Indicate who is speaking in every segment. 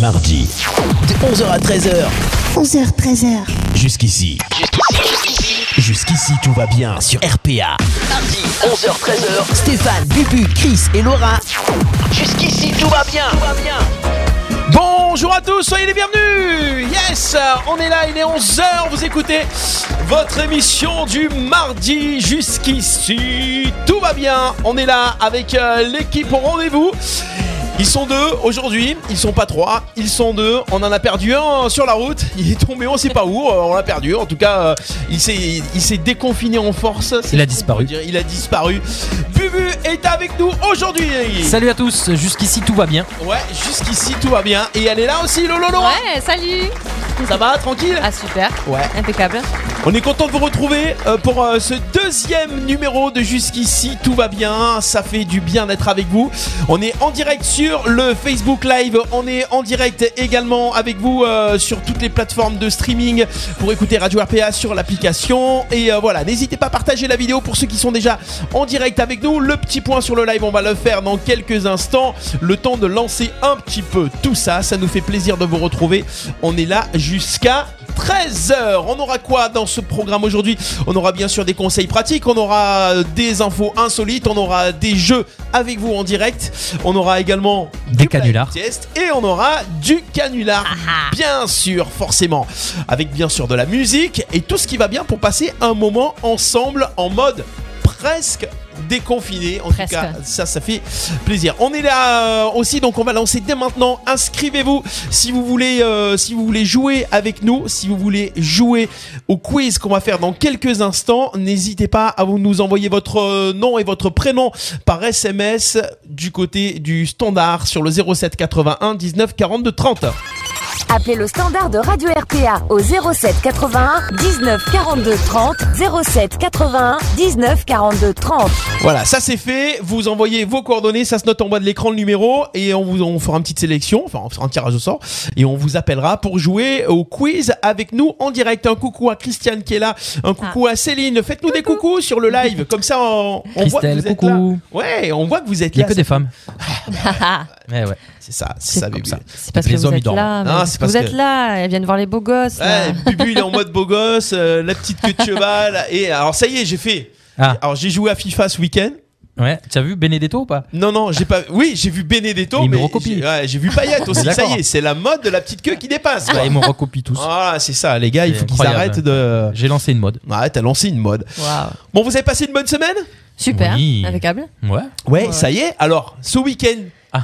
Speaker 1: mardi, de 11h à 13h.
Speaker 2: 11h, 13h.
Speaker 1: Jusqu'ici. Jusqu'ici, tout va bien sur RPA. Mardi, 11h, 13h. Stéphane, Bubu, Chris et Laura. Jusqu'ici, tout va bien. Tout va bien.
Speaker 3: Bonjour à tous, soyez les bienvenus Yes, on est là, il est 11h, vous écoutez votre émission du mardi jusqu'ici. Tout va bien, on est là avec euh, l'équipe au rendez-vous. Ils sont deux aujourd'hui, ils sont pas trois, ils sont deux. On en a perdu un euh, sur la route, il est tombé, on sait pas où, euh, on l'a perdu. En tout cas, euh, il s'est il s'est déconfiné en force.
Speaker 4: Il a disparu.
Speaker 3: Il a disparu. Bubu est avec nous aujourd'hui.
Speaker 4: Salut à tous, jusqu'ici tout va bien.
Speaker 3: Ouais, jusqu'ici tout va bien. Et elle est là aussi, Lolo Laura
Speaker 5: Ouais, salut
Speaker 3: Ça va, tranquille
Speaker 5: Ah super,
Speaker 3: Ouais.
Speaker 5: impeccable.
Speaker 3: On est content de vous retrouver euh, pour euh, ce deuxième numéro de Jusqu'ici, tout va bien, ça fait du bien d'être avec vous. On est en direct sur le Facebook Live, on est en direct également avec vous euh, sur toutes les plateformes de streaming pour écouter Radio RPA sur l'application. Et euh, voilà, n'hésitez pas à partager la vidéo pour ceux qui sont déjà en direct avec nous. Le petit point sur le live, on va le faire dans quelques instants, le temps de lancer un petit peu tout ça. Ça nous fait plaisir de vous retrouver, on est là jusqu'à... 13h. On aura quoi dans ce programme aujourd'hui On aura bien sûr des conseils pratiques, on aura des infos insolites, on aura des jeux avec vous en direct, on aura également
Speaker 4: Des
Speaker 3: du blind
Speaker 4: canulars.
Speaker 3: test et on aura du canular, bien sûr, forcément, avec bien sûr de la musique et tout ce qui va bien pour passer un moment ensemble en mode presque déconfiné en
Speaker 5: Presque.
Speaker 3: tout cas ça ça fait plaisir on est là euh, aussi donc on va lancer dès maintenant inscrivez-vous si vous voulez euh, si vous voulez jouer avec nous si vous voulez jouer au quiz qu'on va faire dans quelques instants n'hésitez pas à vous nous envoyer votre euh, nom et votre prénom par SMS du côté du standard sur le 07 81 19 42 30
Speaker 6: Appelez le standard de Radio RPA au 07 81 19 42 30 07 81 19 42 30.
Speaker 3: Voilà, ça c'est fait. Vous envoyez vos coordonnées, ça se note en bas de l'écran le numéro et on vous on fera une petite sélection, enfin on fera un tirage au sort et on vous appellera pour jouer au quiz avec nous en direct. Un coucou à Christiane qui est là,
Speaker 5: Ah.
Speaker 3: un coucou à Céline. Faites-nous des coucous sur le live, comme ça on, on voit que
Speaker 4: Christelle,
Speaker 3: vous êtes là.
Speaker 4: coucou.
Speaker 3: Ouais, on voit que vous êtes
Speaker 4: Il n'y
Speaker 3: là.
Speaker 4: a que des femmes.
Speaker 5: c'est
Speaker 4: Mais ouais.
Speaker 3: C'est ça, c'est
Speaker 5: C'est
Speaker 3: ça,
Speaker 5: comme
Speaker 3: bébé.
Speaker 5: ça. parce
Speaker 4: Les
Speaker 5: que vous
Speaker 4: hommes, ils
Speaker 5: êtes
Speaker 4: dorment.
Speaker 5: là.
Speaker 3: Non,
Speaker 5: mais
Speaker 3: c'est parce
Speaker 5: vous êtes
Speaker 3: que-
Speaker 5: là, elles viennent voir les beaux gosses. là.
Speaker 3: Ouais, Bubu il est en mode beau gosse, euh, la petite queue de cheval et alors ça y est, j'ai fait.
Speaker 4: Ah,
Speaker 3: Alors j'ai joué à FIFA ce week-end.
Speaker 4: ouais. Tu as vu Benedetto ou pas
Speaker 3: Non, non, j'ai pas. Oui, j'ai vu Benedetto,
Speaker 4: Il me
Speaker 3: mais
Speaker 4: recopie.
Speaker 3: j'ai ouais, j'ai vu Payet aussi.
Speaker 4: D'accord.
Speaker 3: Ça y est, c'est la mode de la petite queue qui dépasse. quoi.
Speaker 4: Ils m'ont recopié tous.
Speaker 3: Ah, c'est ça, les gars, il
Speaker 4: C'est
Speaker 3: faut qu'ils
Speaker 4: incroyable.
Speaker 3: arrêtent de.
Speaker 4: J'ai lancé une mode.
Speaker 3: Ouais, t'as lancé une mode.
Speaker 5: Waouh.
Speaker 3: Bon, vous avez passé une bonne semaine
Speaker 5: Super,
Speaker 4: Oui.
Speaker 5: impeccable.
Speaker 4: Ouais. Ah.
Speaker 3: ouais,
Speaker 5: Ouais.
Speaker 3: ça y est. Alors, ce week-end.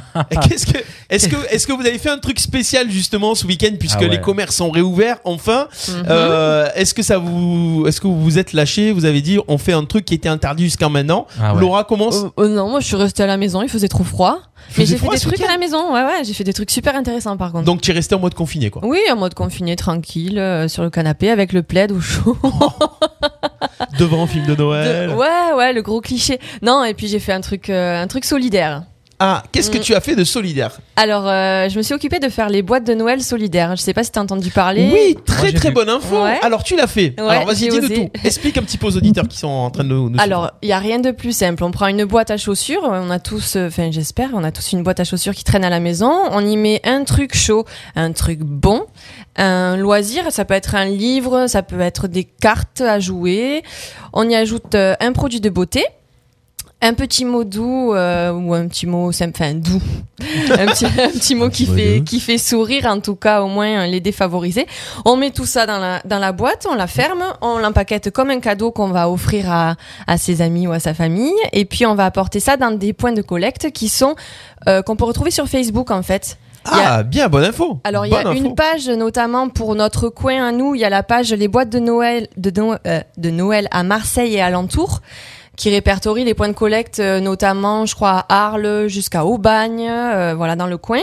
Speaker 3: Qu'est-ce que, est-ce que, est-ce que vous avez fait un truc spécial justement ce week-end puisque
Speaker 4: Ah ouais.
Speaker 3: les commerces sont réouverts enfin
Speaker 5: Mhm.
Speaker 3: Euh, Est-ce que ça vous, est-ce que vous vous êtes lâché Vous avez dit on fait un truc qui était interdit jusqu'à maintenant.
Speaker 4: Ah ouais.
Speaker 3: Laura commence.
Speaker 5: Euh, euh, non, moi je suis restée à la maison, il faisait trop froid.
Speaker 3: Faisait
Speaker 5: Mais j'ai fait
Speaker 3: froid
Speaker 5: des
Speaker 3: ce
Speaker 5: trucs à
Speaker 3: week-end
Speaker 5: la maison, ouais, ouais, j'ai fait des trucs super intéressants par contre.
Speaker 3: Donc tu es resté en mode confiné quoi.
Speaker 5: Oui, en mode confiné, tranquille, euh, sur le canapé avec le plaid au chaud.
Speaker 3: Devant un film de Noël.
Speaker 5: Ah. De- Ouais, ouais, le gros cliché. Non, et puis j'ai fait un truc, euh, un truc solidaire.
Speaker 3: Ah, qu'est-ce que
Speaker 5: Mm.
Speaker 3: tu as fait de solidaire
Speaker 5: Alors, euh, je me suis occupée de faire les boîtes de Noël solidaires. Je sais pas si t'as entendu parler.
Speaker 3: Oui, très
Speaker 4: j'ai
Speaker 3: très
Speaker 4: vu.
Speaker 3: bonne info.
Speaker 5: Ouais.
Speaker 3: Alors tu l'as fait.
Speaker 5: Ouais,
Speaker 3: Alors vas-y,
Speaker 5: j'ai
Speaker 3: dis-nous
Speaker 5: osé.
Speaker 3: tout. Explique un petit peu aux auditeurs qui sont en train de nous. nous
Speaker 5: Alors, il y a rien de plus simple. On prend une boîte à chaussures. On a tous, euh, enfin j'espère, on a tous une boîte à chaussures qui traîne à la maison. On y met un truc chaud, un truc bon, un loisir. Ça peut être un livre, ça peut être des cartes à jouer. On y ajoute euh, un produit de beauté. Un petit mot doux euh, ou un petit mot simple, enfin doux, un petit, un petit mot qui
Speaker 3: Mhm.
Speaker 5: fait qui fait sourire en tout cas au moins euh, les défavorisés. On met tout ça dans la dans la boîte, on la ferme, on l'empaquette comme un cadeau qu'on va offrir à à ses amis ou à sa famille. Et puis, on va apporter ça dans des points de collecte qui sont euh, qu'on peut retrouver sur Facebook, en fait.
Speaker 3: Ah,
Speaker 5: il y
Speaker 3: bien, bonne info.
Speaker 5: Alors, il y a
Speaker 3: Bonne info.
Speaker 5: une page, notamment pour notre coin à nous, il y a la page Les boîtes de Noël, de, No- euh, de Noël à Marseille et alentour qui répertorie les points de collecte, euh, notamment, je crois, à Arles jusqu'à Aubagne, euh, voilà, dans le coin.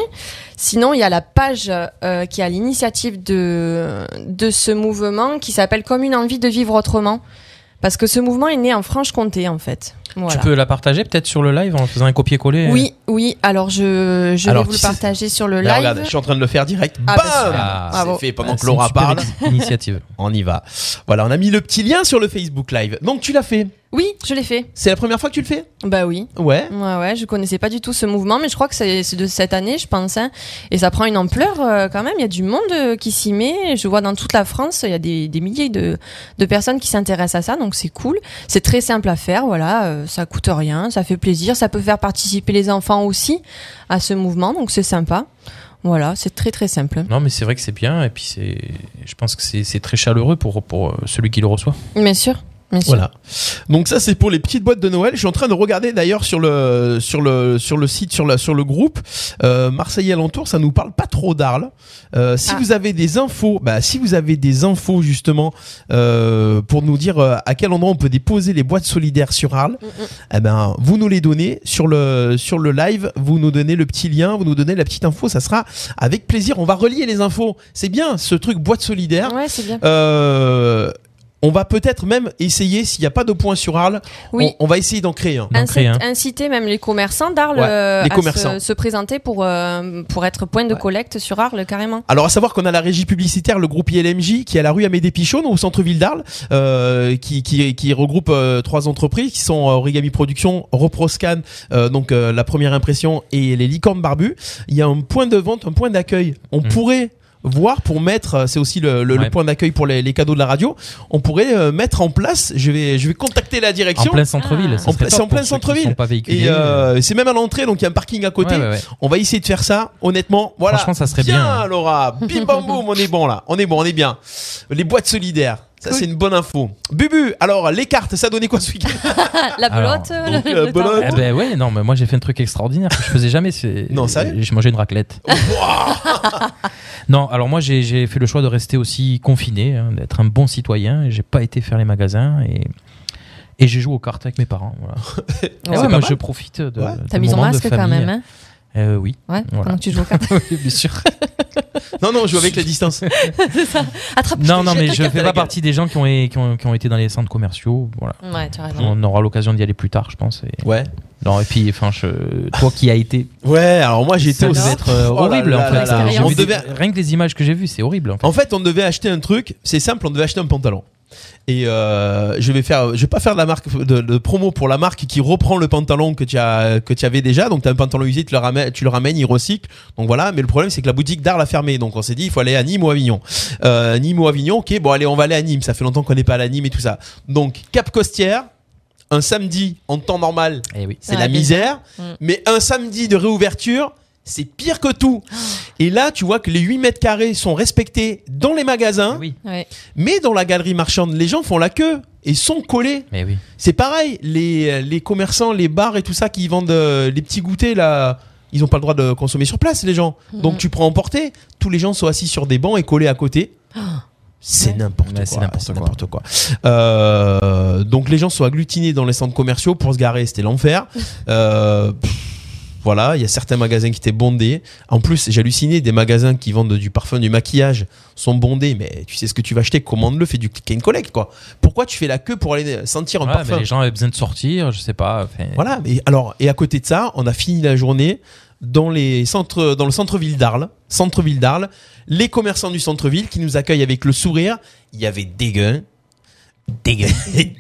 Speaker 5: Sinon, il y a la page euh, qui a l'initiative de, de ce mouvement qui s'appelle Comme une envie de vivre autrement. Parce que ce mouvement est né en Franche-Comté, en fait. Voilà.
Speaker 4: Tu peux la partager peut-être sur le live en faisant un copier-coller
Speaker 5: Oui, oui. Alors je, je
Speaker 3: Alors,
Speaker 5: vais vous
Speaker 3: tu
Speaker 5: le
Speaker 3: sais-
Speaker 5: partager sur le
Speaker 3: Là,
Speaker 5: live.
Speaker 3: regarde, je suis en train de le faire direct.
Speaker 5: Ah, bah,
Speaker 3: Bam
Speaker 5: super.
Speaker 4: Ah,
Speaker 3: C'est
Speaker 5: Bravo. Bah,
Speaker 3: fait pendant
Speaker 4: Ah,
Speaker 3: que
Speaker 4: c'est
Speaker 3: Laura
Speaker 4: une super
Speaker 3: parle.
Speaker 4: ini- Initiative.
Speaker 3: On y va. Voilà, on a mis le petit lien sur le Facebook Live. Donc tu l'as fait.
Speaker 5: Oui, je l'ai fait.
Speaker 3: C'est la première fois que tu le fais
Speaker 5: Bah oui.
Speaker 3: Ouais.
Speaker 5: Ouais, ouais, je connaissais pas du tout ce mouvement, mais je crois que c'est c'est de cette année, je pense. hein. Et ça prend une ampleur euh, quand même. Il y a du monde euh, qui s'y met. Je vois dans toute la France, il y a des, des milliers de, de personnes qui s'intéressent à ça, donc c'est cool. C'est très simple à faire, voilà. euh, ça coûte rien, ça fait plaisir, ça peut faire participer les enfants aussi à ce mouvement, donc c'est sympa. Voilà, c'est très très simple.
Speaker 4: Non, mais c'est vrai que c'est bien, et puis c'est, je pense que c'est c'est très chaleureux pour, pour euh, celui qui le reçoit.
Speaker 5: Bien sûr, bien sûr.
Speaker 3: Voilà. Donc ça c'est pour les petites boîtes de Noël. Je suis en train de regarder d'ailleurs sur le sur le sur le site sur la sur le groupe euh, Marseillais alentour. Ça nous parle pas trop d'Arles. Euh, si
Speaker 5: Ah.
Speaker 3: vous avez des infos, bah si vous avez des infos justement euh, pour nous dire euh, à quel endroit on peut déposer les boîtes solidaires sur Arles,
Speaker 5: Mm,
Speaker 3: eh ben vous nous les donnez sur le sur le live. Vous nous donnez le petit lien, vous nous donnez la petite info. Ça sera avec plaisir. On va relier les infos. C'est bien ce truc boîte solidaire.
Speaker 5: Ouais, c'est bien.
Speaker 3: Euh, on va peut-être même essayer, s'il n'y a pas de points sur Arles,
Speaker 5: Oui.
Speaker 3: on, on va essayer d'en créer un.
Speaker 4: d'en créer
Speaker 5: Incite-
Speaker 4: un.
Speaker 5: inciter même les commerçants d'Arles
Speaker 3: Ouais,
Speaker 5: euh,
Speaker 3: les
Speaker 5: à
Speaker 3: commerçants.
Speaker 5: Se, se présenter pour, euh, pour être point de collecte sur Arles carrément.
Speaker 3: Alors à savoir qu'on a la régie publicitaire, le groupe ILMJ, qui est à la rue Amédée Pichon, au centre-ville d'Arles, euh, qui, qui, qui regroupe euh, trois entreprises, qui sont euh, Origami Productions, Reproscan, euh, donc euh, la première impression, et les licornes barbus. Il y a un point de vente, un point d'accueil. On pourrait voir pour mettre, euh, c'est aussi le, le- le
Speaker 4: Ouais.
Speaker 3: point d'accueil pour les, les cadeaux de la radio, on pourrait euh, mettre en place, je vais, je vais contacter la
Speaker 4: En
Speaker 3: direction.
Speaker 4: plein centre-ville.
Speaker 5: Ah.
Speaker 4: ça
Speaker 3: En
Speaker 4: serait
Speaker 3: plein-
Speaker 4: top
Speaker 3: c'est
Speaker 4: pour
Speaker 3: en plein
Speaker 4: ceux qui
Speaker 3: centre-ville.
Speaker 4: sont pas véhiculés.
Speaker 3: Et euh, c'est même à l'entrée, donc il y a un parking à côté.
Speaker 4: Ouais, ouais, ouais.
Speaker 3: On va essayer de faire ça, honnêtement. Voilà.
Speaker 4: Franchement, ça serait bien. hein.
Speaker 3: Laura. Bim bam boum, on est bon là. On est bon, on est bien. Les boîtes solidaires. Ça, c'est une bonne info. Bubu, alors les cartes, ça donnait quoi ce week-end
Speaker 5: La
Speaker 4: Alors,
Speaker 5: belote. euh,
Speaker 3: donc, euh,
Speaker 5: le-
Speaker 3: la
Speaker 5: le
Speaker 3: belote.
Speaker 5: tarot.
Speaker 4: Eh ben ouais, non, mais moi j'ai fait un truc extraordinaire que je faisais jamais. C'est...
Speaker 3: Non, sérieux Oh,
Speaker 4: J'ai mangé une raclette. non, alors moi j'ai, j'ai fait le choix de rester aussi confiné, hein, d'être un bon citoyen. et J'ai pas été faire les magasins et, et j'ai joué aux cartes avec mes parents. Voilà.
Speaker 5: Ouais,
Speaker 4: Ouais,
Speaker 5: c'est
Speaker 4: moi
Speaker 3: mal.
Speaker 4: je profite de.
Speaker 3: Ouais.
Speaker 4: de
Speaker 5: T'as
Speaker 4: mon
Speaker 5: mis ton
Speaker 4: moment de
Speaker 5: masque quand
Speaker 4: famille.
Speaker 5: même, hein
Speaker 4: Euh, Oui,
Speaker 5: Ouais,
Speaker 4: Voilà.
Speaker 5: pendant que tu joues aux cartes.
Speaker 4: Oui, bien sûr.
Speaker 3: Ah Non, non, je joue avec la distance.
Speaker 5: Attrape.
Speaker 4: non, non, mais je
Speaker 3: la
Speaker 4: fais
Speaker 3: gueule.
Speaker 4: pas partie des gens qui ont, qui ont, qui ont été dans les centres commerciaux. Voilà.
Speaker 5: Ouais, tu as raison.
Speaker 4: On aura l'occasion d'y aller plus tard, je pense. et-
Speaker 3: Ouais.
Speaker 4: Non, et puis, enfin, je- toi qui as été
Speaker 3: Ouais, alors moi j'étais
Speaker 4: Ça
Speaker 3: au
Speaker 4: devait être euh,
Speaker 3: Oh là
Speaker 4: horrible
Speaker 3: là
Speaker 4: en fait.
Speaker 3: là là.
Speaker 4: J'ai
Speaker 3: On
Speaker 4: vu des-
Speaker 3: devait-
Speaker 4: Rien que les images que j'ai vues, c'est horrible en fait.
Speaker 3: En fait, on devait acheter un truc, c'est simple, on devait acheter un pantalon. Et euh, je vais faire, je vais pas faire de la marque de, de promo pour la marque qui reprend le pantalon que tu as que tu avais déjà. Donc tu as un pantalon usé, tu le ramènes, tu le ramènes, il recycle. Donc voilà. Mais le problème c'est que la boutique d'art l'a fermé. Donc on s'est dit il faut aller à Nîmes ou Avignon. Euh, Nîmes ou Avignon, ok. Bon allez, on va aller à Nîmes. Ça fait longtemps qu'on n'est pas allé à Nîmes et tout ça. Donc Cap Costière, un samedi en temps normal,
Speaker 4: Eh oui.
Speaker 3: c'est
Speaker 5: Ouais,
Speaker 3: la
Speaker 5: bien
Speaker 3: misère.
Speaker 5: Mm.
Speaker 3: Mais un samedi de réouverture, c'est pire que tout. Et là, tu vois que les 8 mètres carrés sont respectés dans les magasins,
Speaker 4: oui.
Speaker 5: Ouais.
Speaker 3: mais dans la galerie marchande, les gens font la queue et sont collés.
Speaker 4: Mais oui.
Speaker 3: C'est pareil, les, les commerçants, les bars et tout ça qui vendent euh, les petits goûters là. Ils n'ont pas le droit de consommer sur place, les gens. Donc tu prends emporter. Tous les gens sont assis sur des bancs et collés à côté. C'est
Speaker 5: Ouais.
Speaker 3: n'importe
Speaker 4: Ouais,
Speaker 3: quoi.
Speaker 4: c'est n'importe quoi.
Speaker 3: quoi. Euh, donc les gens sont agglutinés dans les centres commerciaux pour se garer. C'était l'enfer. Euh, pff, voilà, il y a certains magasins qui étaient bondés. En plus, j'hallucinais des magasins qui vendent du parfum, du maquillage sont bondés. Mais tu sais ce que tu vas acheter, commande-le, fais du click and collect quoi. Pourquoi tu fais la queue pour aller sentir un
Speaker 4: Ouais,
Speaker 3: parfum
Speaker 4: mais les gens avaient besoin de sortir, je sais pas. enfin,
Speaker 3: voilà, mais alors, et à côté de ça, on a fini la journée dans, les centres, dans le centre-ville d'Arles. Centre-ville d'Arles, les commerçants du centre-ville qui nous accueillent avec le sourire. Il y avait des gueux. Des gueux.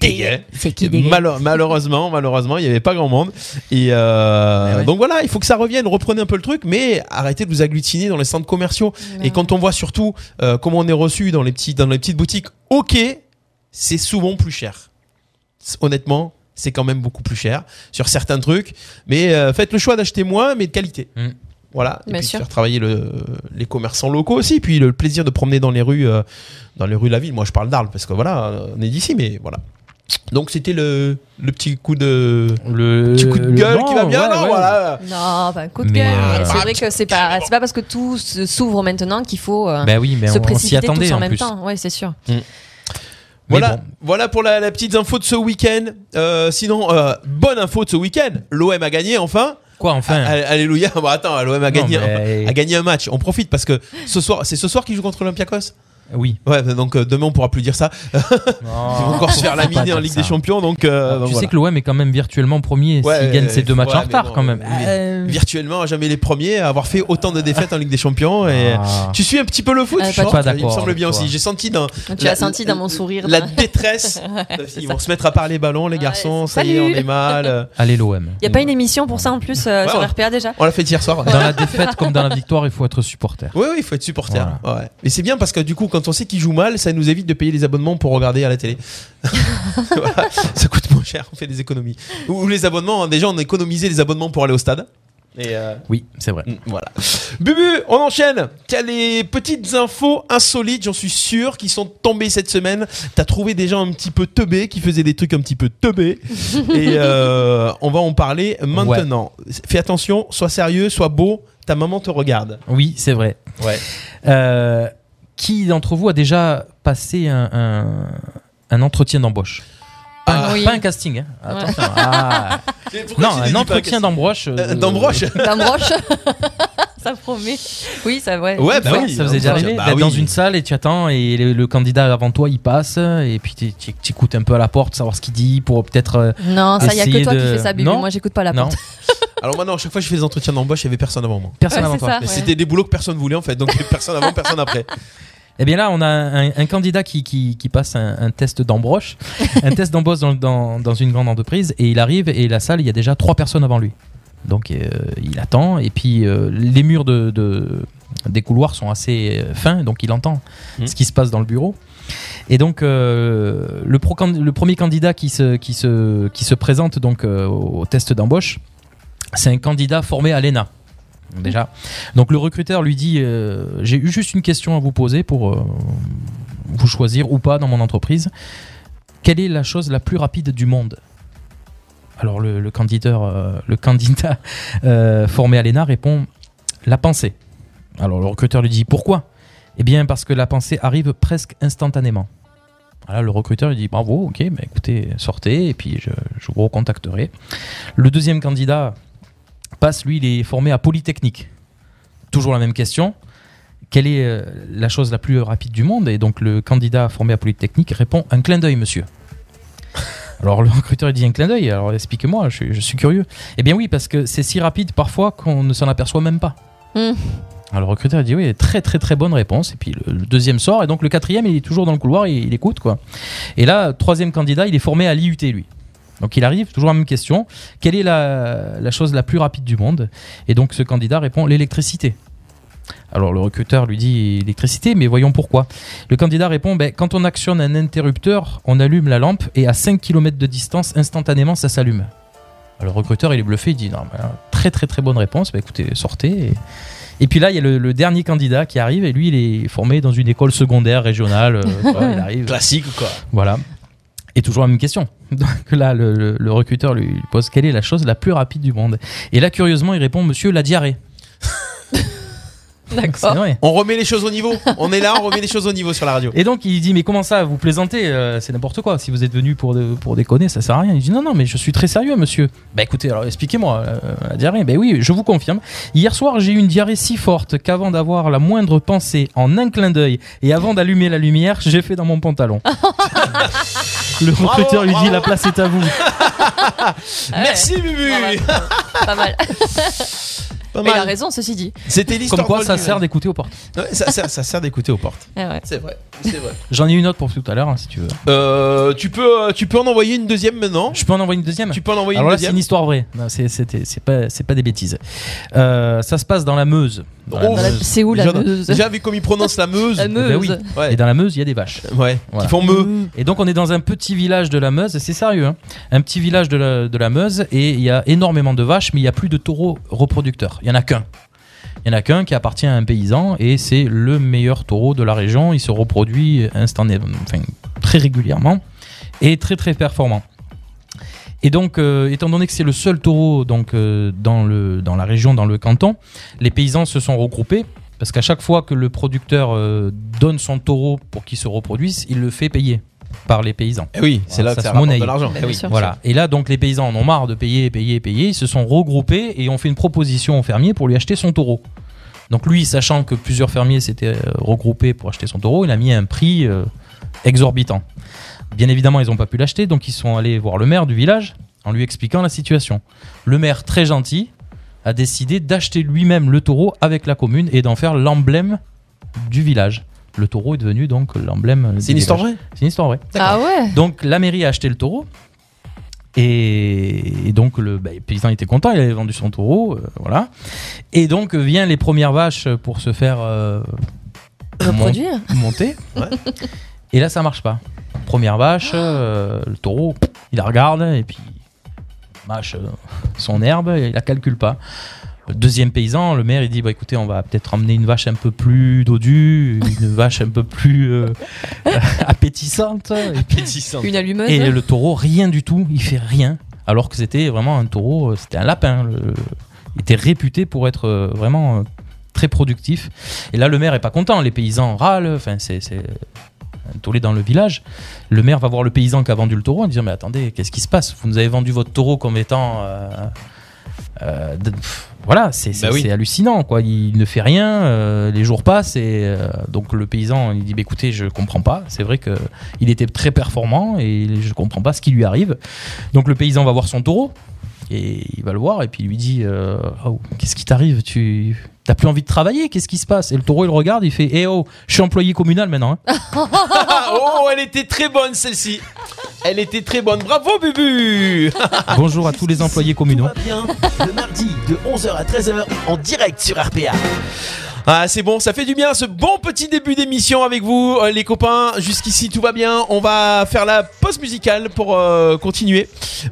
Speaker 3: Des gueux.
Speaker 6: C'est qui des
Speaker 3: Malo- malheureusement, malheureusement, il n'y avait pas grand monde. Et euh,
Speaker 4: Mais ouais.
Speaker 3: donc voilà, il faut que ça revienne. Reprenez un peu le truc, mais arrêtez de vous agglutiner dans les centres commerciaux. Et quand on voit surtout euh, comment on est reçu dans les petits, dans les petites boutiques, ok, c'est souvent plus cher. C'est- Honnêtement, c'est quand même beaucoup plus cher sur certains trucs. Mais euh, faites le choix d'acheter moins, mais de qualité.
Speaker 4: Mm.
Speaker 3: Voilà. Et
Speaker 5: Bien
Speaker 3: puis de
Speaker 5: sûr.
Speaker 3: faire travailler le- les commerçants locaux aussi. Puis le plaisir de promener dans les rues, euh, dans les rues de la ville. Moi, je parle d'Arles parce que voilà, on est d'ici, mais voilà. Donc c'était le, le petit coup de
Speaker 4: Le
Speaker 3: petit coup de gueule
Speaker 4: non,
Speaker 3: qui va bien.
Speaker 4: ouais,
Speaker 3: non,
Speaker 4: ouais.
Speaker 3: voilà.
Speaker 5: Non, bah, coup de
Speaker 4: ben, Mais,
Speaker 5: gueule.
Speaker 4: euh,
Speaker 5: C'est
Speaker 3: bah,
Speaker 5: vrai que c'est pas, c'est pas parce que tout se- s'ouvre maintenant qu'il faut euh,
Speaker 4: Ben oui, mais on,
Speaker 5: se
Speaker 4: on s'y
Speaker 5: précipiter
Speaker 4: attendait
Speaker 5: tous en
Speaker 4: en
Speaker 5: même
Speaker 4: plus.
Speaker 5: temps. Ouais, c'est sûr.
Speaker 4: Mais
Speaker 3: Voilà,
Speaker 4: bon.
Speaker 3: voilà pour la, la petite info de ce week-end. Euh, sinon, euh, bonne info de ce week-end. L'OM a gagné enfin.
Speaker 4: Quoi, enfin
Speaker 3: Allé- Alléluia. Bon, attends, l'OM
Speaker 4: Non,
Speaker 3: a gagné,
Speaker 4: mais-
Speaker 3: a gagné un match. On profite parce que ce soir, c'est ce soir qu'ils jouent contre l'Olympiakos.
Speaker 4: Oui.
Speaker 3: Ouais, bah, donc euh, demain on pourra plus dire ça. Ils vont encore se faire
Speaker 4: Faut pas
Speaker 3: laminer en
Speaker 4: dire
Speaker 3: Ligue
Speaker 4: ça.
Speaker 3: des Champions, donc. euh,
Speaker 4: tu
Speaker 3: donc
Speaker 4: sais
Speaker 3: voilà.
Speaker 4: que l'OM est quand même virtuellement premier
Speaker 3: Ouais, euh,
Speaker 4: s'il gagne ses deux
Speaker 3: ouais,
Speaker 4: matchs en
Speaker 3: mais
Speaker 4: retard
Speaker 3: bon,
Speaker 4: quand même.
Speaker 3: il est
Speaker 5: Euh,
Speaker 3: Virtuellement, jamais les premiers à avoir fait autant de défaites en Ligue des Champions. Et
Speaker 4: Ah.
Speaker 3: Tu suis un petit peu le foot,
Speaker 4: Ah,
Speaker 3: je
Speaker 4: pas
Speaker 3: pense,
Speaker 4: du tout.
Speaker 3: Il me semble
Speaker 4: avec
Speaker 3: bien
Speaker 4: toi.
Speaker 3: aussi. J'ai senti dans.
Speaker 5: Euh, Tu
Speaker 3: la-
Speaker 5: l'as senti dans mon sourire.
Speaker 3: La
Speaker 5: dans-
Speaker 3: détresse.
Speaker 5: Ouais, c'est
Speaker 3: Ils
Speaker 5: ça.
Speaker 3: vont se mettre à parler ballon, les garçons. ça y est, on
Speaker 5: salut.
Speaker 3: est mal.
Speaker 4: Allez l'OM.
Speaker 5: Y a pas une émission pour ça en plus euh,
Speaker 3: Ouais,
Speaker 5: sur
Speaker 3: ouais.
Speaker 5: RPA déjà
Speaker 3: On l'a fait hier soir.
Speaker 4: Dans la défaite comme dans la victoire, il faut être supporter.
Speaker 3: Oui, oui, il faut être supporter. Ouais. Mais c'est bien parce que du coup, quand on sait qu'ils jouent mal, ça nous évite de payer les abonnements pour regarder à la télé. Voilà. Ça coûte moins cher, on fait des économies. Ou ou les abonnements, hein. déjà, on économisait les abonnements pour aller au stade. Et euh,
Speaker 4: Oui, c'est vrai.
Speaker 3: Mm, Voilà. Bubu, on enchaîne. T'as les petites infos insolites, j'en suis sûr, qui sont tombées cette semaine. T'as trouvé des gens un petit peu teubés qui faisaient des trucs un petit peu teubés. Et euh, on va en parler maintenant. Fais attention, sois sérieux, sois beau. Ta maman te regarde.
Speaker 4: Oui, c'est vrai.
Speaker 3: Ouais.
Speaker 4: Euh, qui d'entre vous a déjà passé un, un- un entretien d'embauche pas, un-
Speaker 5: Ah. Oui.
Speaker 4: pas un casting. hein. Attention. Ah.
Speaker 3: Pourquoi
Speaker 4: Non,
Speaker 3: tu ne
Speaker 4: un
Speaker 3: dis pas
Speaker 4: entretien
Speaker 3: que-
Speaker 4: d'embauche.
Speaker 3: Euh,
Speaker 4: euh,
Speaker 3: d'embroche
Speaker 5: D'Ambroche Ça promet. Oui, ça vrai.
Speaker 3: Ouais, bah
Speaker 4: Ouais,
Speaker 3: oui,
Speaker 4: ça vous est déjà
Speaker 3: entretien.
Speaker 4: arrivé
Speaker 3: Bah
Speaker 4: d'être
Speaker 3: oui.
Speaker 4: dans une salle et tu attends et le, le candidat avant toi il passe et puis tu tu- tu écoutes un peu à la porte savoir ce qu'il dit pour peut-être euh,
Speaker 5: Non, ça, y a que
Speaker 4: Essayer
Speaker 5: toi qui
Speaker 4: de-
Speaker 5: fais ça, bébé.
Speaker 4: Non.
Speaker 5: Moi, j'écoute pas la
Speaker 4: non
Speaker 5: porte.
Speaker 3: Alors maintenant, à chaque fois que je fais des entretiens d'embauche, il y avait personne avant moi.
Speaker 4: personne
Speaker 5: Ouais,
Speaker 4: avant
Speaker 5: c'est
Speaker 4: toi.
Speaker 5: ça.
Speaker 3: Mais
Speaker 5: Ouais.
Speaker 3: c'était des boulots que personne voulait en fait. Donc personne avant, personne après.
Speaker 4: Eh bien là, on a un, un candidat qui, qui, qui passe un, un test d'embauche, un test d'embauche dans, dans, dans une grande entreprise, et il arrive et la salle, il y a déjà trois personnes avant lui. Donc euh, il attend, et puis euh, les murs de, de- des couloirs sont assez euh, fins, donc il entend
Speaker 3: Mhm.
Speaker 4: ce qui se passe dans le bureau. Et donc euh, le, pro- le premier candidat qui se, qui se, qui se présente donc euh, au test d'embauche, c'est un candidat formé à l'ENA. Déjà. Donc le recruteur lui dit euh, J'ai eu juste une question à vous poser pour euh, vous choisir ou pas dans mon entreprise. Quelle est la chose la plus rapide du monde Alors le, le candidat, euh, le candidat euh, formé à l'ENA répond La pensée. Alors le recruteur lui dit Pourquoi Eh bien parce que la pensée arrive presque instantanément. Alors le recruteur lui dit Bravo, ok, bah, écoutez, sortez et puis je, je vous recontacterai. Le deuxième candidat passe, lui, il est formé à Polytechnique. Toujours la même question. Quelle est euh, la chose la plus rapide du monde Et donc le candidat formé à Polytechnique répond un clin d'œil, monsieur. Alors le recruteur il dit un clin d'œil, alors expliquez-moi, je, suis- je suis curieux. Eh bien oui, parce que c'est si rapide parfois qu'on ne s'en aperçoit même pas.
Speaker 5: Hmm.
Speaker 4: Alors le recruteur il dit oui, très très très bonne réponse. Et puis le, le deuxième sort, et donc le quatrième il est toujours dans le couloir, il, il écoute quoi. Et là, troisième candidat, il est formé à l'IUT lui. Donc il arrive, toujours la même question, quelle est la, la chose la plus rapide du monde Et donc ce candidat répond l'électricité. Alors le recruteur lui dit électricité, mais voyons pourquoi. Le candidat répond ben, quand on actionne un interrupteur, on allume la lampe et à 5 km de distance, instantanément, ça s'allume. Alors, le recruteur, il est bluffé, il dit non, ben, très très très bonne réponse, Ben, écoutez, sortez. Et... et puis là, il y a le, le dernier candidat qui arrive et lui, il est formé dans une école secondaire régionale. euh, quoi, il arrive.
Speaker 3: Classique quoi.
Speaker 4: Voilà. Et toujours la même question. Donc là, le, le- le recruteur lui lui pose quelle est la chose la plus rapide du monde. Et là, curieusement, il répond Monsieur, la diarrhée. C'est
Speaker 5: D'accord.
Speaker 4: vrai.
Speaker 3: On remet les choses au niveau. On est là, on remet les choses au niveau sur la radio.
Speaker 4: Et donc il dit mais comment ça vous plaisantez euh, c'est n'importe quoi si vous êtes venu pour de- pour déconner ça sert à rien il dit non non mais je suis très sérieux monsieur bah écoutez alors expliquez-moi euh, la diarrhée ben oui je vous confirme hier soir j'ai eu une diarrhée si forte qu'avant d'avoir la moindre pensée en un clin d'œil et avant d'allumer la lumière j'ai fait dans mon pantalon le recruteur lui dit
Speaker 3: bravo.
Speaker 4: la place est à vous
Speaker 3: Merci Bubu.
Speaker 5: Pas mal. Pas mal.
Speaker 3: Pas
Speaker 5: Mais il a
Speaker 3: mal.
Speaker 5: raison, ceci dit.
Speaker 3: C'était l'histoire.
Speaker 4: comme quoi ça
Speaker 3: Goldman.
Speaker 4: sert d'écouter aux portes
Speaker 3: Ouais, ça sert, ça sert d'écouter aux portes.
Speaker 5: Eh ouais.
Speaker 3: C'est vrai, c'est vrai.
Speaker 4: j'en ai une autre pour tout à l'heure hein, si tu veux
Speaker 3: Euh, tu peux, euh, tu peux en envoyer une deuxième maintenant.
Speaker 4: je peux en envoyer une deuxième
Speaker 3: Tu peux en envoyer
Speaker 4: Alors
Speaker 3: une
Speaker 4: là, c'est une
Speaker 3: deuxième.
Speaker 4: histoire vraie. Non, c'est- C'était, c'est pas, c'est pas des bêtises. Euh, ça se passe dans la Meuse. Dans la
Speaker 3: Oh,
Speaker 5: Dans la-
Speaker 4: Meuse.
Speaker 5: C'est où la
Speaker 3: Déjà,
Speaker 5: Meuse
Speaker 3: déjà vu comme ils prononcent la Meuse.
Speaker 5: La Meuse.
Speaker 4: Eh ben oui.
Speaker 3: Ouais.
Speaker 4: Et dans la Meuse, il y a des vaches.
Speaker 3: Ouais,
Speaker 4: Voilà.
Speaker 3: qui font me.
Speaker 4: Et donc, on est dans un petit village de la Meuse. et C'est sérieux. hein. un petit village de la, de la Meuse et il y a énormément de vaches, mais il y a plus de taureaux reproducteurs. Il y en a qu'un. Il y en a qu'un qui appartient à un paysan et c'est le meilleur taureau de la région. Il se reproduit instantanément, enfin, très régulièrement et très très performant. Et donc, euh, étant donné que c'est le seul taureau donc, euh, dans, le, dans la région, dans le canton, les paysans se sont regroupés parce qu'à chaque fois que le producteur euh, donne son taureau pour qu'il se reproduise, il le fait payer par les paysans.
Speaker 3: Eh oui, c'est
Speaker 4: Voilà,
Speaker 3: là
Speaker 4: ça
Speaker 3: que ça
Speaker 4: se
Speaker 3: rapporte
Speaker 4: monnaie.
Speaker 3: de l'argent. Eh
Speaker 5: Bien
Speaker 3: oui.
Speaker 5: sûr.
Speaker 4: Voilà. Et là, donc, les paysans en ont marre de payer, payer, payer. Ils se sont regroupés et ont fait une proposition au fermier pour lui acheter son taureau. Donc lui, sachant que plusieurs fermiers s'étaient euh, regroupés pour acheter son taureau, il a mis un prix euh, exorbitant. Bien évidemment, ils n'ont pas pu l'acheter, donc ils sont allés voir le maire du village en lui expliquant la situation. Le maire, très gentil, a décidé d'acheter lui-même le taureau avec la commune et d'en faire l'emblème du village. Le taureau est devenu donc l'emblème.
Speaker 3: C'est
Speaker 4: du
Speaker 3: une histoire
Speaker 4: village.
Speaker 3: vraie
Speaker 4: C'est une histoire vraie.
Speaker 5: Ah ouais
Speaker 4: Donc la mairie a acheté le taureau. Et, et donc le, bah, le paysan était content, il avait vendu son taureau, euh, voilà. Et donc euh, viennent les premières vaches pour se faire euh,
Speaker 5: Reproduire
Speaker 4: mon- monter.
Speaker 3: Ouais.
Speaker 4: Et là ça marche pas. Première vache, euh, le taureau, il la regarde et puis il mâche euh, son herbe, et il la calcule pas. Deuxième paysan, le maire il dit bah écoutez on va peut-être emmener une vache un peu plus dodue, une vache un peu plus euh, appétissante. Et puis,
Speaker 5: Une allumeuse
Speaker 4: et le taureau, rien du tout, il fait rien. Alors que c'était vraiment un taureau, euh, c'était un lapin. le- Il était réputé pour être euh, vraiment euh, très productif. Et là, le maire est pas content. Les paysans râlent. Enfin, c'est c'est un tollé dans le village. Le maire va voir le paysan qui a vendu le taureau en disant Mais attendez, qu'est-ce qui se passe Vous nous avez vendu votre taureau comme étant. euh, euh, de- pff, voilà, c'est c'est-
Speaker 3: Bah oui.
Speaker 4: c'est hallucinant. quoi. Il ne fait rien. euh, les jours passent. Et euh, donc, le paysan, il dit Bah, Écoutez, je comprends pas. C'est vrai que il était très performant et je comprends pas ce qui lui arrive. Donc le paysan va voir son taureau et il va le voir et puis il lui dit euh, Oh, qu'est-ce qui t'arrive Tu t'as plus envie de travailler Qu'est-ce qui se passe Et le taureau il le regarde, il fait eh oh, je suis employé communal maintenant. hein.
Speaker 3: Ah, oh, elle était très bonne celle-ci. Elle était très bonne. Bravo, Bubu
Speaker 4: Bonjour à tous les employés communaux.
Speaker 1: Tout va bien, le mardi de 11h à 13h en direct sur RPA.
Speaker 3: Ah, c'est bon, ça fait du bien ce bon petit début d'émission avec vous, euh, les copains. Jusqu'ici, tout va bien. On va faire la pause musicale pour euh, continuer.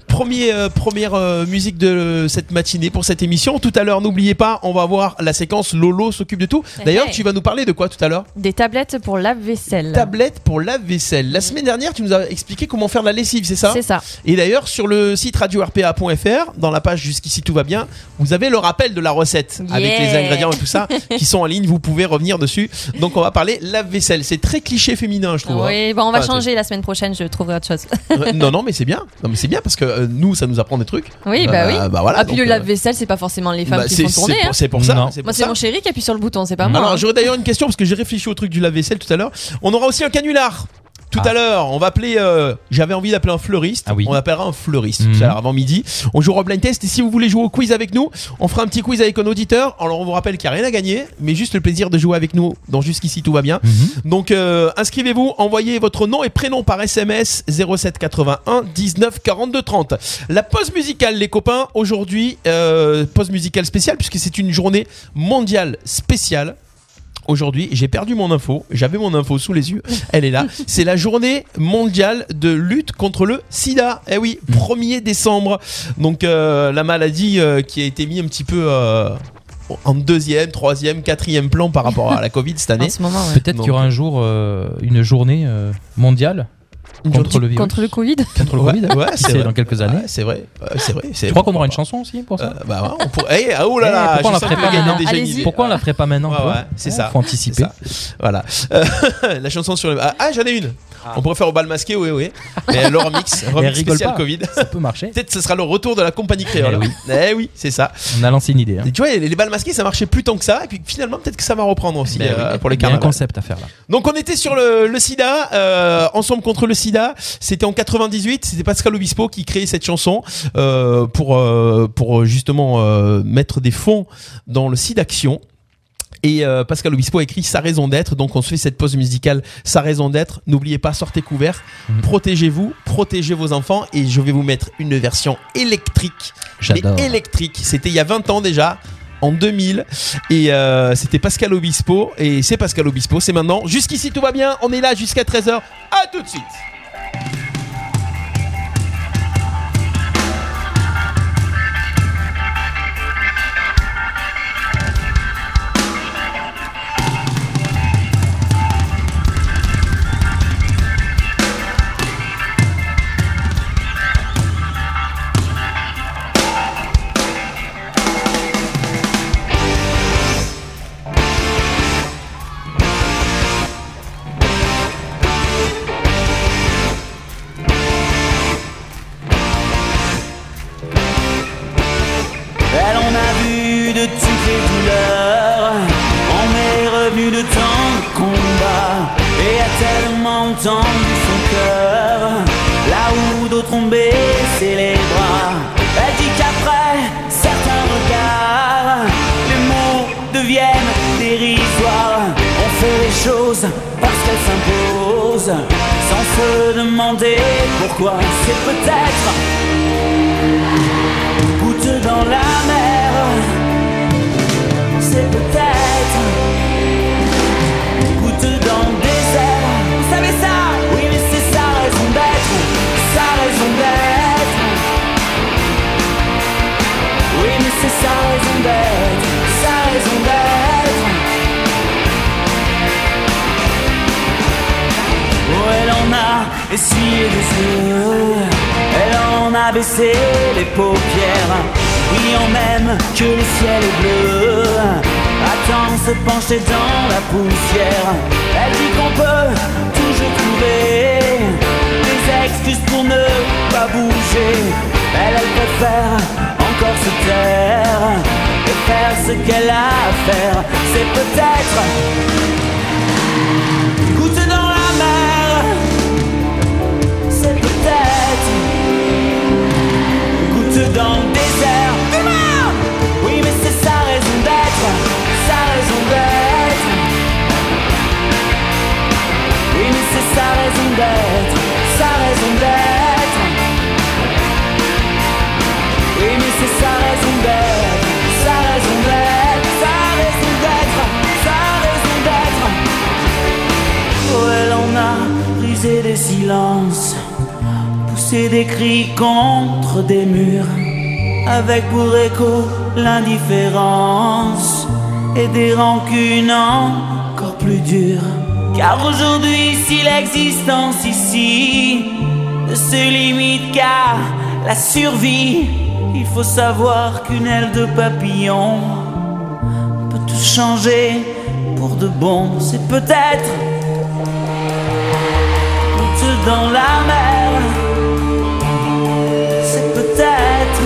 Speaker 3: Premier, euh, première euh, musique de cette matinée pour cette émission. Tout à l'heure, n'oubliez pas, on va voir la séquence Lolo s'occupe de tout. D'ailleurs,
Speaker 5: Hey.
Speaker 3: tu vas nous parler de quoi tout à l'heure
Speaker 5: Des tablettes pour lave-vaisselle.
Speaker 3: Tablette pour lave-vaisselle. La semaine dernière, tu nous as expliqué comment faire de la lessive, c'est ça
Speaker 5: C'est ça.
Speaker 3: Et d'ailleurs, sur le site radio-rpa.fr, dans la page Jusqu'ici tout va bien, vous avez le rappel de la recette avec
Speaker 5: Yeah.
Speaker 3: les ingrédients et tout ça qui sont en ligne. Vous pouvez revenir dessus. Donc, on va parler lave-vaisselle. C'est très cliché féminin, je trouve. hein.
Speaker 5: Oui, bon, on va
Speaker 3: Ah, c'est-
Speaker 5: changer la semaine prochaine, je trouverai autre chose.
Speaker 3: Euh, non, non, mais c'est bien. Non, mais c'est bien parce que euh, nous, ça nous apprend des trucs.
Speaker 5: Oui, bah oui.
Speaker 3: voilà,
Speaker 5: ah, puis
Speaker 3: donc,
Speaker 5: le
Speaker 3: euh,
Speaker 5: lave-vaisselle, c'est pas forcément les femmes
Speaker 3: bah,
Speaker 5: qui
Speaker 3: c'est-
Speaker 5: font tourner.
Speaker 3: c'est
Speaker 5: hein.
Speaker 3: pour- C'est pour ça.
Speaker 4: Non.
Speaker 3: c'est pour
Speaker 5: Moi, c'est
Speaker 3: ça.
Speaker 5: mon chéri qui appuie sur le bouton, c'est pas moi.
Speaker 3: Alors,
Speaker 5: hein.
Speaker 3: j'aurais d'ailleurs une question parce que j'ai réfléchi au truc du lave-vaisselle tout à l'heure. On aura aussi un canular. Tout à
Speaker 4: Ah.
Speaker 3: l'heure, on va appeler. euh, J'avais envie d'appeler un fleuriste.
Speaker 4: Ah oui.
Speaker 3: On appellera un fleuriste
Speaker 4: Mhm.
Speaker 3: tout à l'heure avant midi. On jouera au blind test. Et si vous voulez jouer au quiz avec nous, on fera un petit quiz avec un auditeur. Alors, on vous rappelle qu'il n'y a rien à gagner, mais juste le plaisir de jouer avec nous. Donc, jusqu'ici, tout va bien.
Speaker 4: Mhm.
Speaker 3: Donc, euh, inscrivez-vous, envoyez votre nom et prénom par SMS 07 81 19 42 30. La pause musicale, les copains, aujourd'hui, euh, pause musicale spéciale, puisque c'est une journée mondiale spéciale. Aujourd'hui, j'ai perdu mon info. J'avais mon info sous les yeux. Elle est là. C'est la journée mondiale de lutte contre le sida. Eh oui,
Speaker 4: Hmm.
Speaker 3: 1er décembre. Donc, euh, la maladie euh, qui a été mise un petit peu euh, en deuxième, troisième, quatrième plan par rapport à la Covid cette
Speaker 5: En
Speaker 3: année.
Speaker 5: ce moment, ouais.
Speaker 4: Peut-être qu'il y aura un jour euh, une journée euh, mondiale contre le virus.
Speaker 5: Contre le Covid
Speaker 4: Contre le
Speaker 3: Ouais,
Speaker 4: Covid. hein.
Speaker 3: ouais,
Speaker 4: Qui
Speaker 3: c'est
Speaker 4: sait,
Speaker 3: vrai.
Speaker 4: dans quelques années.
Speaker 3: Ouais, c'est vrai. Ouais, c'est vrai.
Speaker 4: Je crois qu'on aura une chanson aussi pour ça.
Speaker 3: bah ouais, on pourrait. Eh, ah, oh là
Speaker 4: Eh,
Speaker 3: là,
Speaker 4: pourquoi on la
Speaker 3: je sens que le
Speaker 5: prépare
Speaker 3: gars, il a
Speaker 5: maintenant
Speaker 3: déjà une
Speaker 5: Allez-y.
Speaker 3: idée.
Speaker 4: Pourquoi on la ferait pas maintenant
Speaker 3: Ouais,
Speaker 4: tu vois
Speaker 3: ouais, c'est ça.
Speaker 4: Faut anticiper.
Speaker 3: C'est ça. Voilà. Euh, la chanson sur le. Ah, ah, j'en ai une. On pourrait faire au bal masqué, oui, oui. Mais leur mix, remix
Speaker 4: rigole
Speaker 3: spécial
Speaker 4: pas.
Speaker 3: Covid.
Speaker 4: Ça peut marcher.
Speaker 3: Peut-être ce sera le retour de la compagnie créole.
Speaker 4: Eh
Speaker 3: Eh oui, c'est ça.
Speaker 4: On a lancé une idée. hein.
Speaker 3: Et tu vois, les les balles masquées, ça marchait plus tant que ça. Et puis finalement, peut-être que ça va reprendre aussi
Speaker 5: Bah
Speaker 4: Ben
Speaker 3: euh,
Speaker 4: oui.
Speaker 3: pour les
Speaker 4: Il y a un
Speaker 3: carnavals.
Speaker 4: concept à faire là.
Speaker 3: Donc on était sur le, le sida, euh, ensemble contre le sida. C'était en 98, c'était Pascal Obispo qui créait cette chanson euh, pour euh, pour justement euh, mettre des fonds dans le sida action. Et euh, Pascal Obispo a écrit sa raison d'être. Donc on se fait cette pause musicale, sa raison d'être. N'oubliez pas, sortez couverts,
Speaker 4: Mhm.
Speaker 3: protégez-vous, protégez vos enfants. Et je vais vous mettre une version électrique mais
Speaker 4: J'adore.
Speaker 3: électrique. C'était il y a 20 ans déjà. En 2000 et euh, c'était Pascal Obispo et c'est Pascal Obispo c'est maintenant jusqu'ici tout va bien on est là jusqu'à 13h à tout de suite
Speaker 2: Sida, ont entendu son cœur, là où d'autres ont baissé les bras. Elle dit qu'après certains regards, les mots deviennent dérisoires. On fait les choses parce qu'elles s'imposent, sans se demander pourquoi. C'est peut-être une goutte dans la mer, c'est peut-être une goutte dans le désert. Vous savez ça Oui, mais c'est sa raison d'être, sa raison d'être. Oui, mais c'est sa raison d'être, sa raison d'être. Oh, elle en a essuyé des yeux, elle en a baissé les paupières, brillant même que le ciel est bleu. Attends se pencher dans la poussière, elle dit qu'on peut toujours trouver des excuses pour ne pas bouger. Elle, elle préfère encore se taire et faire ce qu'elle a à faire. C'est peut-être une goutte dans la mer. C'est peut-être une goutte dans le désert. Demain Oui, mais c'est sa raison d'être, sa raison d'être. Oui, mais c'est sa raison d'être, sa raison d'être. Oui, mais c'est sa raison d'être, sa raison d'être, sa raison d'être, sa raison d'être. Oh, elle en a brisé des silences, poussé des cris contre des murs, avec pour écho l'indifférence et des rancunes encore plus dures. Car aujourd'hui, si l'existence ici ne se limite qu'à la survie, il faut savoir qu'une aile de papillon peut tout changer pour de bon. C'est peut-être goutte dans la mer. C'est peut-être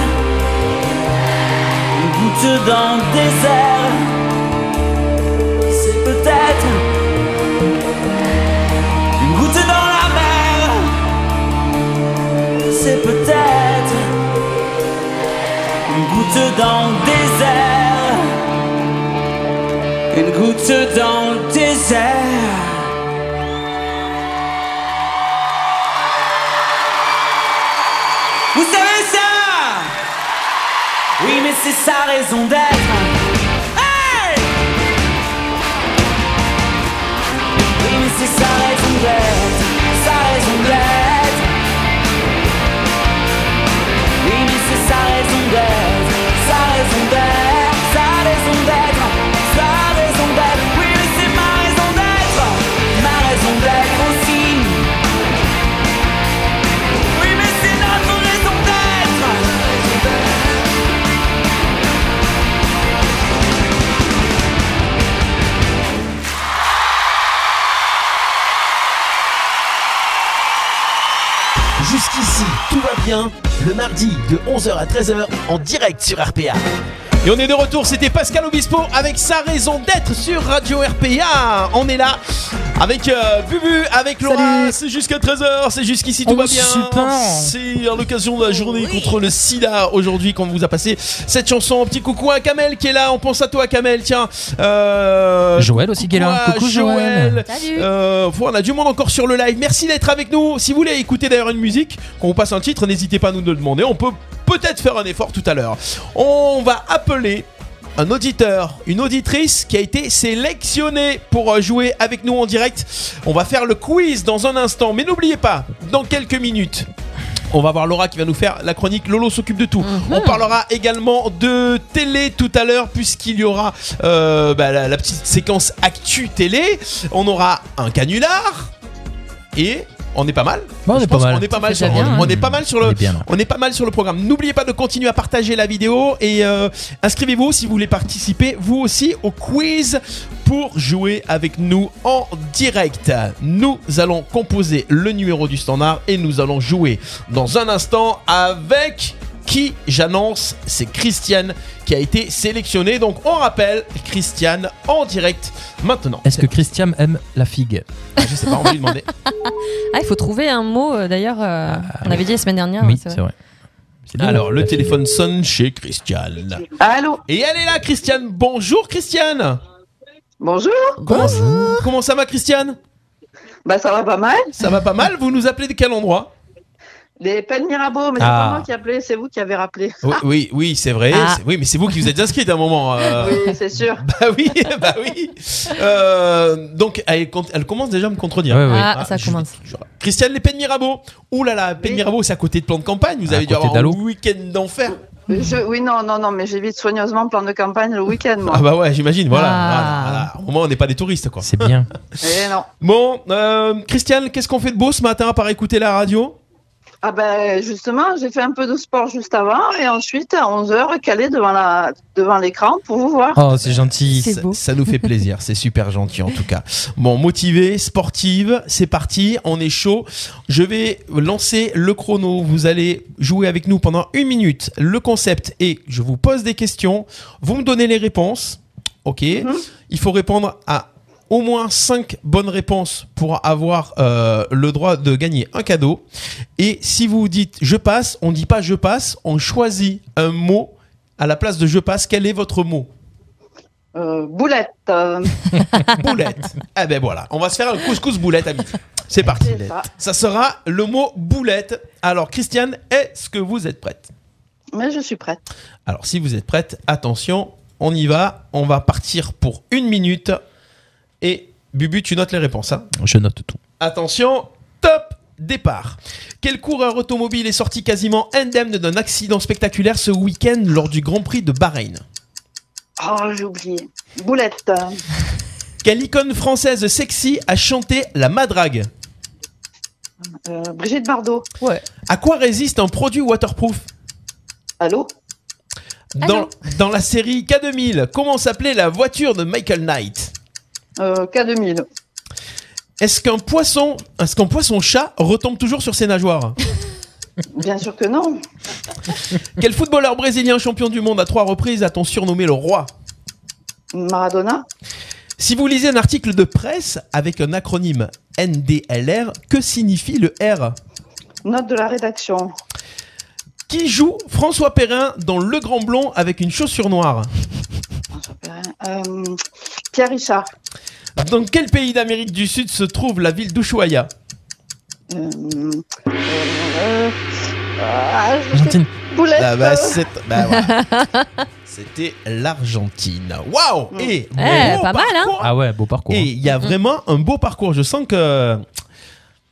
Speaker 2: une goutte dans le désert. C'est peut-être une goutte dans la mer. C'est peut-être une goutte dans le désert. Une goutte dans le désert. Vous savez ça Oui, mais c'est sa raison d'être. Hey oui, mais c'est sa raison d'être, sa raison d'être. Oui, mais c'est sa raison d'être, sa raison d'être, sa raison d'être, sa raison d'être. Oui, mais c'est ma raison d'être, ma raison d'être aussi. Oui mais c'est notre raison d'être
Speaker 1: Jusqu'ici, tout va bien. Le mardi de 11h à 13h en direct sur RPA.
Speaker 3: Et on est de retour, c'était Pascal Obispo avec sa raison d'être sur Radio RPA. On est là avec euh, Bubu, avec Laura. C'est jusqu'à 13h, c'est jusqu'ici, tout
Speaker 4: Oh,
Speaker 3: va bien.
Speaker 4: super.
Speaker 3: C'est à l'occasion de la journée contre le sida aujourd'hui qu'on vous a passé cette chanson. Un petit coucou à Kamel qui est là, on pense à toi Kamel, tiens. Euh,
Speaker 4: Joël aussi qui est là.
Speaker 3: à
Speaker 4: Coucou Joël.
Speaker 5: Salut.
Speaker 3: Euh, faut- on a du monde encore sur le live. Merci d'être avec nous. Si vous voulez écouter d'ailleurs une musique, qu'on vous passe un titre, n'hésitez pas à nous le demander. On peut peut-être faire un effort tout à l'heure. On va appeler un auditeur, une auditrice qui a été sélectionnée pour euh, jouer avec nous en direct. On va faire le quiz dans un instant. Mais n'oubliez pas, dans quelques minutes, on va voir Laura qui va nous faire la chronique Lolo s'occupe de tout. On parlera également de télé tout à l'heure puisqu'il y aura euh, bah, la, la petite séquence actu télé. On aura un canular et on est pas mal.
Speaker 4: Bon, on
Speaker 3: Je
Speaker 4: est pas
Speaker 3: pense
Speaker 4: mal.
Speaker 3: qu'on est pas mal
Speaker 5: C'est
Speaker 3: sur,
Speaker 5: déjà bien,
Speaker 3: on
Speaker 4: hein.
Speaker 3: est pas mal sur le
Speaker 4: On est bien, là.
Speaker 3: on est pas mal sur le programme. N'oubliez pas de continuer à partager la vidéo et euh, inscrivez-vous si vous voulez participer vous aussi au quiz pour jouer avec nous en direct. Nous allons composer le numéro du standard et nous allons jouer dans un instant avec qui j'annonce, c'est Christiane qui a été sélectionnée. Donc on rappelle Christiane en direct maintenant.
Speaker 4: Est-ce que Christian aime la figue
Speaker 3: Ah, Je sais pas, on va lui demander. Ah,
Speaker 7: Ah, il faut trouver un mot euh, d'ailleurs. euh, on avait dit la semaine dernière. ouais,
Speaker 4: Oui,
Speaker 7: c'est vrai.
Speaker 4: c'est vrai.
Speaker 3: Alors le téléphone sonne chez Christiane.
Speaker 8: Allô
Speaker 3: Et elle est là, Christiane. Bonjour, Christiane.
Speaker 8: Bonjour
Speaker 3: Bonjour. Comment ça va, Christiane
Speaker 8: Bah ça va pas mal.
Speaker 3: Ça va pas mal Vous nous appelez de quel endroit
Speaker 8: Des peines Mirabeau,
Speaker 3: Ah.
Speaker 8: mais c'est pas moi qui ai appelé, c'est vous qui avez rappelé. Ah.
Speaker 3: Oui, oui, oui, c'est vrai.
Speaker 7: Ah.
Speaker 3: C'est- Oui, mais c'est vous qui vous êtes inscrite à un moment. euh.
Speaker 8: Oui, c'est sûr.
Speaker 3: Bah oui, bah oui. Euh, donc elle, com- elle commence déjà à me contredire.
Speaker 4: Ouais, ouais.
Speaker 7: Ah, ça
Speaker 3: je-
Speaker 7: commence.
Speaker 3: je- Christiane Les Peines Mirabeau. Ouh là là, Peines
Speaker 8: Oui.
Speaker 3: Mirabeau, c'est à côté de plan de campagne. Vous
Speaker 4: À
Speaker 3: avez dû
Speaker 4: côté
Speaker 3: avoir un
Speaker 4: d'Allo.
Speaker 3: week-end d'enfer.
Speaker 8: Je- oui, non, non, non, mais j'évite soigneusement plan de campagne le week-end, moi.
Speaker 3: Ah bah ouais, j'imagine. Voilà,
Speaker 7: Ah.
Speaker 3: voilà, voilà. Au moins, on n'est pas des touristes, quoi.
Speaker 4: C'est bien.
Speaker 8: Eh non.
Speaker 3: Bon, euh, Christiane, qu'est-ce qu'on fait de beau ce matin à part écouter la radio
Speaker 8: Ah ben justement, j'ai fait un peu de sport juste avant et ensuite à 11h, calé devant la devant l'écran pour vous voir.
Speaker 4: Oh, c'est gentil.
Speaker 7: C'est
Speaker 3: ça,
Speaker 7: beau.
Speaker 3: ça nous fait plaisir, c'est super gentil en tout cas. Bon, motivée, sportive, c'est parti, on est chaud. Je vais lancer le chrono. Vous allez jouer avec nous pendant une minute. Le concept est je vous pose des questions, vous me donnez les réponses. Ok.
Speaker 7: Mhm.
Speaker 3: Il faut répondre à au moins 5 bonnes réponses pour avoir euh, le droit de gagner un cadeau. Et si vous dites je passe, on ne dit pas je passe, on choisit un mot à la place de je passe. Quel est votre mot
Speaker 8: Euh, boulette, euh,
Speaker 3: boulette. Eh ben voilà, on va se faire un couscous boulette à midi. C'est parti.
Speaker 8: c'est ça.
Speaker 3: Ça sera le mot boulette. Alors Christiane, est-ce que vous êtes prête
Speaker 8: Mais je suis prête.
Speaker 3: Alors si vous êtes prête, attention, on y va. On va partir pour une minute. Et Bubu, tu notes les réponses. hein.
Speaker 4: Je note tout.
Speaker 3: Attention, top départ. Quel coureur automobile est sorti quasiment indemne d'un accident spectaculaire ce week-end lors du Grand Prix de Bahreïn
Speaker 8: Oh, j'ai oublié. Boulette, euh,
Speaker 3: Quelle icône française sexy a chanté la madrague
Speaker 8: euh, Brigitte Bardot.
Speaker 3: À quoi résiste un produit waterproof
Speaker 8: Allô
Speaker 3: dans, dans la série K2000, comment s'appelait la voiture de Michael Knight
Speaker 8: euh, K2000.
Speaker 3: Est-ce qu'un poisson, est-ce qu'un poisson chat retombe toujours sur ses nageoires
Speaker 8: Bien sûr que non.
Speaker 3: Quel footballeur brésilien champion du monde à trois reprises a-t-on surnommé le roi
Speaker 8: Maradona.
Speaker 3: Si vous lisez un article de presse avec un acronyme NDLR, que signifie le R
Speaker 8: Note de la rédaction.
Speaker 3: Qui joue François Perrin dans Le Grand Blond avec une chaussure noire
Speaker 8: Euh, Pierre Richard.
Speaker 3: Dans quel pays d'Amérique du Sud se trouve la ville d'Ushuaia
Speaker 8: Euh, euh, ah, je sais-
Speaker 4: Argentine.
Speaker 8: Boulette.
Speaker 3: Ah bah,
Speaker 8: euh,
Speaker 3: c'est- bah, voilà. C'était l'Argentine. Waouh
Speaker 8: Mm.
Speaker 3: Et
Speaker 7: Eh,
Speaker 3: beau
Speaker 7: pas mal, hein Mm.
Speaker 3: parcours.
Speaker 4: Ah ouais, beau parcours.
Speaker 3: Et il y a vraiment un beau parcours. Je sens que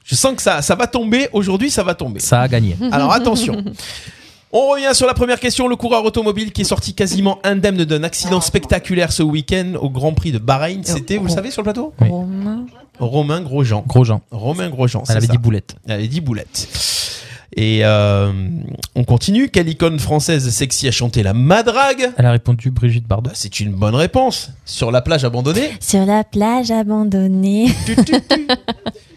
Speaker 3: je sens que ça ça va tomber aujourd'hui, ça va tomber.
Speaker 4: Ça a gagné.
Speaker 3: Alors
Speaker 9: Eh
Speaker 3: attention. On revient sur la première question. Le coureur automobile qui est sorti quasiment indemne d'un
Speaker 7: Ah,
Speaker 3: accident spectaculaire ce week-end au Grand Prix de Bahreïn, c'était,
Speaker 7: oh.
Speaker 3: vous le savez, sur le plateau
Speaker 4: Oui.
Speaker 7: Romain.
Speaker 3: Romain Grosjean.
Speaker 4: Gros Jean.
Speaker 3: Romain Grosjean. c'est
Speaker 4: Elle avait
Speaker 3: ça.
Speaker 4: dit boulette.
Speaker 3: Elle avait dit boulette. Et euh, on continue. Quelle icône française sexy a chanté la madrague
Speaker 4: Elle a répondu Brigitte Bardot.
Speaker 3: Bah, c'est une bonne réponse. Sur la plage abandonnée,
Speaker 7: Sur la plage abandonnée.
Speaker 3: tu, tu, tu.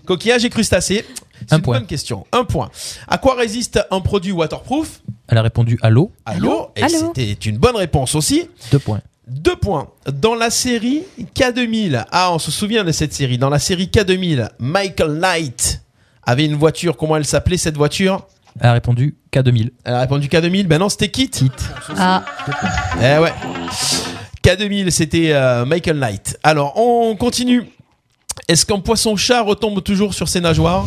Speaker 3: coquillage et crustacés. C'est
Speaker 4: Un
Speaker 3: une
Speaker 4: point.
Speaker 3: bonne question. Un point. À quoi résiste un produit waterproof
Speaker 4: Elle a répondu à l'eau.
Speaker 3: À l'eau. Et
Speaker 7: Allô
Speaker 3: c'était une bonne réponse aussi.
Speaker 4: Deux points.
Speaker 3: Deux points. Dans la série K2000, ah, on se souvient de cette série. Dans la série K2000, Michael Knight avait une voiture. Comment elle s'appelait cette voiture
Speaker 4: Elle a répondu K2000.
Speaker 3: Elle a répondu K2000. Ben non, c'était Kit.
Speaker 7: Ah,
Speaker 3: Eh ouais. K2000, c'était euh, Michael Knight. Alors, on continue. Est-ce qu'un poisson-chat retombe toujours sur ses nageoires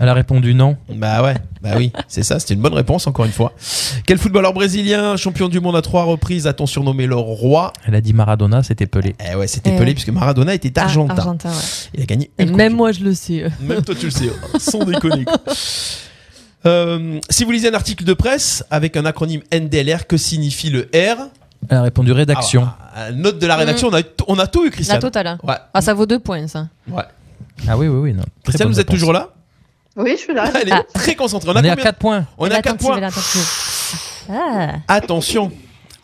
Speaker 4: Elle a répondu non.
Speaker 3: Bah ouais, bah oui, c'est ça, c'était une bonne réponse encore une fois. Quel footballeur brésilien, champion du monde à trois reprises, a-t-on surnommé le roi
Speaker 4: Elle a dit Maradona, c'était pelé.
Speaker 3: Eh ouais, c'était
Speaker 7: Eh
Speaker 3: Pelé
Speaker 7: ouais.
Speaker 3: puisque Maradona était
Speaker 7: ah, Mm-hmm.
Speaker 3: argentin.
Speaker 7: Argentin, ouais.
Speaker 3: Il a gagné
Speaker 7: Et
Speaker 3: une
Speaker 7: même
Speaker 3: coupe
Speaker 7: moi, je le sais.
Speaker 3: du- Même toi tu le sais, sans déconner. quoi. Euh, si vous lisez un article de presse avec un acronyme NDLR, que signifie le R
Speaker 4: Elle a répondu rédaction.
Speaker 3: Ah, ah, note de la rédaction, on, a, tout- on a tout eu,
Speaker 7: Mm-hmm. La
Speaker 3: Christian.
Speaker 7: totale. hein.
Speaker 3: Ouais,
Speaker 7: Ah, ça vaut deux points, ça.
Speaker 3: ouais.
Speaker 4: Ah, oui, oui, oui. Non. Très
Speaker 3: Christiane,
Speaker 4: bonne
Speaker 3: vous êtes
Speaker 4: réponse.
Speaker 3: toujours là
Speaker 8: Oui, je suis là.
Speaker 3: Elle est
Speaker 7: Ah.
Speaker 3: très concentrée.
Speaker 4: On, est à
Speaker 3: combien
Speaker 4: 4 points.
Speaker 3: On est
Speaker 5: Eh ben,
Speaker 7: Elle
Speaker 3: à
Speaker 7: est
Speaker 3: quatre
Speaker 7: attentive,
Speaker 3: points.
Speaker 7: elle est attentive. Ah,
Speaker 3: Attention,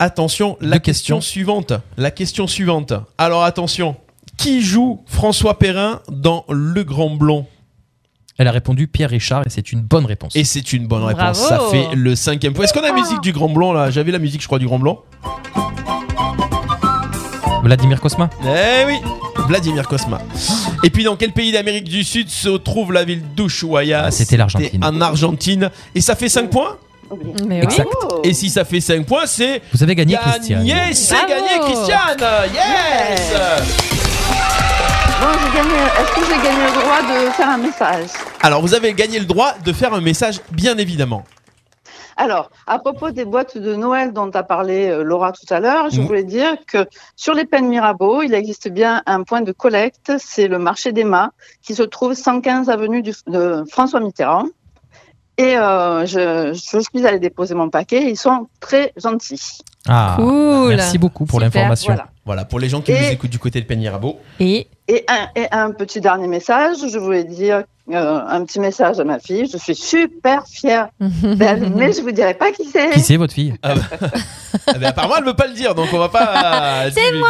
Speaker 3: attention, la
Speaker 4: Deux questions.
Speaker 3: question suivante. La question suivante. Alors attention, qui joue François Perrin dans Le Grand Blond
Speaker 4: Elle a répondu Pierre Richard et c'est une bonne réponse.
Speaker 3: Et c'est une bonne réponse. Ça fait le cinquième point. Est-ce qu'on a la musique du Grand Blanc là J'avais la musique, je crois, du Grand Blanc.
Speaker 4: Vladimir Cosma
Speaker 3: Eh oui Vladimir Cosma. Et puis dans quel pays d'Amérique du Sud se trouve la ville d'Ushuaia
Speaker 4: Ah, c'était l'Argentine.
Speaker 3: En Argentine. Et ça fait 5 points
Speaker 5: Mais oui.
Speaker 4: Exact.
Speaker 3: Et si ça fait 5 points, c'est
Speaker 4: Vous avez gagné, Christiane.
Speaker 3: gagné, c'est gagné, Christiane Yes
Speaker 8: Bon, j'ai gagné. Est-ce que j'ai gagné le droit de faire un message
Speaker 3: Alors vous avez gagné le droit de faire un message, bien évidemment.
Speaker 8: Alors, à propos des boîtes de Noël dont a parlé euh, Laura tout à l'heure, je voulais dire que sur les peines Mirabeau, il existe bien un point de collecte, c'est le marché des mâts, qui se trouve 115 avenue du- de François Mitterrand. Et euh, je, je suis allée déposer mon paquet, ils sont très gentils.
Speaker 4: Ah,
Speaker 8: Cool.
Speaker 4: merci beaucoup pour
Speaker 8: Super,
Speaker 4: l'information.
Speaker 8: voilà.
Speaker 3: Voilà, pour les gens qui
Speaker 8: Et-
Speaker 3: nous écoutent du côté de Peñirabo.
Speaker 5: Et,
Speaker 8: un, et un petit dernier message, je voulais dire euh, un petit message à ma fille, je suis super fière d'elle, mais je vous dirai pas qui c'est.
Speaker 4: Qui c'est votre fille
Speaker 3: Ah bah, apparemment, elle veut pas le dire, donc on va pas. euh,
Speaker 5: C'est moi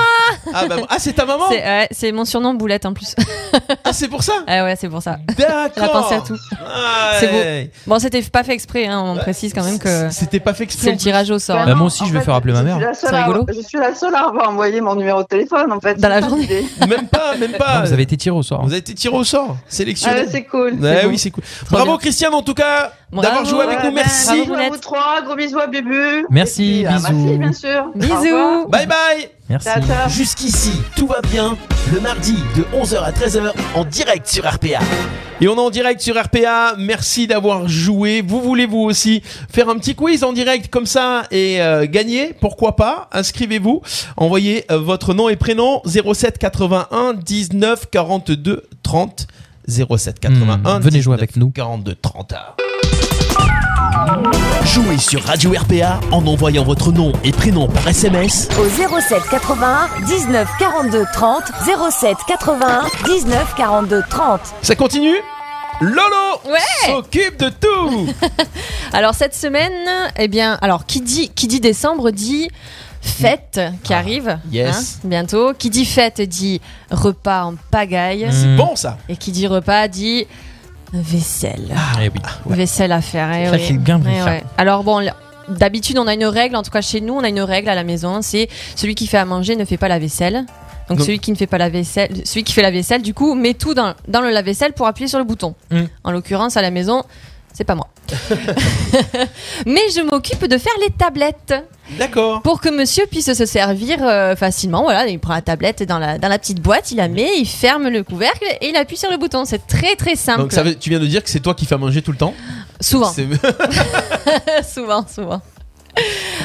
Speaker 3: Ah, bah, ah, c'est ta maman
Speaker 5: C'est ouais, c'est mon surnom Boulette en plus.
Speaker 3: Ah, c'est pour ça
Speaker 5: Ah ouais, c'est pour ça.
Speaker 3: D'accord
Speaker 5: Elle a pensé à tout.
Speaker 3: Ah,
Speaker 5: C'est
Speaker 3: ouais.
Speaker 5: beau. Bon, c'était pas fait exprès, hein, on précise quand même que
Speaker 3: C'était pas fait exprès.
Speaker 5: c'est
Speaker 3: en
Speaker 5: le
Speaker 3: plus.
Speaker 5: tirage au sort.
Speaker 8: Bah
Speaker 5: hein.
Speaker 4: moi aussi,
Speaker 8: en
Speaker 4: je vais
Speaker 8: fait,
Speaker 4: faire appeler ma
Speaker 8: je
Speaker 4: mère.
Speaker 8: suis la seule
Speaker 5: C'est
Speaker 8: à-
Speaker 5: rigolo.
Speaker 8: Je suis la seule à avoir envoyé mon numéro de téléphone, en fait.
Speaker 5: Dans la
Speaker 8: C'est pas
Speaker 5: journée.
Speaker 8: l'idée.
Speaker 3: Même pas, même
Speaker 4: Ah,
Speaker 3: pas.
Speaker 4: vous avez été tiré au sort.
Speaker 3: Vous avez été tiré au sort,
Speaker 8: Ah,
Speaker 3: sélectionné.
Speaker 8: ouais, c'est cool.
Speaker 3: Ouais,
Speaker 5: bah, c'est
Speaker 3: oui,
Speaker 5: bon.
Speaker 3: c'est cool. Bravo
Speaker 5: bien.
Speaker 3: Christiane en tout cas
Speaker 5: Bravo. euh,
Speaker 3: d'avoir joué avec
Speaker 8: Voilà,
Speaker 3: nous.
Speaker 8: ben,
Speaker 3: Merci.
Speaker 8: Bisous à vous trois, gros bisous à Bubu.
Speaker 4: Merci,
Speaker 8: Et puis, à ma fille,
Speaker 4: bisous.
Speaker 8: bien sûr. Au revoir.
Speaker 5: Bisous.
Speaker 3: Bye bye.
Speaker 4: Merci.
Speaker 8: Ciao, ciao.
Speaker 10: Jusqu'ici, tout va bien. Le mardi de 11h à 13h en direct sur RPA.
Speaker 3: Et on est en direct sur RPA. Merci d'avoir joué. Vous voulez vous aussi faire un petit quiz en direct comme ça et euh, gagner Pourquoi pas Inscrivez-vous. Envoyez euh, votre nom et prénom 07 81 19 42 30 07 81.
Speaker 4: Mmh, venez jouer avec nous.
Speaker 3: 42 30.
Speaker 10: Jouez sur Radio RPA en envoyant votre nom et prénom par SMS
Speaker 6: Au 07 81 19 42 30 07 81 19 42 30.
Speaker 3: Ça continue. Lolo
Speaker 5: Ouais.
Speaker 3: s'occupe de tout.
Speaker 5: Alors cette semaine, eh bien, alors qui dit qui dit décembre dit fête qui arrive
Speaker 3: Ah, yes.
Speaker 5: hein, bientôt. Qui dit fête dit repas en pagaille
Speaker 4: Mm.
Speaker 3: Bon ça.
Speaker 5: et qui dit repas dit vaisselle.
Speaker 3: Ah,
Speaker 4: Eh oui.
Speaker 5: Vaisselle à faire. eh
Speaker 4: Ça,
Speaker 5: oui.
Speaker 4: c'est bien
Speaker 5: Eh
Speaker 4: Richard.
Speaker 5: ouais. Alors bon. l- D'habitude, on a une règle, en tout cas chez nous, on a une règle à la maison, c'est celui qui fait à manger ne fait pas la vaisselle. Donc,
Speaker 3: Donc-
Speaker 5: celui qui ne fait pas la vaisselle, celui qui fait la vaisselle, du coup, met tout dans, dans le lave-vaisselle pour appuyer sur le bouton.
Speaker 4: Mm.
Speaker 5: En l'occurrence, à la maison, c'est pas moi. Mais je m'occupe de faire les tablettes
Speaker 3: D'accord.
Speaker 5: pour que monsieur puisse se servir euh, facilement. Voilà, il prend la tablette dans la, dans la petite boîte, il la met, il ferme le couvercle et il appuie sur le bouton. C'est très très simple.
Speaker 3: Donc ça veut- tu viens de dire que c'est toi qui fais à manger tout le temps
Speaker 5: Souvent.
Speaker 3: C'est-
Speaker 5: souvent, souvent.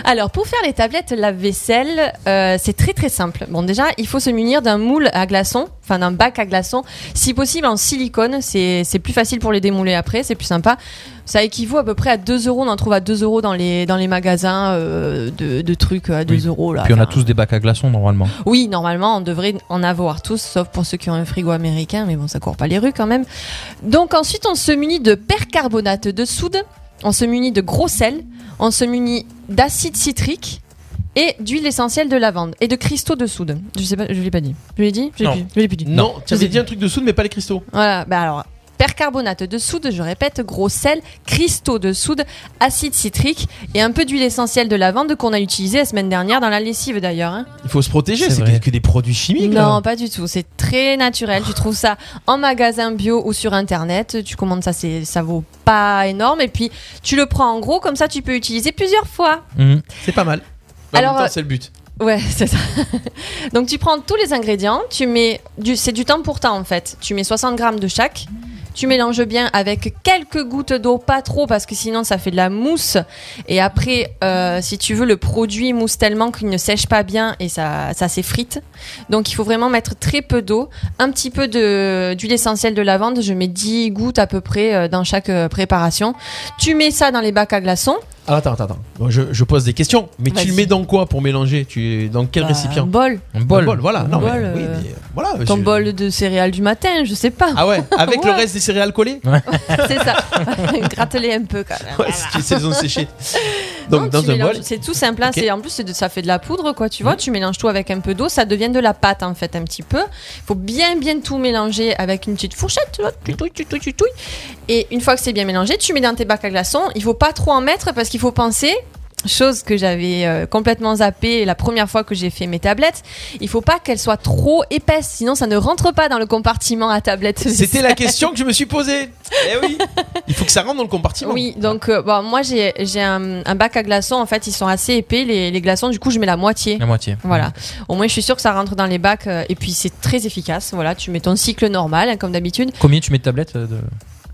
Speaker 5: Alors, pour faire les tablettes lave-vaisselle, euh, c'est très très simple. Bon, déjà, il faut se munir d'un moule à glaçons, enfin d'un bac à glaçons, si possible en silicone, c'est c'est plus facile pour les démouler après, c'est plus sympa. Ça équivaut à peu près à 2 euros, on en trouve à 2 euros dans les, dans les magasins euh, de, de trucs à 2
Speaker 4: Oui.
Speaker 5: euros. Là,
Speaker 3: Bah,
Speaker 4: Puis on a
Speaker 5: Enfin,
Speaker 4: tous des bacs à glaçons normalement.
Speaker 5: Oui, normalement, on devrait en avoir tous, sauf pour ceux qui ont un frigo américain, mais bon, ça court pas les rues quand même. Donc ensuite, on se munit de percarbonate de soude, on se munit de gros sel, on se munit d'acide citrique et d'huile essentielle de lavande et de cristaux de soude. Je sais pas, je l'ai pas dit. Je l'ai dit Je l'ai
Speaker 3: Non.
Speaker 5: plus- je l'ai plus dit.
Speaker 3: Non, tu avais dit un truc de soude mais pas les cristaux.
Speaker 5: Voilà, bah alors percarbonate de soude, je répète, gros sel, cristaux de soude, acide citrique et un peu d'huile essentielle de lavande qu'on a utilisée la semaine dernière dans la lessive d'ailleurs. hein.
Speaker 3: Il faut se protéger,
Speaker 4: C'est
Speaker 3: c'est
Speaker 4: vrai.
Speaker 3: que, que des produits chimiques.
Speaker 5: Non,
Speaker 3: là.
Speaker 5: pas du tout. C'est très naturel. Tu trouves ça en magasin bio ou sur internet. Tu commandes ça, c'est ça vaut pas énorme. Et puis tu le prends en gros, comme ça tu peux utiliser plusieurs fois.
Speaker 4: Mm.
Speaker 3: C'est pas mal. Mais en
Speaker 5: Alors,
Speaker 3: même temps,
Speaker 5: euh,
Speaker 3: c'est le but.
Speaker 5: Ouais, c'est ça. Donc tu prends tous les ingrédients, tu mets du, c'est du temps pour temps en fait. Tu mets 60 grammes de chaque. Tu mélanges bien avec quelques gouttes d'eau, pas trop parce que sinon ça fait de la mousse. Et après, euh, si tu veux, le produit mousse tellement qu'il ne sèche pas bien et ça, ça s'effrite. Donc il faut vraiment mettre très peu d'eau, un petit peu de d'huile essentielle de lavande. Je mets 10 gouttes à peu près euh, dans chaque euh, préparation. Tu mets ça dans les bacs à glaçons.
Speaker 3: Ah, attends, attends, attends. Bon, je, je pose des questions. Mais tu
Speaker 5: Vas-y.
Speaker 3: le mets dans quoi pour mélanger tu, Dans quel
Speaker 5: Bah,
Speaker 3: récipient
Speaker 5: un bol,
Speaker 4: Un
Speaker 3: Dans
Speaker 4: bol.
Speaker 3: le voilà.
Speaker 5: Un
Speaker 3: Non, mais,
Speaker 5: bol,
Speaker 3: oui,
Speaker 5: euh,
Speaker 3: mais, euh, voilà,
Speaker 5: ton
Speaker 3: c'est-
Speaker 5: bol de céréales du matin, je sais pas.
Speaker 3: Ah ouais, avec le
Speaker 5: Ouais.
Speaker 3: reste des céréales collées
Speaker 5: C'est ça. Gratte-les un peu quand même.
Speaker 3: Ouais, c'est une saison séchée. Donc
Speaker 5: Non,
Speaker 3: dans
Speaker 5: tu
Speaker 3: un
Speaker 5: mélanges-
Speaker 3: bol.
Speaker 5: C'est tout simple. hein.
Speaker 3: Ok. Mm.
Speaker 5: C'est- En plus, c'est de- ça fait de la poudre, quoi. Tu vois, tu mélanges tout avec un peu d'eau, ça devient de la pâte, en fait, un petit peu. Il faut bien, bien tout mélanger avec une petite fourchette. tu vois,
Speaker 3: Mm.
Speaker 5: tu touilles, tu touilles, tu touilles. Et une fois que c'est bien mélangé, tu mets dans tes bacs à glaçons. Il faut pas trop en mettre parce qu'il faut penser. Chose que j'avais euh, complètement zappée la première fois que j'ai fait mes tablettes, il faut pas qu'elles soient trop épaisses, sinon ça ne rentre pas dans le compartiment à tablette.
Speaker 3: C'était la question que je me suis posée. Eh oui, il faut que ça rentre dans le compartiment.
Speaker 5: Oui, donc euh, bon, moi j'ai j'ai un, un bac à glaçons, en fait ils sont assez épais, les, les glaçons, du coup je mets la moitié.
Speaker 4: La moitié. Mmh.
Speaker 5: Voilà, au moins je suis sûre que ça rentre dans les bacs euh, et puis c'est très efficace. Voilà, tu mets ton cycle normal hein, comme d'habitude.
Speaker 4: Combien tu mets de tablettes euh, de...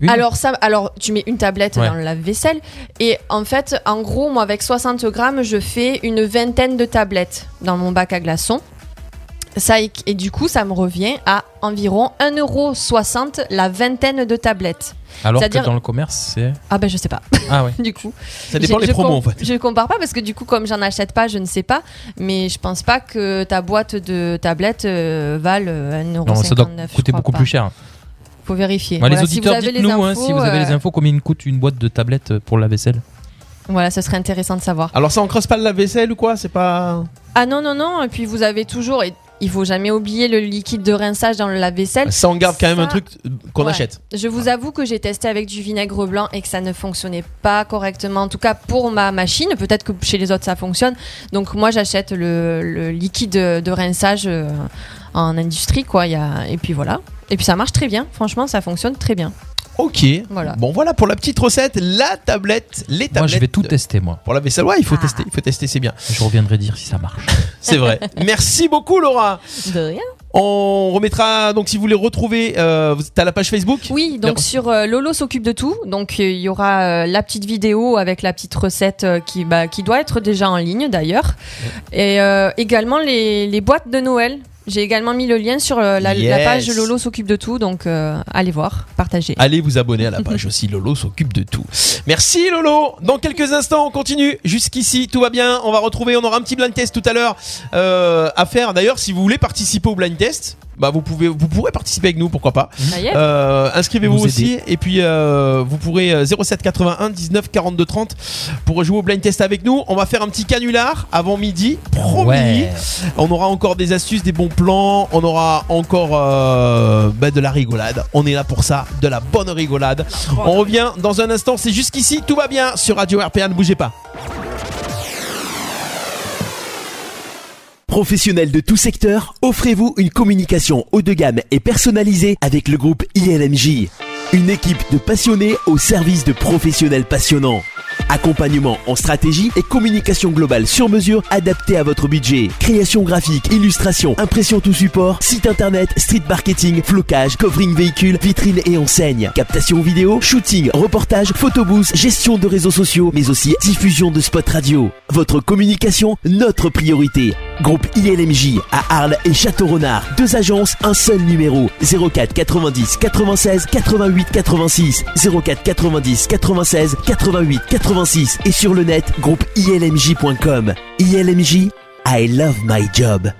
Speaker 4: Une
Speaker 5: Alors ça, alors tu mets une tablette
Speaker 4: Ouais.
Speaker 5: dans le lave-vaisselle et en fait, en gros, moi avec 60 grammes, je fais une vingtaine de tablettes dans mon bac à glaçons. Ça et et du coup, ça me revient à environ 1,60€ la vingtaine de tablettes.
Speaker 4: Alors que
Speaker 5: c'est-à-dire-
Speaker 4: dans le commerce, c'est.
Speaker 5: Ah ben je sais pas.
Speaker 4: Ah ouais.
Speaker 5: du coup.
Speaker 3: Ça dépend les
Speaker 5: J'ai- je
Speaker 3: promos
Speaker 5: com-
Speaker 3: en fait.
Speaker 5: Je compare pas parce que du coup, comme j'en achète pas, je ne sais pas. Mais je pense pas que ta boîte de tablettes euh, vale euh, 1,59€.
Speaker 4: Non, ça doit coûter beaucoup plus cher.
Speaker 5: Faut vérifier.
Speaker 4: Bah,
Speaker 5: Voilà,
Speaker 4: les auditeurs,
Speaker 5: si vous avez les
Speaker 4: dites-nous hein,
Speaker 5: infos,
Speaker 4: si vous avez les
Speaker 5: euh,
Speaker 4: infos, combien il coûte une boîte de tablettes pour la vaisselle
Speaker 5: Voilà, ce serait intéressant de savoir.
Speaker 3: Alors ça on creuse pas le lave-vaisselle ou quoi C'est pas.
Speaker 5: Ah non, non, non. Et puis vous avez toujours. Et il faut jamais oublier le liquide de rinçage dans le
Speaker 4: Bah,
Speaker 5: lave-vaisselle.
Speaker 3: Ça on garde quand même
Speaker 5: Ah, Ça-
Speaker 3: un truc euh, qu'on
Speaker 5: Ouais.
Speaker 3: achète.
Speaker 5: Je vous avoue que j'ai testé avec du vinaigre blanc et que ça ne fonctionnait pas correctement. En tout cas, pour ma machine, peut-être que chez les autres ça fonctionne. Donc moi, j'achète le, le liquide de rinçage euh, en industrie, quoi. Il Y a... Et puis voilà. Et puis ça marche très bien. Franchement, ça fonctionne très bien.
Speaker 3: Ok.
Speaker 5: Voilà.
Speaker 3: Bon voilà pour la petite recette, la tablette, les tablettes.
Speaker 4: Moi, je vais tout
Speaker 3: de-
Speaker 4: tester, moi.
Speaker 3: Pour la vaisselle, ouais, il
Speaker 5: Ah.
Speaker 3: faut tester, il faut tester, c'est bien.
Speaker 4: Je reviendrai dire si ça marche.
Speaker 3: C'est vrai. Merci beaucoup Laura.
Speaker 5: De rien.
Speaker 3: On remettra donc si vous voulez retrouver, euh, vous- t'as la page Facebook.
Speaker 5: Oui, donc
Speaker 3: D'accord.
Speaker 5: sur euh, Lolo s'occupe de tout. Donc euh, il y aura euh, la petite vidéo avec la petite recette euh, qui, bah, qui doit être déjà en ligne d'ailleurs. Et euh, également les, les boîtes de Noël. J'ai également mis le lien sur euh, la, la
Speaker 3: Yes.
Speaker 5: page Lolo s'occupe de tout. Donc euh, allez voir, partagez.
Speaker 3: Allez vous abonner à la page aussi. Lolo s'occupe de tout. Merci Lolo. Dans quelques instants, on continue. Jusqu'ici, tout va bien. On va retrouver. On aura un petit blind test tout à l'heure euh, à faire. D'ailleurs, si vous voulez participer au blind test, bah vous pouvez, vous pourrez participer avec nous, pourquoi pas.
Speaker 5: Ça y est.
Speaker 3: Euh, Inscrivez-vous
Speaker 4: Nous
Speaker 3: aussi
Speaker 4: aider.
Speaker 3: et puis euh, vous pourrez euh, 07 81 19 42 30 pour jouer au blind test avec nous. On va faire un petit canular avant midi, promis.
Speaker 4: Ouais.
Speaker 3: On aura encore des astuces, des bons plans, on aura encore euh, bah, de la rigolade. On est là pour ça, de la bonne rigolade. On revient dans un instant, c'est jusqu'ici, tout va bien sur Radio RPA, ne bougez pas.
Speaker 1: Professionnels de tout secteur, offrez-vous une communication haut de gamme et personnalisée avec le groupe ILMJ. Une équipe de passionnés au service de professionnels passionnants. Accompagnement en stratégie et communication globale sur mesure adaptée à votre budget. Création graphique, illustration, impression tout support, site internet, street marketing, flocage, covering véhicule, vitrine et enseigne. Captation vidéo, shooting, reportage, photobooth, gestion de réseaux sociaux, mais aussi diffusion de spots radio. Votre communication, notre priorité. Groupe ILMJ à Arles et Château-Renard. Deux agences, un seul numéro. 04 90 96 88 86. 04 90 96 88 86. Et sur le net, groupe ILMJ.com. ILMJ, I love my job.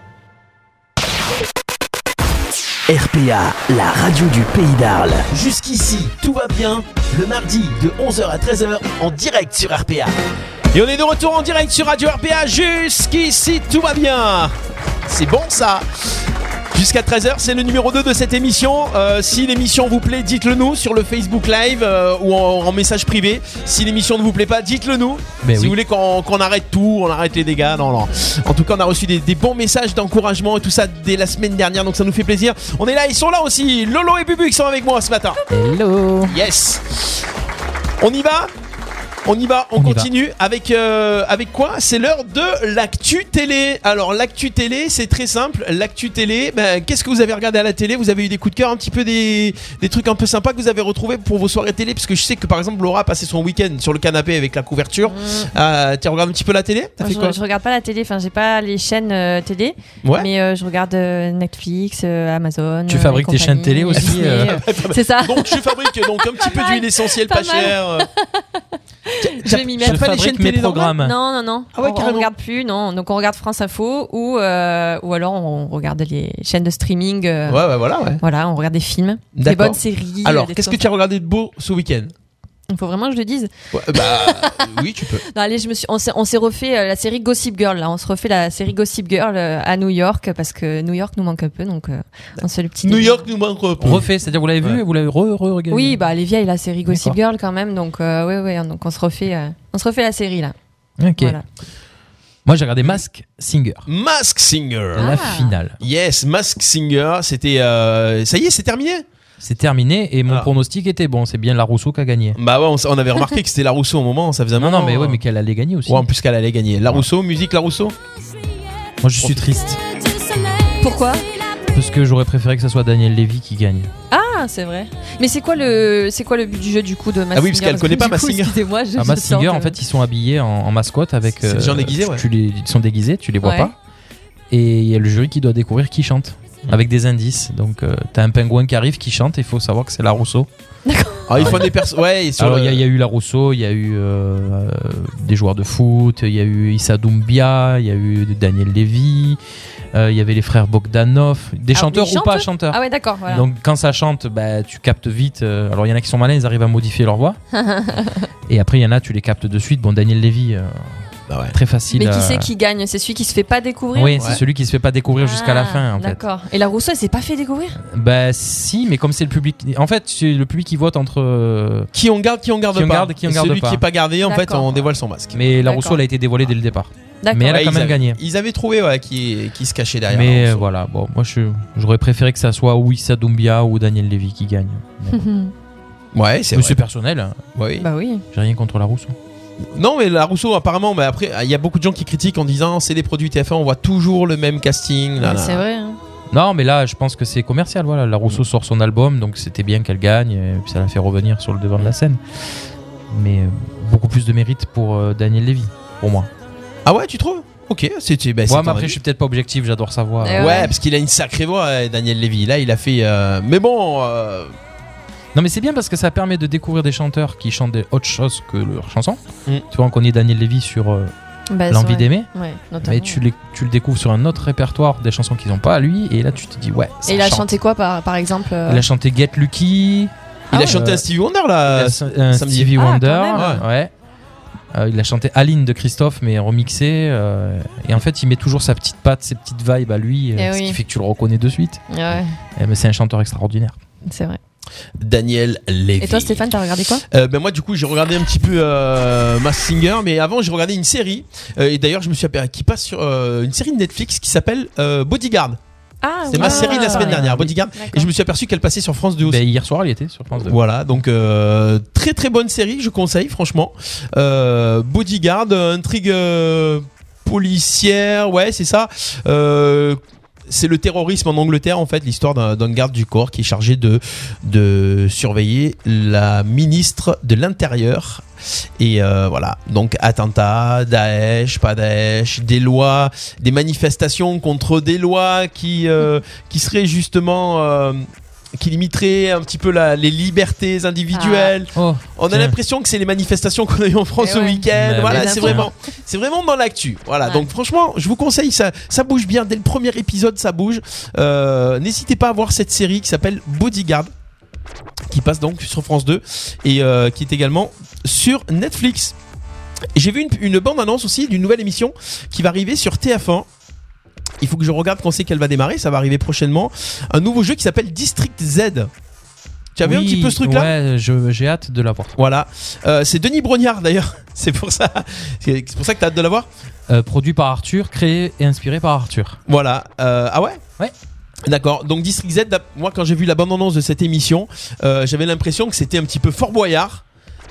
Speaker 1: RPA, la radio du pays d'Arles. Jusqu'ici, tout va bien. Le mardi de 11h à 13h en direct sur RPA.
Speaker 3: Et on est de retour en direct sur Radio RPA, jusqu'ici, tout va bien. C'est bon ça Jusqu'à 13h, c'est le numéro 2 de cette émission. Euh, si l'émission vous plaît, dites-le nous sur le Facebook Live euh, ou en, en message privé. Si l'émission ne vous plaît pas, dites-le nous.
Speaker 4: Ben
Speaker 3: si
Speaker 4: oui.
Speaker 3: vous voulez qu'on qu'on arrête tout, on arrête les dégâts. Non, non. En tout cas, on a reçu des, des bons messages d'encouragement et tout ça dès la semaine dernière, donc ça nous fait plaisir. On est là, ils sont là aussi. Lolo et Bubu qui sont avec moi ce matin.
Speaker 4: Hello.
Speaker 3: Yes On y va on y va, on,
Speaker 4: On y
Speaker 3: continue avec euh, avec quoi C'est l'heure de l'actu télé. Alors l'actu télé, c'est très simple. L'actu télé, ben, qu'est-ce que vous avez regardé à la télé Vous avez eu des coups de cœur, un petit peu des, des trucs un peu sympas que vous avez retrouvés pour vos soirées télé, parce que je sais que par exemple Laura a passé son week-end sur le canapé avec la couverture. Euh, tu regardes un petit peu la télé T'as
Speaker 5: Mm. Moi,
Speaker 3: fait quoi
Speaker 5: je, je regarde pas la télé, enfin j'ai pas les chaînes euh, télé,
Speaker 3: Ouais.
Speaker 5: mais euh, je regarde euh, Netflix, euh, Amazon.
Speaker 4: Tu
Speaker 5: euh,
Speaker 4: fabriques
Speaker 5: et
Speaker 4: tes chaînes
Speaker 5: compagnie,
Speaker 4: télé aussi,
Speaker 5: Disney,
Speaker 4: euh.
Speaker 5: euh, C'est ça.
Speaker 3: Donc je fabrique donc un petit peu d'huile essentielle pas,
Speaker 5: Pas mal.
Speaker 3: chère. euh.
Speaker 5: Je vais m'y
Speaker 4: Je
Speaker 5: mettre.
Speaker 3: pas les chaînes
Speaker 4: fabrique mes
Speaker 3: télé normales
Speaker 4: programmes.
Speaker 5: Non, non, non.
Speaker 3: Ah ouais,
Speaker 5: on, on
Speaker 3: carrément.
Speaker 5: regarde plus, non. Donc on regarde France Info ou, euh, ou alors on regarde les chaînes de streaming. euh,
Speaker 3: Ouais, ouais, voilà, ouais.
Speaker 5: Voilà, on regarde des films, des
Speaker 3: D'accord.
Speaker 5: bonnes séries.
Speaker 3: Alors,
Speaker 5: euh, des
Speaker 3: qu'est-ce que
Speaker 5: trucs
Speaker 3: tu as regardé de beau ce week-end
Speaker 5: comme
Speaker 7: Il faut vraiment que je le dise.
Speaker 3: Ouais, bah, oui, tu peux.
Speaker 7: Non, allez, je me suis, on s'est, on s'est refait euh, la série Gossip Girl. Là, on se refait la série Gossip Girl euh, à New York parce que New York nous manque un peu, donc euh, on se fait le petit.
Speaker 3: New York nous manque un peu.
Speaker 4: Refait, c'est-à-dire vous l'avez vu,
Speaker 3: Ouais.
Speaker 4: vous l'avez re, re regardé.
Speaker 7: Oui, bah elle est vieille la série Gossip
Speaker 4: D'accord.
Speaker 7: Girl quand même, donc euh, ouais, ouais, donc on se refait, euh, on se refait la série là.
Speaker 4: Ok.
Speaker 7: Voilà.
Speaker 4: Moi, j'ai regardé Mask Singer,
Speaker 3: Mask Singer.
Speaker 4: la
Speaker 7: Ah.
Speaker 4: finale.
Speaker 3: Yes, Mask Singer, c'était. euh, Ça y est, c'est terminé
Speaker 4: C'est terminé et mon
Speaker 3: Ah.
Speaker 4: pronostic était bon. C'est bien la Rousseau qui a gagné.
Speaker 3: Bah ouais, on, s- on avait remarqué que c'était Larousseau au moment, ça faisait un
Speaker 4: Non,
Speaker 3: moment. euh.
Speaker 4: non, mais ouais, mais qu'elle allait gagner aussi.
Speaker 3: Ouais, en plus qu'elle allait gagner. Larousseau, musique Larousseau
Speaker 4: Moi, je suis triste
Speaker 7: Pourquoi
Speaker 4: parce que j'aurais préféré que ce soit Daniel Levy qui gagne.
Speaker 7: Ah, c'est vrai. Mais c'est quoi le, c'est quoi le but du jeu du coup de Mask
Speaker 3: Ah oui, parce
Speaker 7: Singer
Speaker 3: qu'elle connaît
Speaker 7: que
Speaker 3: pas
Speaker 7: du
Speaker 3: Mask
Speaker 7: coup,
Speaker 3: Singer.
Speaker 7: Excusez-moi, je.
Speaker 4: Ah,
Speaker 7: je
Speaker 4: Mask
Speaker 7: sens
Speaker 4: Singer,
Speaker 7: que-
Speaker 4: en fait, ils sont habillés en, en mascotte avec. euh,
Speaker 3: C'est des gens déguisés, ouais.
Speaker 4: Tu, les, ils sont déguisés, tu les vois
Speaker 7: Ouais.
Speaker 4: pas. Et il y a le jury qui doit découvrir qui chante. Avec des indices. Donc, euh, t'as un pingouin qui arrive qui chante et il faut savoir que c'est la Rousseau.
Speaker 3: Ah, ils font des persos. Ouais, sur
Speaker 4: Alors,
Speaker 3: le-
Speaker 4: il y, a- il y a eu la Rousseau, il y a eu euh, euh, des joueurs de foot, il y a eu Issa Doumbia, il y a eu Daniel Levy, euh, il y avait les frères Bogdanov, des
Speaker 7: Ah,
Speaker 4: chanteurs
Speaker 7: des
Speaker 4: ou pas
Speaker 7: chanteurs
Speaker 4: chanteurs.
Speaker 7: Ah ouais, d'accord. Voilà.
Speaker 4: Donc quand ça chante, bah, tu captes vite. euh, alors il y en a qui sont malins, ils arrivent à modifier leur voix. Et après il y en a, tu les captes de suite. Bon, Daniel Levy, euh,
Speaker 3: Bah ouais.
Speaker 4: très facile.
Speaker 7: mais
Speaker 4: euh,
Speaker 7: qui c'est qui gagne C'est celui qui se fait pas découvrir.
Speaker 4: Oui, c'est
Speaker 3: Ouais.
Speaker 4: celui qui se fait pas découvrir jusqu'à la
Speaker 7: Ah,
Speaker 4: fin en fait.
Speaker 7: D'accord. Et la Rousseau, elle s'est pas fait découvrir
Speaker 4: Bah si, mais comme c'est le public, en fait c'est le public qui vote entre. euh,
Speaker 3: Qui on garde, qui on garde
Speaker 4: Qui on
Speaker 3: pas.
Speaker 4: garde, qui on
Speaker 3: Et
Speaker 4: garde
Speaker 3: Celui
Speaker 4: pas.
Speaker 3: qui est pas gardé, en fait,
Speaker 7: D'accord.
Speaker 3: on dévoile son masque.
Speaker 4: Mais la
Speaker 7: D'accord. Ah.
Speaker 4: Rousseau, elle a été dévoilée dès le départ.
Speaker 7: D'accord.
Speaker 4: Mais elle a
Speaker 3: Ouais,
Speaker 4: quand
Speaker 3: ils
Speaker 4: même
Speaker 3: avaient-
Speaker 4: gagné.
Speaker 3: Ils avaient trouvé ouais, qui, qui se cachait derrière.
Speaker 4: Mais euh,
Speaker 3: Larousseau.
Speaker 4: voilà, bon, moi je j'aurais préféré que ça soit ou Issa Doumbia ou Daniel Levy qui gagne. Mais bon.
Speaker 3: Ouais, c'est
Speaker 4: Mais
Speaker 3: vrai.
Speaker 4: c'est personnel, hein.
Speaker 3: Ouais, oui.
Speaker 7: Bah oui.
Speaker 4: j'ai rien contre la Rousseau.
Speaker 3: Non, mais Larousseau, apparemment, mais après, il y a beaucoup de gens qui critiquent en disant c'est des produits TF1, on voit toujours le même casting. là,
Speaker 7: Ouais,
Speaker 3: là.
Speaker 7: C'est vrai. hein.
Speaker 4: Non, mais là je pense que c'est commercial, voilà. La Rousseau sort son album, donc c'était bien qu'elle gagne, et puis ça la fait revenir sur le devant de la scène. Mais euh, beaucoup plus de mérite pour euh, Daniel Levy, pour moi.
Speaker 3: Ah ouais, tu trouves Ok, c'était. bah, c'est
Speaker 4: Moi,
Speaker 3: ton
Speaker 4: mais après
Speaker 3: avis.
Speaker 4: je suis peut-être pas objectif, j'adore sa voix.
Speaker 7: Eh
Speaker 3: Ouais,
Speaker 7: ouais.
Speaker 3: parce qu'il a une sacrée voix, euh, Daniel Lévy. Là, il a fait. euh, Mais bon, euh,
Speaker 4: Non, mais c'est bien parce que ça permet de découvrir des chanteurs qui chantent des autres choses que leurs chansons.
Speaker 3: Mm.
Speaker 4: Tu vois, on connaît Daniel Levy sur euh,
Speaker 7: Bah, c'est
Speaker 4: L'envie
Speaker 7: vrai.
Speaker 4: d'aimer.
Speaker 7: Ouais, notamment.
Speaker 4: Mais tu, les- tu le découvres sur un autre répertoire des chansons qu'ils n'ont pas à lui, et là tu te dis ouais. Ça
Speaker 7: Et il a
Speaker 4: chante.
Speaker 7: chanté quoi par, par exemple euh,
Speaker 4: Il a chanté Get Lucky,
Speaker 3: il
Speaker 4: Ah
Speaker 3: a
Speaker 4: ouais.
Speaker 3: chanté un Stevie Wonder là.
Speaker 4: un
Speaker 3: samedi.
Speaker 4: Stevie
Speaker 7: Ah,
Speaker 4: Wonder,
Speaker 7: quand
Speaker 4: ouais. Euh, il a chanté Aline de Christophe mais remixé euh, et en fait il met toujours sa petite patte, ses petites vibes à lui, euh,
Speaker 7: Eh
Speaker 4: ce
Speaker 7: oui.
Speaker 4: qui fait que tu le reconnais de suite.
Speaker 7: Ouais,
Speaker 4: Eh, mais c'est un chanteur extraordinaire.
Speaker 7: c'est vrai.
Speaker 3: Daniel Lévy.
Speaker 7: Et toi, Stéphane, t'as regardé quoi
Speaker 3: Euh, ben moi du coup j'ai regardé un petit peu euh, Mask Singer mais avant j'ai regardé une série euh, et d'ailleurs je me suis aperçu qui passe sur euh, une série de Netflix qui s'appelle euh, Bodyguard.
Speaker 7: Ah,
Speaker 3: C'est ma série de la semaine dernière Bodyguard et je me suis aperçu qu'elle passait sur France 2 aussi.
Speaker 4: Ben, hier soir il était sur France 2.
Speaker 3: Voilà, donc euh, très très bonne série, je conseille franchement. Euh, Bodyguard, euh, intrigue euh, policière, ouais c'est ça. Euh, c'est le terrorisme en Angleterre en fait, l'histoire d'un d'un garde du corps qui est chargé de, de surveiller la ministre de l'Intérieur. Et euh, voilà, donc attentat, Daesh, pas Daesh, des lois, des manifestations contre des lois qui, euh, qui seraient justement... euh, qui limiteraient un petit peu la- les libertés individuelles.
Speaker 4: Oh,
Speaker 3: On a
Speaker 4: tiens.
Speaker 3: l'impression que c'est les manifestations qu'on a eues en France
Speaker 7: Eh
Speaker 3: ce
Speaker 7: ouais.
Speaker 3: week-end.
Speaker 4: Mais
Speaker 3: Voilà,
Speaker 7: oui.
Speaker 3: c'est
Speaker 7: Les infos.
Speaker 3: vraiment, c'est vraiment dans l'actu. Voilà,
Speaker 7: Ouais.
Speaker 3: donc franchement, je vous conseille, ça, ça bouge bien. Dès le premier épisode, ça bouge. Euh, N'hésitez pas à voir cette série qui s'appelle Bodyguard, qui passe donc sur France 2 et euh, qui est également sur Netflix. J'ai vu une, une bande-annonce aussi d'une nouvelle émission qui va arriver sur TF1. Il faut que je regarde quand c'est qu'elle va démarrer, ça va arriver prochainement. Un nouveau jeu qui s'appelle District Z. Tu as vu un
Speaker 4: Oui,
Speaker 3: petit peu ce truc-là
Speaker 4: Ouais, je- j'ai hâte de la voir.
Speaker 3: voilà. Euh, c'est Denis Brognard d'ailleurs. C'est pour ça. C'est c'est pour ça que t'as hâte de l'avoir.
Speaker 4: Euh, produit par Arthur, créé et inspiré par Arthur.
Speaker 3: Voilà. Euh, ah ouais.
Speaker 4: Ouais.
Speaker 3: D'accord. Donc District Z. d'ab- Moi, quand j'ai vu la bande-annonce de cette émission, euh, j'avais l'impression que c'était un petit peu Fort Boyard,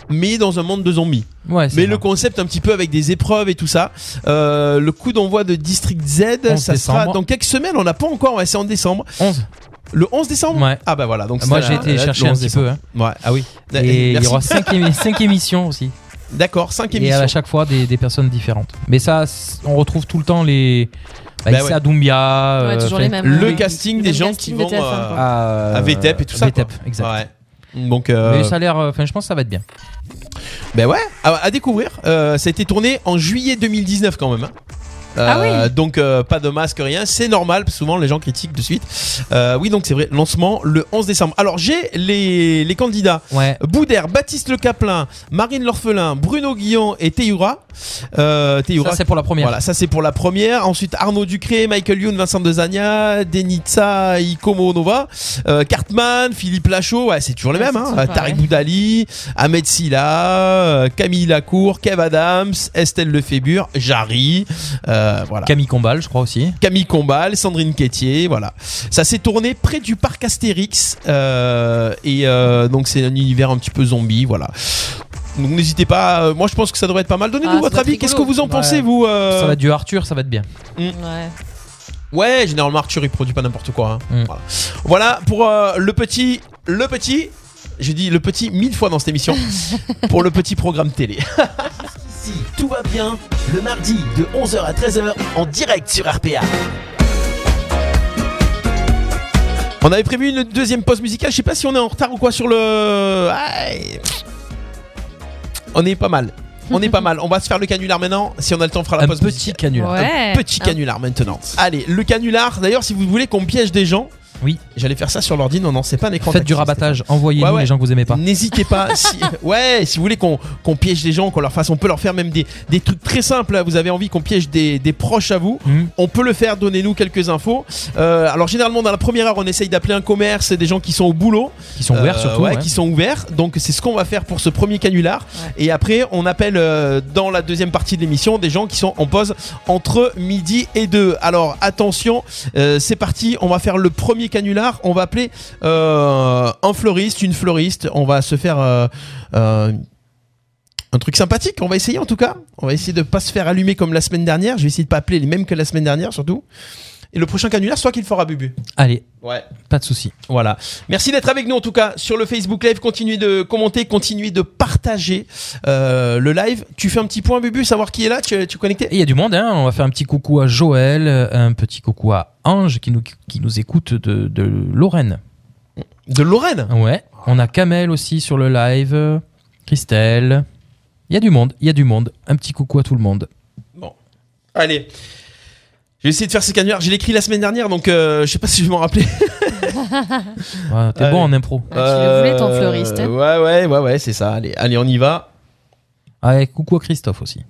Speaker 3: mais dans un monde de zombies.
Speaker 4: Ouais,
Speaker 3: Mais
Speaker 4: c'est
Speaker 3: le
Speaker 4: ça.
Speaker 3: concept un petit peu avec des épreuves et tout ça. Euh, le coup d'envoi de District Z, ça
Speaker 4: 11
Speaker 3: sera
Speaker 4: décembre.
Speaker 3: dans quelques semaines. On n'a pas encore. Ouais, c'est en décembre.
Speaker 4: 11.
Speaker 3: Le 11 décembre.
Speaker 4: Ouais.
Speaker 3: Ah bah voilà. Donc
Speaker 4: Moi
Speaker 3: c'est
Speaker 4: j'ai
Speaker 3: la-
Speaker 4: été
Speaker 3: la-
Speaker 4: chercher
Speaker 3: le
Speaker 4: un
Speaker 3: 11
Speaker 4: petit peu. hein.
Speaker 3: décembre. Ouais. Ah oui.
Speaker 4: Et il y
Speaker 3: Merci.
Speaker 4: aura 5, émissions aussi.
Speaker 3: D'accord. 5
Speaker 4: Et à
Speaker 3: émissions.
Speaker 4: chaque fois des, des personnes différentes. Mais ça, c- on retrouve tout le temps les. Bah,
Speaker 3: Bah
Speaker 4: Issa
Speaker 3: ouais.
Speaker 4: Doumbia.
Speaker 7: Ouais,
Speaker 4: euh,
Speaker 7: toujours
Speaker 4: enfin,
Speaker 7: les mêmes.
Speaker 3: Le
Speaker 7: Ouais.
Speaker 3: casting
Speaker 7: Le
Speaker 3: des
Speaker 7: même
Speaker 3: gens qui
Speaker 7: casting
Speaker 3: vont. euh,
Speaker 7: de TF1, quoi.
Speaker 4: à,
Speaker 3: à VTEP et tout ça,
Speaker 4: VTEP, exact.
Speaker 3: Ouais. Donc, euh,
Speaker 4: Mais ça a l'air. euh, Enfin, je pense que ça va être bien.
Speaker 3: ben ouais, à, à découvrir. Euh, ça a été tourné en juillet 2019 quand même. hein.
Speaker 4: Ah
Speaker 3: Euh, Donc euh, pas de masque, rien. C'est normal, parce que souvent les gens critiquent de suite. Euh, oui, donc c'est vrai, lancement le 11 décembre. Alors j'ai les, les candidats.
Speaker 4: Ouais.
Speaker 3: Boudère, Baptiste Le Caplin, Marine L'Orphelin, Bruno Guillon et Théura. Euh, Théura
Speaker 4: Ça, c'est pour la première.
Speaker 3: voilà, ça c'est pour la première. Ensuite, Arnaud Ducré, Michael Youn, Vincent Dezagna, Denitsa, Ikomo Nova, euh, Cartman, Philippe Lachaud, ouais, c'est toujours les
Speaker 7: Ouais,
Speaker 3: mêmes.
Speaker 7: c'est
Speaker 3: Hein.
Speaker 7: toujours
Speaker 3: Tarek
Speaker 7: pareil.
Speaker 3: Boudali, Ahmed Silla, euh, Camille Lacour, Kev Adams, Estelle Lefébure, Jarry, euh, voilà.
Speaker 4: Camille Combal, je crois aussi.
Speaker 3: Camille Combal, Sandrine Quétier, voilà. Ça s'est tourné près du parc Astérix euh, et euh, donc c'est un univers un petit peu zombie, voilà. Donc n'hésitez pas. euh, moi je pense que ça devrait être pas mal. Donnez-nous
Speaker 7: Ah, ça
Speaker 3: votre
Speaker 7: doit être
Speaker 3: avis. Qu'est-ce que
Speaker 7: rigolo.
Speaker 3: vous en
Speaker 4: Ouais.
Speaker 3: pensez vous euh, hmm
Speaker 4: Ça va être du Arthur, ça va être bien.
Speaker 7: Ouais.
Speaker 3: Ouais, généralement Arthur il produit pas n'importe quoi. hein.
Speaker 4: Mm.
Speaker 3: Voilà. Voilà pour euh, le petit, le petit. J'ai dit le petit mille fois dans cette émission pour le petit programme télé.
Speaker 1: Si tout va bien, le mardi de 11h à 13h en direct sur RPA.
Speaker 3: On avait prévu une deuxième pause musicale. Je sais pas si on est en retard ou quoi sur le. Aïe. On est pas mal. On est pas mal. On va se faire le canular maintenant. Si on a le temps, on fera la
Speaker 4: Un
Speaker 3: pause
Speaker 4: petit
Speaker 3: musicale.
Speaker 4: canular.
Speaker 7: Ouais.
Speaker 3: Petit canular maintenant. Allez, le canular. D'ailleurs, si vous voulez qu'on piège des gens.
Speaker 4: Oui.
Speaker 3: J'allais faire ça sur l'ordi. Non, non, c'est pas un écran.
Speaker 4: Faites du
Speaker 3: tactile,
Speaker 4: rabattage, envoyez-nous
Speaker 3: Ouais, ouais.
Speaker 4: les gens que vous aimez pas.
Speaker 3: N'hésitez pas. si, ouais, si vous voulez qu'on qu'on piège des gens, qu'on leur fasse, on peut leur faire même des, des trucs très simples. Vous avez envie qu'on piège des, des proches à vous.
Speaker 4: Hmm.
Speaker 3: On peut le faire, donnez-nous quelques infos. Euh, alors généralement dans la première heure on essaye d'appeler un commerce et des gens qui sont au boulot.
Speaker 4: Qui sont ouverts
Speaker 3: Euh,
Speaker 4: surtout.
Speaker 3: ouais,
Speaker 4: ouais.
Speaker 3: qui sont ouverts. Donc c'est ce qu'on va faire pour ce premier canular. Et après on appelle euh, dans la deuxième partie de l'émission des gens qui sont en pause entre midi et deux. Alors attention, euh, c'est parti, on va faire le premier canular. On va appeler euh, un fleuriste, une fleuriste. On va se faire euh, euh, un truc sympathique. On va essayer en tout cas. On va essayer de pas se faire allumer comme la semaine dernière. Je vais essayer de pas appeler les mêmes que la semaine dernière surtout. Et le prochain canular, soit qu'il fera Bubu.
Speaker 4: Allez,
Speaker 3: Ouais.
Speaker 4: pas de souci.
Speaker 3: Voilà. Merci d'être avec nous en tout cas sur le Facebook Live. Continuez de commenter, continuez de partager euh, le live. Tu fais un petit point, Bubu, savoir qui est là. Tu, tu es
Speaker 4: Et
Speaker 3: connecté
Speaker 4: il y a du monde, hein. on va faire un petit coucou à Joël, euh, un petit coucou à Ange qui nous, qui nous écoute de, de Lorraine.
Speaker 3: De Lorraine.
Speaker 4: Ouais, on a Kamel aussi sur le live, Christelle. Il y a du monde, il y a du monde. Un petit coucou à tout le monde.
Speaker 3: Allez. Je vais essayer de faire ces canulars. Je l'ai écrit la semaine dernière, donc euh, je sais pas si je vais m'en rappeler.
Speaker 4: Ouais, T'es
Speaker 3: Allez.
Speaker 4: bon en impro.
Speaker 7: Ah, tu le voulais ton fleuriste.
Speaker 3: Euh,
Speaker 7: hein.
Speaker 3: Ouais, ouais, ouais, ouais, c'est ça. Allez, allez, on y va.
Speaker 4: Ouais, Ah, coucou à Christophe aussi.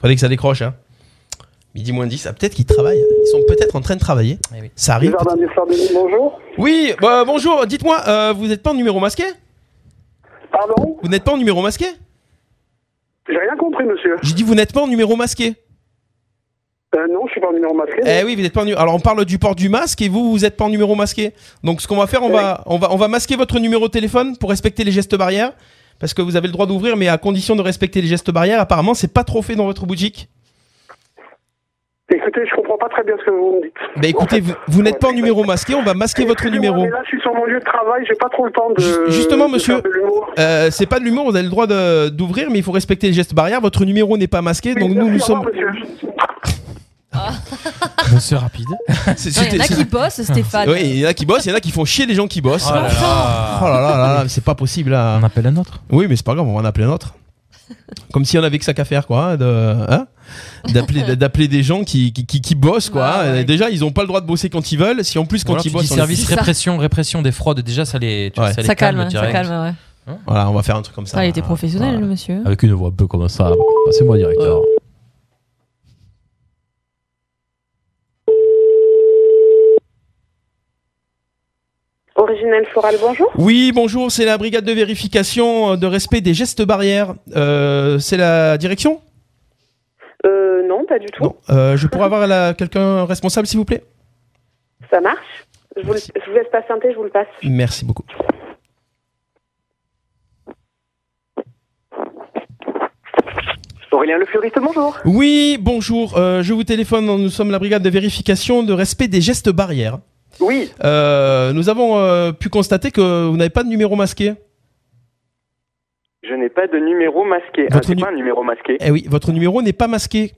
Speaker 3: Fallait que ça décroche. Hein. Midi moins 10, ah, peut-être qu'ils travaillent. Ils sont peut-être en train de travailler.
Speaker 4: Eh oui.
Speaker 3: Ça arrive. peut-être.
Speaker 11: bonjour.
Speaker 3: Oui, bah, bonjour. Dites-moi, euh, vous n'êtes pas en numéro masqué
Speaker 11: Pardon
Speaker 3: Vous n'êtes pas en numéro masqué
Speaker 11: J'ai rien compris, monsieur.
Speaker 3: J'ai dit vous n'êtes pas en numéro masqué.
Speaker 11: Euh, non, je suis pas en numéro masqué.
Speaker 3: Eh oui, vous n'êtes pas en numéro. Alors on parle du port du masque et vous, vous n'êtes pas en numéro masqué. Donc ce qu'on va faire, on va, on va, on va masquer votre numéro de téléphone pour respecter les gestes barrières, parce que vous avez le droit d'ouvrir, mais à condition de respecter les gestes barrières. Apparemment, c'est pas trop fait dans votre boutique.
Speaker 11: Écoutez, je comprends pas très bien ce que vous me dites.
Speaker 3: Bah écoutez, vous, vous n'êtes pas en numéro masqué, on va masquer votre
Speaker 11: Excusez-moi,
Speaker 3: numéro.
Speaker 11: mais là, je suis sur mon lieu de travail, j'ai pas trop le temps de.
Speaker 3: Ju- justement,
Speaker 11: de
Speaker 3: monsieur.
Speaker 11: faire de l'humour.
Speaker 3: Euh, c'est pas de l'humour, vous avez le droit de- d'ouvrir, mais il faut respecter les gestes barrières. Votre numéro n'est pas masqué, donc
Speaker 11: Oui,
Speaker 3: nous, nous
Speaker 11: merci, au
Speaker 3: sommes.
Speaker 11: revoir, monsieur.
Speaker 4: Bon, c'est rapide.
Speaker 3: C'est-
Speaker 7: Non, Il y en a
Speaker 3: c'est-
Speaker 7: qui bossent, Stéphane.
Speaker 3: Oui, il y en a qui bossent, il y en a qui font chier les gens qui bossent.
Speaker 4: Oh là là.
Speaker 3: Oh là là là là, mais c'est pas possible là.
Speaker 4: On appelle un autre.
Speaker 3: Oui, mais c'est pas grave, on va en appeler un autre. Comme si on avait que ça qu'à faire, quoi. de- hein, D'appeler d'appeler des gens qui, qui, qui- qui bossent, quoi.
Speaker 7: Bah ouais.
Speaker 3: Et Déjà, ils ont pas le droit de bosser quand ils veulent. Si en plus, quand
Speaker 4: Ou alors tu
Speaker 3: ils
Speaker 4: dis
Speaker 3: bossent, on les
Speaker 4: service
Speaker 7: fixe.
Speaker 4: répression, répression des fraudes, déjà ça les, tu-
Speaker 3: Ouais.
Speaker 4: ça les
Speaker 7: Ça
Speaker 4: calme,
Speaker 7: calme, ça
Speaker 4: direct. Hein
Speaker 7: calme, ouais.
Speaker 3: fixe. Voilà, on va faire un truc comme ça.
Speaker 7: Ah, il était professionnel,
Speaker 3: Voilà. Ah
Speaker 7: le monsieur.
Speaker 4: Avec une voix un peu comme ça. Passez-moi directeur.
Speaker 11: Euh,
Speaker 12: Original Floral, bonjour.
Speaker 3: Oui, bonjour, c'est la brigade de vérification euh, de respect des gestes barrières. Euh, c'est la direction
Speaker 12: Euh, non, pas du tout.
Speaker 3: Non. Euh, je pourrais avoir la- quelqu'un responsable, s'il vous plaît
Speaker 12: Ça marche. Je vous, le-
Speaker 3: Merci.
Speaker 12: je vous laisse patienter, je vous le passe.
Speaker 3: Merci beaucoup.
Speaker 11: Aurélien Le Fleuriste, bonjour.
Speaker 3: Oui, bonjour, euh, je vous téléphone. Nous sommes la brigade de vérification de respect des gestes barrières.
Speaker 11: Oui,
Speaker 3: Euh, nous avons euh, pu constater que vous n'avez pas de numéro masqué.
Speaker 11: je n'ai pas de numéro masqué. Ah,
Speaker 3: Votre
Speaker 11: c'est
Speaker 3: nu-
Speaker 11: pas un numéro masqué.
Speaker 3: Eh oui, votre numéro n'est pas masqué.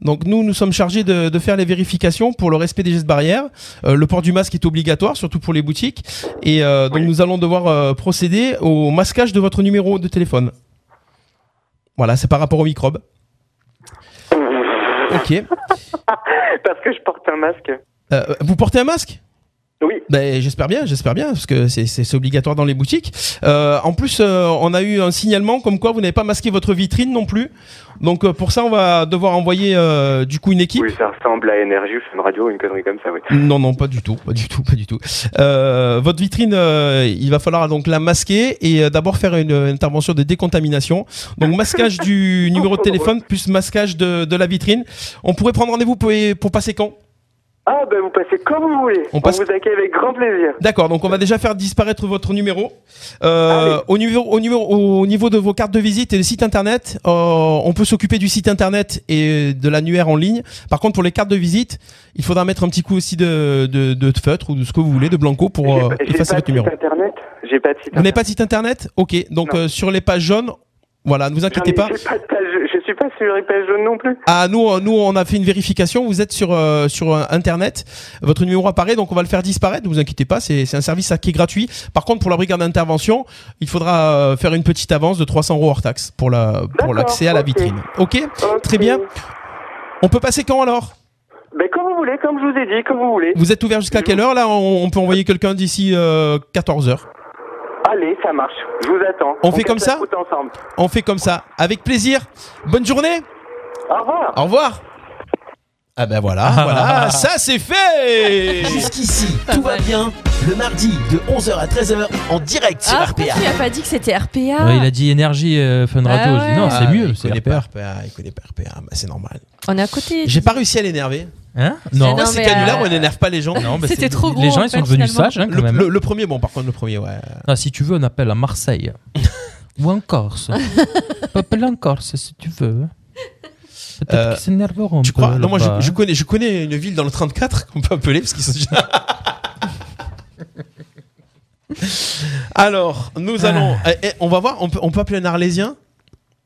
Speaker 3: Donc nous, nous sommes chargés de, de faire les vérifications pour le respect des gestes barrières. Euh, le port du masque est obligatoire, surtout pour les boutiques. Et euh, donc nous allons devoir euh, procéder au masquage de votre numéro de téléphone. Voilà, c'est par rapport aux microbes. Ok.
Speaker 11: Parce que je porte un masque.
Speaker 3: Euh, vous portez un masque
Speaker 11: Oui.
Speaker 3: Ben, j'espère bien, j'espère bien, parce que c'est- c'est c'est obligatoire dans les boutiques. Euh, en plus, euh, on a eu un signalement comme quoi vous n'avez pas masqué votre vitrine non plus. Donc euh, pour ça, on va devoir envoyer euh, du coup une équipe.
Speaker 13: Oui, ça ressemble à énergie, une radio, une connerie comme ça, oui.
Speaker 3: Non, non, pas du tout, pas du tout, pas du tout. Euh, votre vitrine, euh, il va falloir donc la masquer et euh, d'abord faire une euh, intervention de décontamination. Donc masquage du numéro de téléphone plus masquage de, de la vitrine. On pourrait prendre rendez-vous pour, pour passer quand
Speaker 11: Ah, ben vous passez comme vous voulez.
Speaker 3: On
Speaker 11: On,
Speaker 3: passe-
Speaker 11: vous accueille avec grand plaisir.
Speaker 3: D'accord, donc on va déjà faire disparaître votre numéro. Euh,
Speaker 11: Allez.
Speaker 3: au, niveau, au, niveau, au niveau de vos cartes de visite et le site internet, euh, on peut s'occuper du site internet et de l'annuaire en ligne. Par contre, pour les cartes de visite, il faudra mettre un petit coup aussi de, de, de feutre ou de ce que vous voulez, de blanco pour euh,
Speaker 13: J'ai- j'ai
Speaker 3: effacer
Speaker 13: pas
Speaker 3: votre
Speaker 13: de site
Speaker 3: numéro.
Speaker 13: internet. J'ai pas de site
Speaker 3: Vous n'avez
Speaker 13: internet.
Speaker 3: pas de site internet Ok, donc
Speaker 13: Non.
Speaker 3: euh, sur les pages jaunes, voilà, ne vous
Speaker 11: J'en
Speaker 3: inquiétez
Speaker 11: ai-
Speaker 3: pas.
Speaker 11: j'ai de page- je suis pas sur les pages jaunes non plus.
Speaker 3: Ah nous euh, nous on a fait une vérification. Vous êtes sur euh, sur euh, internet. Votre numéro apparaît donc on va le faire disparaître. Ne vous inquiétez pas. C'est c'est un service ça, qui est gratuit. Par contre pour la brigade d'intervention il faudra euh, faire une petite avance de 300 euros hors taxe pour la pour
Speaker 11: D'accord,
Speaker 3: l'accès à la
Speaker 11: ok.
Speaker 3: vitrine. Ok.
Speaker 11: Ok.
Speaker 3: Très bien. On peut passer quand alors
Speaker 11: Ben comme vous voulez, comme je vous ai dit, comme vous voulez.
Speaker 3: Vous êtes ouvert jusqu'à quelle heure là on, on peut envoyer quelqu'un d'ici euh, 14 heures.
Speaker 11: Allez, ça marche. Je vous attends.
Speaker 3: On fait comme
Speaker 11: casse la
Speaker 3: ça
Speaker 11: croûte ensemble.
Speaker 3: On fait comme ça. Avec plaisir. Bonne journée.
Speaker 11: Au revoir.
Speaker 3: Au revoir. Ah ben voilà, voilà, ça c'est fait
Speaker 1: Jusqu'ici, tout va bien. Le mardi de 11h à 13h en direct sur
Speaker 5: Ah, pourquoi
Speaker 1: RPA.
Speaker 5: tu lui as pas dit que c'était RPA
Speaker 4: Ouais, il a dit énergie euh, Fun
Speaker 5: Ah
Speaker 4: Radio. Je dis, non,
Speaker 5: ouais.
Speaker 4: c'est mieux,
Speaker 3: il
Speaker 4: c'est
Speaker 3: connaît
Speaker 4: RPA.
Speaker 3: pas RPA, il connaît pas RPA, bah, c'est normal.
Speaker 5: On est à côté.
Speaker 3: J'ai pas réussi à l'énerver.
Speaker 4: Hein
Speaker 5: Non,
Speaker 4: Non.
Speaker 3: Moi, c'est
Speaker 5: mais,
Speaker 3: canular,
Speaker 5: euh,
Speaker 3: on n'énerve pas les gens.
Speaker 4: Non, bah,
Speaker 5: C'était
Speaker 4: c'est-
Speaker 5: trop gros,
Speaker 4: Les gens,
Speaker 5: en
Speaker 4: ils
Speaker 5: fait,
Speaker 4: sont devenus
Speaker 5: finalement.
Speaker 4: sages, hein, quand
Speaker 3: Le,
Speaker 4: même.
Speaker 3: le- le premier, bon, par contre, le premier, ouais.
Speaker 4: Ah, si tu veux, on appelle à Marseille. Ou en Corse. On appelle en Corse, si tu veux. Peut-être
Speaker 3: Euh,
Speaker 4: qu'ils s'énerveront. un
Speaker 3: Tu
Speaker 4: peu,
Speaker 3: crois Non, moi, je,
Speaker 4: là-bas,
Speaker 3: je
Speaker 4: hein.
Speaker 3: connais, je connais une ville dans le 34 qu'on peut appeler parce qu'ils sont déjà. Alors,
Speaker 4: Ah.
Speaker 3: nous allons. eh, eh, on va voir, on peut, on peut appeler un Arlésien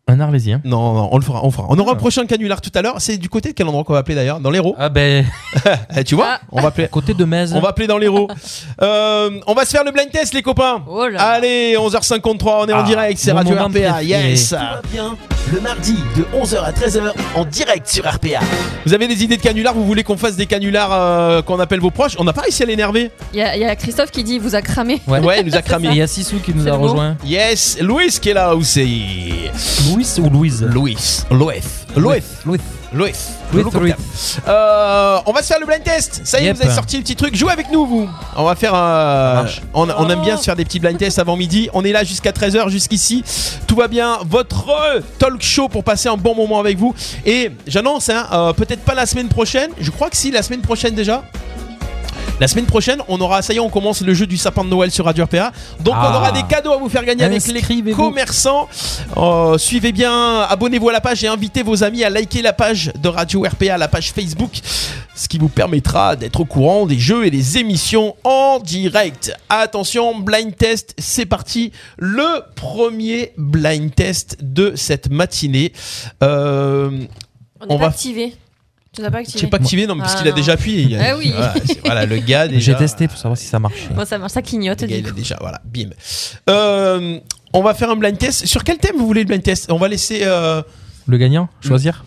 Speaker 4: Un Arlésien.
Speaker 3: non, non, on le fera, on fera. On aura un prochain canular tout à l'heure. C'est du côté de quel endroit qu'on va appeler d'ailleurs Dans l'Hérault.
Speaker 4: Ah, ben, Ah.
Speaker 3: Eh, tu vois On va appeler.
Speaker 4: côté de Mez.
Speaker 3: On va appeler dans l'Hérault. Euh, on va se faire le blind test, les copains.
Speaker 5: Oh là.
Speaker 3: Allez, 11h53, on est en
Speaker 4: Ah,
Speaker 3: direct, c'est
Speaker 4: mon
Speaker 3: Radio
Speaker 4: moment
Speaker 3: RPA,
Speaker 4: préféré.
Speaker 3: yes
Speaker 1: Tout va bien. Le mardi de 11h à 13h en direct sur RPA.
Speaker 3: Vous avez des idées de canulars, vous voulez qu'on fasse des canulars euh, qu'on appelle vos proches On n'a pas réussi à l'énerver.
Speaker 7: Il y, a- il y a Christophe qui dit il vous a cramé.
Speaker 4: Ouais.
Speaker 3: Ouais, il nous a
Speaker 4: Et il
Speaker 3: cramé.
Speaker 4: y a Sissou qui nous
Speaker 7: C'est
Speaker 4: a
Speaker 7: le mot.
Speaker 4: rejoint.
Speaker 3: Yes, Louis qui est là aussi.
Speaker 4: Louis ou Louise
Speaker 3: Louis, Louis, Louis,
Speaker 4: Louis.
Speaker 3: Louis,
Speaker 4: Louis,
Speaker 3: Louis.
Speaker 4: Louis.
Speaker 3: Euh, on va se faire le blind test. Ça y est,
Speaker 4: Yep.
Speaker 3: vous avez sorti le petit truc. Jouez avec nous, vous. On va faire. euh,
Speaker 4: marche.
Speaker 3: on, on aime bien
Speaker 5: Oh.
Speaker 3: se faire des petits blind tests avant midi. On est là jusqu'à 13h, jusqu'ici. Tout va bien. Votre euh, talk show pour passer un bon moment avec vous. Et j'annonce, hein, euh, peut-être pas la semaine prochaine. Je crois que si, la semaine prochaine déjà. La semaine prochaine, on aura, ça y est, on commence le jeu du sapin de Noël sur Radio RPA. Donc, on
Speaker 4: Ah.
Speaker 3: aura des cadeaux à vous faire gagner avec les
Speaker 4: Inscrivez-vous.
Speaker 3: commerçants. Euh, suivez bien, abonnez-vous à la page et invitez vos amis à liker la page de Radio RPA, la page Facebook, ce qui vous permettra d'être au courant des jeux et des émissions en direct. Attention, blind test, c'est parti. Le premier blind test de cette matinée. Euh,
Speaker 5: On n'est
Speaker 3: on
Speaker 5: pas
Speaker 3: va-
Speaker 5: activé. Tu n'as pas
Speaker 3: je
Speaker 5: activé.
Speaker 3: sais pas activé, non, mais parce
Speaker 5: Ah,
Speaker 3: qu'il a
Speaker 5: non.
Speaker 3: déjà appuyé. il y a-
Speaker 5: Ah oui.
Speaker 3: Voilà, c'est- voilà, le gars déjà.
Speaker 4: J'ai testé pour savoir si ça marche.
Speaker 5: Bon, ça marche, ça clignote
Speaker 3: Le gars,
Speaker 5: du
Speaker 3: il est
Speaker 5: coup.
Speaker 3: déjà, voilà, bim. Euh, on va faire un blind test. Sur quel thème vous voulez le blind test On va laisser, euh,
Speaker 4: Le gagnant Choisir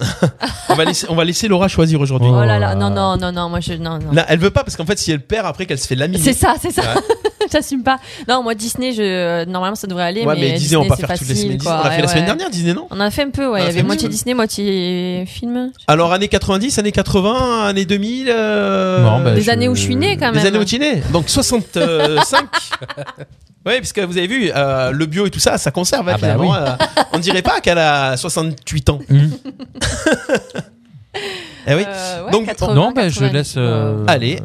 Speaker 3: on va laisser, on va laisser Laura choisir aujourd'hui.
Speaker 4: Oh.
Speaker 5: Oh là là, non, non, non, non, moi je. Non, non.
Speaker 3: Non, elle veut pas parce qu'en fait, si elle perd, après qu'elle se fait laminer.
Speaker 5: C'est ça, c'est ça. J'assume pas. Non, moi Disney, je... euh, normalement ça devrait aller.
Speaker 3: Ouais, mais,
Speaker 5: mais,
Speaker 3: Disney, on va pas
Speaker 5: c'est
Speaker 3: faire toutes les
Speaker 5: facile,
Speaker 3: semaines. Disney.
Speaker 5: quoi.
Speaker 3: On l'a fait
Speaker 5: Ouais,
Speaker 3: la semaine
Speaker 5: ouais.
Speaker 3: dernière, Disney, non
Speaker 5: On a fait un peu, ouais.
Speaker 3: On a
Speaker 5: Il y
Speaker 3: fait
Speaker 5: avait
Speaker 3: un
Speaker 5: moitié
Speaker 3: peu.
Speaker 5: Disney, moitié film.
Speaker 3: Alors, années 90, années 80, années 2000. euh,
Speaker 4: Non, bah,
Speaker 5: Des
Speaker 4: je-
Speaker 5: années où je suis né quand
Speaker 3: les
Speaker 5: même.
Speaker 3: années au Disney. Donc 65. Oui, parce que vous avez vu, euh, le bio et tout ça, ça conserve. hein,
Speaker 4: Ah bah
Speaker 3: finalement,
Speaker 4: oui.
Speaker 3: euh, on dirait pas qu'elle a 68 ans.
Speaker 4: Hum.
Speaker 3: Eh oui.
Speaker 5: Euh, ouais,
Speaker 3: Donc,
Speaker 5: 80,
Speaker 4: Non, bah, je
Speaker 5: 90,
Speaker 4: laisse.
Speaker 5: quoi.
Speaker 4: euh,
Speaker 3: Allez.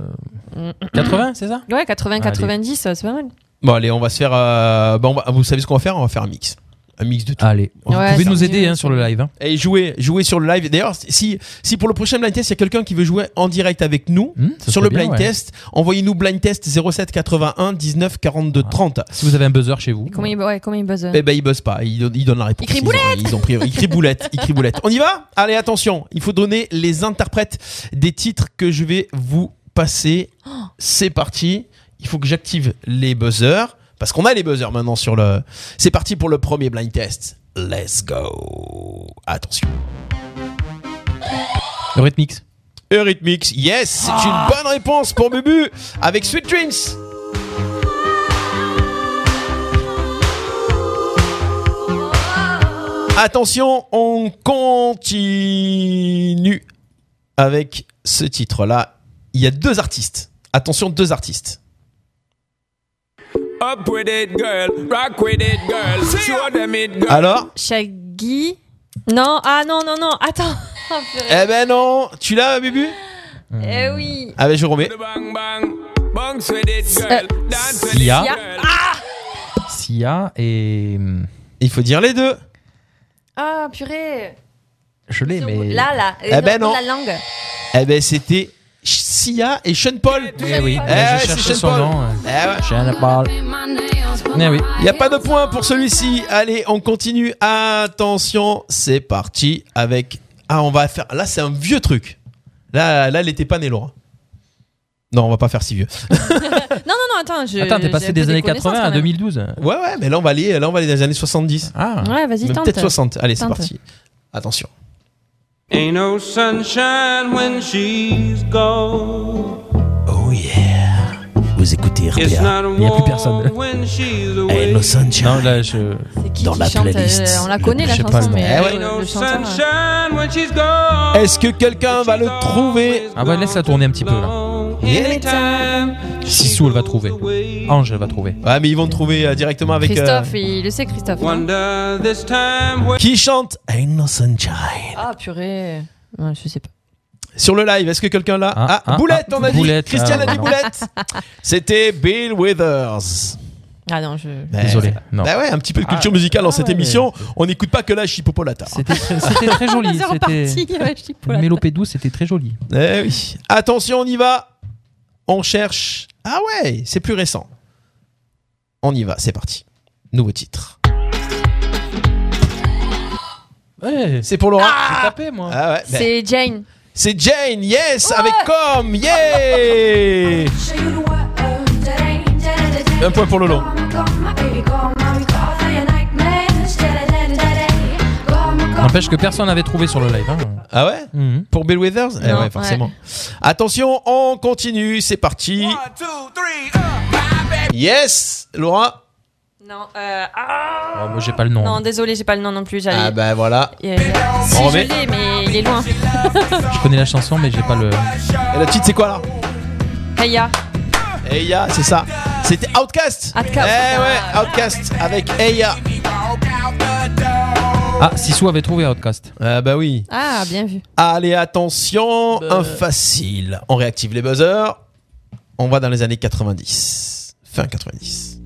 Speaker 4: euh, 80, c'est ça
Speaker 5: Ouais, 80,
Speaker 4: Allez.
Speaker 5: 90, c'est pas mal.
Speaker 3: euh, Bon allez, on va se faire. euh, bon, on va- vous savez ce qu'on va faire On va faire un mix. Un mix de tout.
Speaker 4: Allez, vous
Speaker 3: Ouais,
Speaker 4: pouvez
Speaker 3: ça
Speaker 4: nous
Speaker 3: me
Speaker 4: aider hein, sur le live. hein.
Speaker 3: Et jouer, jouer sur le live. D'ailleurs, si, si pour le prochain blind test, il y a quelqu'un qui veut jouer en direct avec nous
Speaker 4: Hmm, ça
Speaker 3: sur
Speaker 4: serait
Speaker 3: le
Speaker 4: bien,
Speaker 3: blind
Speaker 4: ouais.
Speaker 3: test, envoyez-nous blind test 07 81 19 42 30.
Speaker 4: Si vous avez un buzzer chez vous.
Speaker 5: Comment il, ouais, comment il buzz euh
Speaker 3: Eh ben, ils buzzent pas, ils donnent, ils donnent la réponse.
Speaker 5: Ils crient
Speaker 3: ont- ils ont pris- ils crient boulette, ils crient boulette. On y va Allez, attention, il faut donner les interprètes des titres que je vais vous passer. C'est parti. Il faut que j'active les buzzers, parce qu'on a les buzzers maintenant sur le... C'est parti pour le premier blind test. Let's go Attention.
Speaker 4: Eurythmics.
Speaker 3: Eurythmics, yes, c'est
Speaker 5: Ah.
Speaker 3: une bonne réponse pour Bubu avec Sweet Dreams. Attention, on continue avec ce titre-là. Il y a deux artistes. Attention, deux artistes.
Speaker 9: Up with it, girl. Rock with it, girl. Show them it, girl.
Speaker 3: Alors
Speaker 5: Shaggy Non, ah non, non, non, attends. Oh, purée.
Speaker 3: Eh ben non, tu l'as, Bubu
Speaker 5: Eh oui. Euh,
Speaker 3: Ah ben je remets.
Speaker 9: Bounce with it, girl. Dance with
Speaker 4: Sia.
Speaker 9: it, girl.
Speaker 4: Sia et.
Speaker 3: Mm.
Speaker 4: mm,
Speaker 3: Il faut dire les deux.
Speaker 5: Ah, purée.
Speaker 4: Je l'ai, mais.
Speaker 5: Là, là.
Speaker 3: Eh ben non.
Speaker 5: La langue.
Speaker 3: Eh ben c'était Sia et Sean Paul.
Speaker 4: Eh oui,
Speaker 3: Eh,
Speaker 4: mais je
Speaker 3: c'est
Speaker 4: cherchais
Speaker 3: Sean
Speaker 4: son
Speaker 3: Paul.
Speaker 4: nom. euh.
Speaker 3: Eh ouais.
Speaker 4: Sean Paul. Eh oui.
Speaker 3: Il n'y a pas de point pour celui-ci. Allez, on continue. Attention, c'est parti avec. Ah, on va faire. Là, c'est un vieux truc. Là, là, elle était pas née, Laura. Non, on va pas faire si vieux.
Speaker 5: Non, non, non, attends. Je,
Speaker 4: Attends, t'es
Speaker 5: j'ai
Speaker 4: passé
Speaker 5: un peu
Speaker 4: des années
Speaker 5: connaissances
Speaker 4: 80
Speaker 5: quand
Speaker 4: à
Speaker 5: même.
Speaker 4: 2012.
Speaker 3: Ouais, ouais, mais là, on va aller, là, on va aller dans les années 70.
Speaker 4: Ah.
Speaker 5: Ouais, vas-y,
Speaker 3: Même
Speaker 5: tente.
Speaker 3: Peut-être 60. Allez, c'est
Speaker 5: Tente.
Speaker 3: parti. Attention.
Speaker 9: Ain't no sunshine when she's gone.
Speaker 1: Oh yeah. Vous écoutez
Speaker 9: It's
Speaker 1: RPA.
Speaker 9: not
Speaker 4: Il y a plus personne.
Speaker 9: warm when she's
Speaker 3: Eh,
Speaker 1: Et
Speaker 9: away.
Speaker 1: no sunshine.
Speaker 4: Non, là, je.
Speaker 5: C'est qui
Speaker 1: Dans
Speaker 5: qui
Speaker 1: la
Speaker 5: chante,
Speaker 1: playlist.
Speaker 5: euh, On la
Speaker 1: Le-
Speaker 5: connaît,
Speaker 4: je
Speaker 5: la
Speaker 4: sais pas
Speaker 5: chanson,
Speaker 4: le nom.
Speaker 5: mais
Speaker 3: Eh
Speaker 5: euh,
Speaker 3: ouais.
Speaker 9: Ain't no
Speaker 5: le chanteur. euh,
Speaker 9: sunshine when she's gone.
Speaker 3: Est-ce que quelqu'un va le trouver
Speaker 4: Ah bah, laisse-la tourner un petit peu, là. Sissou, elle va trouver. Ange, elle va trouver.
Speaker 3: Ouais, mais ils vont le trouver euh, directement avec. euh,
Speaker 5: Christophe, il le sait, Christophe. non
Speaker 9: Wonder this time when
Speaker 3: Qui chante
Speaker 1: Ain't no sunshine.
Speaker 5: Ah, purée. Ouais, je sais pas.
Speaker 3: sur le live Est-ce que quelqu'un l'a
Speaker 4: Ah,
Speaker 3: Ah,
Speaker 4: ah,
Speaker 3: Boulette, euh,
Speaker 4: ah,
Speaker 3: on a dit.
Speaker 4: Boulette,
Speaker 3: Christian
Speaker 4: ah,
Speaker 3: a dit
Speaker 4: non.
Speaker 3: Boulette. C'était Bill Withers.
Speaker 5: Ah non, je.
Speaker 3: Ben,
Speaker 4: Désolé.
Speaker 3: ça-
Speaker 4: Non.
Speaker 3: Bah ouais, un petit peu de culture
Speaker 4: Ah.
Speaker 3: musicale dans
Speaker 4: Ah
Speaker 3: cette
Speaker 4: ouais.
Speaker 3: émission. On n'écoute pas que la chipopolata.
Speaker 4: C'était très, c'était très joli.
Speaker 5: C'est
Speaker 4: C'était.
Speaker 5: reparti. ouais, je dis pour la-
Speaker 4: Mélopédou, c'était très joli.
Speaker 3: Eh oui. Attention, on y va. On cherche. Ah ouais, c'est plus récent. On y va, c'est parti. Nouveau titre.
Speaker 4: Ouais,
Speaker 3: C'est pour Laura.
Speaker 4: j'ai tapé, moi.
Speaker 3: Ah ouais, ben,
Speaker 5: C'est Jane.
Speaker 3: c'est Jane, yes, avec Com, yeah Un point pour Lolo.
Speaker 4: N'empêche que personne n'avait trouvé sur le live. hein.
Speaker 3: Ah ouais
Speaker 4: Mhm.
Speaker 3: Pour Bill Withers Eh
Speaker 5: Non,
Speaker 3: ouais, forcément. Attention, on continue, c'est parti.
Speaker 9: one, two, three, uh, my baby.
Speaker 3: Yes, Laura.
Speaker 5: Non, euh. Ah
Speaker 4: Oh, moi, j'ai pas le nom.
Speaker 5: Non, désolé, j'ai pas le nom non plus. J'allais.
Speaker 3: Ah ben voilà.
Speaker 5: Euh, si,
Speaker 3: On
Speaker 5: je
Speaker 3: remet.
Speaker 5: l'ai, mais il est loin.
Speaker 4: Je connais la chanson, mais j'ai pas le.
Speaker 3: Et le titre, c'est quoi là
Speaker 5: Kaya.
Speaker 3: Eya, c'est ça. C'était Outcast.
Speaker 5: Outcast.
Speaker 3: Eh ouais, Outcast avec Eya.
Speaker 4: Ah, Sissou avait trouvé Outcast.
Speaker 3: Ah bah oui.
Speaker 5: Ah, bien vu.
Speaker 3: Allez, attention,
Speaker 4: Bah.
Speaker 3: un facile. On réactive les buzzers. On va dans les années 90. Fin 90.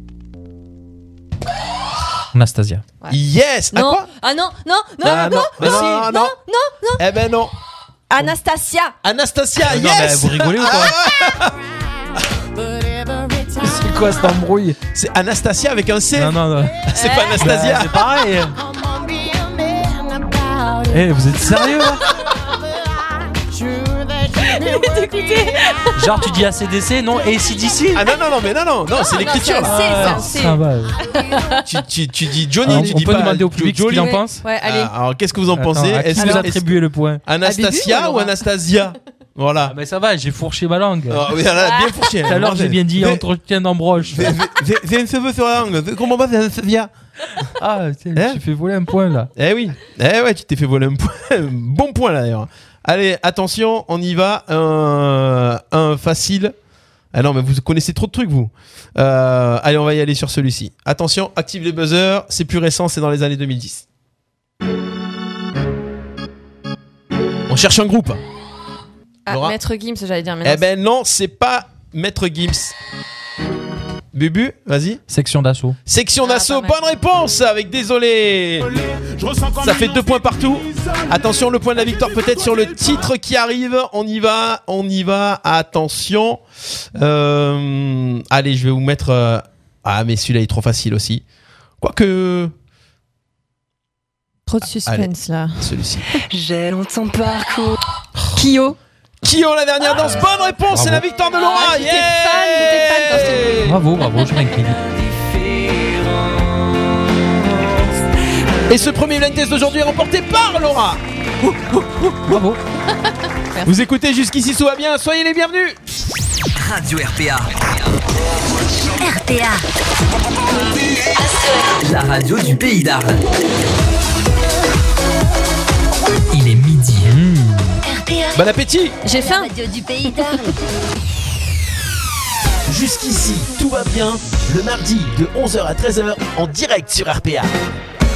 Speaker 4: Anastasia.
Speaker 5: Ouais.
Speaker 3: Yes Ah,
Speaker 5: Non.
Speaker 3: quoi
Speaker 5: Ah non, non, non,
Speaker 3: Ah,
Speaker 5: non,
Speaker 3: non, non, non, non. Eh ben non.
Speaker 5: Anastasia.
Speaker 3: Anastasia,
Speaker 4: Non, mais
Speaker 3: yes
Speaker 4: vous rigolez ou quoi
Speaker 3: C'est quoi cette embrouille C'est Anastasia avec un C.
Speaker 4: Non, non, non.
Speaker 3: C'est pas Anastasia.
Speaker 4: C'est pareil. Eh, vous êtes sérieux là Genre, tu dis ACDC, non ACDC
Speaker 3: Ah non, non, non, mais non, non, non, c'est l'écriture
Speaker 5: c'est
Speaker 3: là.
Speaker 5: un C, c'est un C.
Speaker 3: Tu, tu- tu dis Johnny,
Speaker 4: Alors,
Speaker 3: tu
Speaker 4: on
Speaker 3: dis
Speaker 4: peut
Speaker 3: pas
Speaker 4: demander au public ce
Speaker 3: Jolie.
Speaker 4: qu'il en pense
Speaker 5: Ouais, allez.
Speaker 3: Ah, alors qu'est-ce que vous en pensez
Speaker 4: Attends, à qui
Speaker 3: Est-ce
Speaker 4: vous
Speaker 3: que- est-ce-
Speaker 4: attribuez le point
Speaker 5: À Bibi
Speaker 3: Anastasia
Speaker 5: ou
Speaker 3: ou
Speaker 5: à
Speaker 3: Anastasia Voilà.
Speaker 4: Mais ça va, j'ai fourché ma langue.
Speaker 3: Ah, oui, elle a bien fourché.
Speaker 4: Tout à l'heure, j'ai bien dit
Speaker 3: Mais-
Speaker 4: entretien d'embroche.
Speaker 3: J'ai- j'ai- J'ai un cheveu sur la langue. Comment va, Anastasia
Speaker 4: Ah, tu
Speaker 3: Hein
Speaker 4: j'ai fait voler un point là.
Speaker 3: Eh oui. Eh ouais, tu t'es fait voler un point. Un Bon point là d'ailleurs. Allez, attention, on y va. Un, un facile. Ah non, mais vous connaissez trop de trucs, vous. Euh, allez, on va y aller sur celui-ci. Attention, active les buzzers. C'est plus récent, c'est dans les années 2010. On cherche un groupe.
Speaker 5: Ah,
Speaker 3: Laura.
Speaker 5: Maître Gims, j'allais dire. Mais
Speaker 3: Eh
Speaker 5: non,
Speaker 3: ben non, c'est pas Maître Gims. Bubu, vas-y.
Speaker 4: Section d'assaut.
Speaker 3: Section d'assaut, bonne réponse avec désolé. Ça fait deux points partout. Attention, le point de la victoire peut-être sur le titre qui arrive. On y va, on y va. Attention. Euh, allez, je vais vous mettre. euh, Ah, mais celui-là est trop facile aussi. Quoique.
Speaker 5: Trop de suspense là.
Speaker 3: Celui-ci.
Speaker 5: J'ai longtemps parcours. Kyo.
Speaker 3: Kyo, la dernière danse. Bonne réponse, c'est la victoire de Laura.
Speaker 5: Ah, j'étais fan,
Speaker 4: Bravo, bravo, je m'incline.
Speaker 3: Et ce premier blind test d'aujourd'hui est remporté par Laura. Bravo. Vous écoutez jusqu'ici, tout va bien. Soyez les bienvenus.
Speaker 14: Radio RPA.
Speaker 6: RPA.
Speaker 14: La radio du pays d'Arles. Il est midi.
Speaker 6: RPA.
Speaker 3: Bon appétit.
Speaker 5: J'ai faim.
Speaker 6: Radio du pays d'Arles.
Speaker 1: Jusqu'ici, tout va bien. Le mardi de 11h à 13h en direct sur RPA.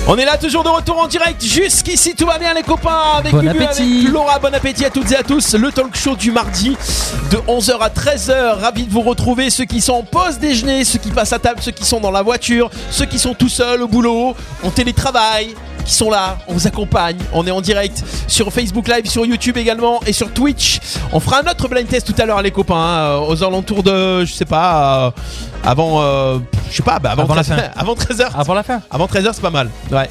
Speaker 3: On est là toujours de retour en direct. Jusqu'ici, tout va bien, les copains. Avec
Speaker 1: Bon
Speaker 3: Bubu,
Speaker 1: appétit.
Speaker 3: avec Laura, bon appétit à toutes et à tous. Le talk show du mardi de 11h à 13h. Ravi de vous retrouver. Ceux qui sont en pause déjeuner, ceux qui passent à table, ceux qui sont dans la voiture, ceux qui sont tout seuls au boulot, en télétravail, qui sont là. On vous accompagne. On est en direct sur Facebook Live, sur YouTube également et sur Twitch. On fera un autre blind test tout à l'heure, les copains, hein, aux alentours de, je sais pas, euh, avant, euh, je sais pas, bah, avant,
Speaker 4: Avant la
Speaker 3: 13
Speaker 4: fin.
Speaker 3: avant 13h.
Speaker 4: Avant la fin.
Speaker 3: Avant 13h, c'est pas mal. Ouais.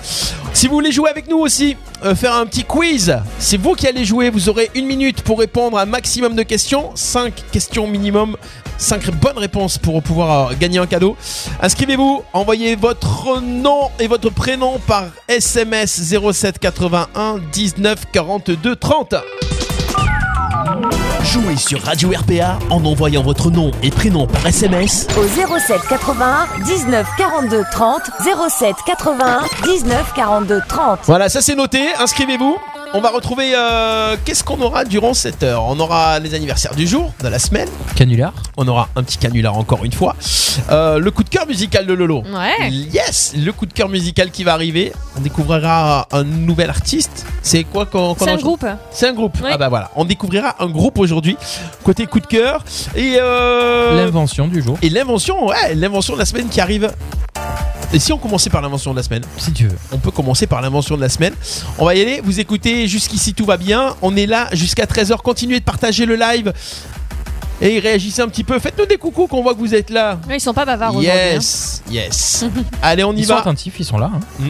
Speaker 3: Si vous voulez jouer avec nous aussi, euh, faire un petit quiz, c'est vous qui allez jouer. Vous aurez une minute pour répondre à un maximum de questions. 5 questions minimum. 5 bonnes réponses pour pouvoir euh, gagner un cadeau. Inscrivez-vous, envoyez votre nom et votre prénom par SMS 07 81 19 42 30.
Speaker 1: Jouez sur Radio RPA en envoyant votre nom et prénom par SMS
Speaker 6: Au 07 81 19 42 30 07 81 19 42 30.
Speaker 3: Voilà, ça c'est noté. Inscrivez-vous. On va retrouver euh, qu'est-ce qu'on aura durant cette heure. On aura les anniversaires du jour, de la semaine.
Speaker 4: Canular.
Speaker 3: On aura un petit canular encore une fois. Euh, le coup de cœur musical de Lolo.
Speaker 5: Ouais.
Speaker 3: Yes, le coup de cœur musical qui va arriver. On découvrira un nouvel artiste. C'est quoi qu'on qu'on
Speaker 5: C'est un
Speaker 3: en-
Speaker 5: groupe.
Speaker 3: C'est un groupe.
Speaker 5: Ouais.
Speaker 3: Ah bah voilà, on découvrira un groupe aujourd'hui. Côté coup de cœur et euh,
Speaker 4: L'invention du jour.
Speaker 3: et l'invention, ouais, l'invention de la semaine qui arrive. Et si on commençait par l'invention de la semaine
Speaker 4: Si tu veux.
Speaker 3: on peut commencer par l'invention de la semaine. On va y aller, vous écoutez, jusqu'ici tout va bien. On est là jusqu'à 13h. Continuez de partager le live et réagissez un petit peu. Faites-nous des coucous qu'on voit que vous êtes là.
Speaker 5: Ouais, Ils sont pas bavards aujourd'hui. hein.
Speaker 3: Yes, yes. Allez, on y
Speaker 4: Ils sont
Speaker 3: va. Mm.
Speaker 4: attentifs, ils sont là. hein.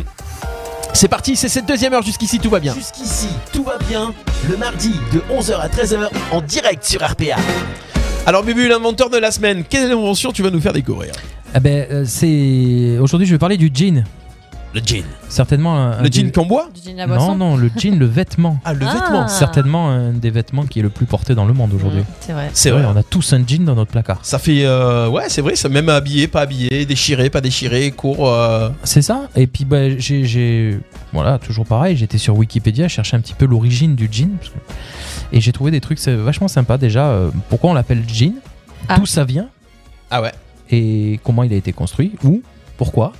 Speaker 3: C'est parti, c'est cette deuxième heure. Jusqu'ici tout va bien.
Speaker 1: Jusqu'ici, tout va bien. Le mardi de 11h à 13h en direct sur RPA.
Speaker 3: Alors, Bubu, l'inventeur de la semaine, quelle invention tu vas nous faire découvrir
Speaker 4: Ah ben, euh, c'est. Aujourd'hui, je vais parler du jean.
Speaker 1: Le jean.
Speaker 4: Certainement un. un
Speaker 3: Le
Speaker 4: des-
Speaker 3: jean qu'on boit
Speaker 5: Du gin de la
Speaker 4: Non,
Speaker 5: boisson.
Speaker 4: non, le jean, le vêtement.
Speaker 3: Ah, le
Speaker 5: Ah.
Speaker 3: vêtement.
Speaker 4: Certainement un des vêtements qui est le plus porté dans le monde aujourd'hui.
Speaker 5: Mmh, C'est vrai.
Speaker 3: C'est
Speaker 4: Ouais,
Speaker 3: vrai.
Speaker 4: on a tous un jean dans notre placard.
Speaker 3: Ça fait. euh, ouais, c'est vrai, ça même habillé, pas habillé, déchiré, pas déchiré, court. euh,
Speaker 4: C'est ça. Et puis bah, j'ai, j'ai- voilà toujours pareil. J'étais sur Wikipédia, chercher un petit peu l'origine du jean parce que- et j'ai trouvé des trucs c'est vachement sympa déjà. euh, pourquoi on l'appelle jean
Speaker 5: Ah.
Speaker 4: D'où ça vient
Speaker 3: Ah ouais.
Speaker 4: Et comment il a été construit Où Pourquoi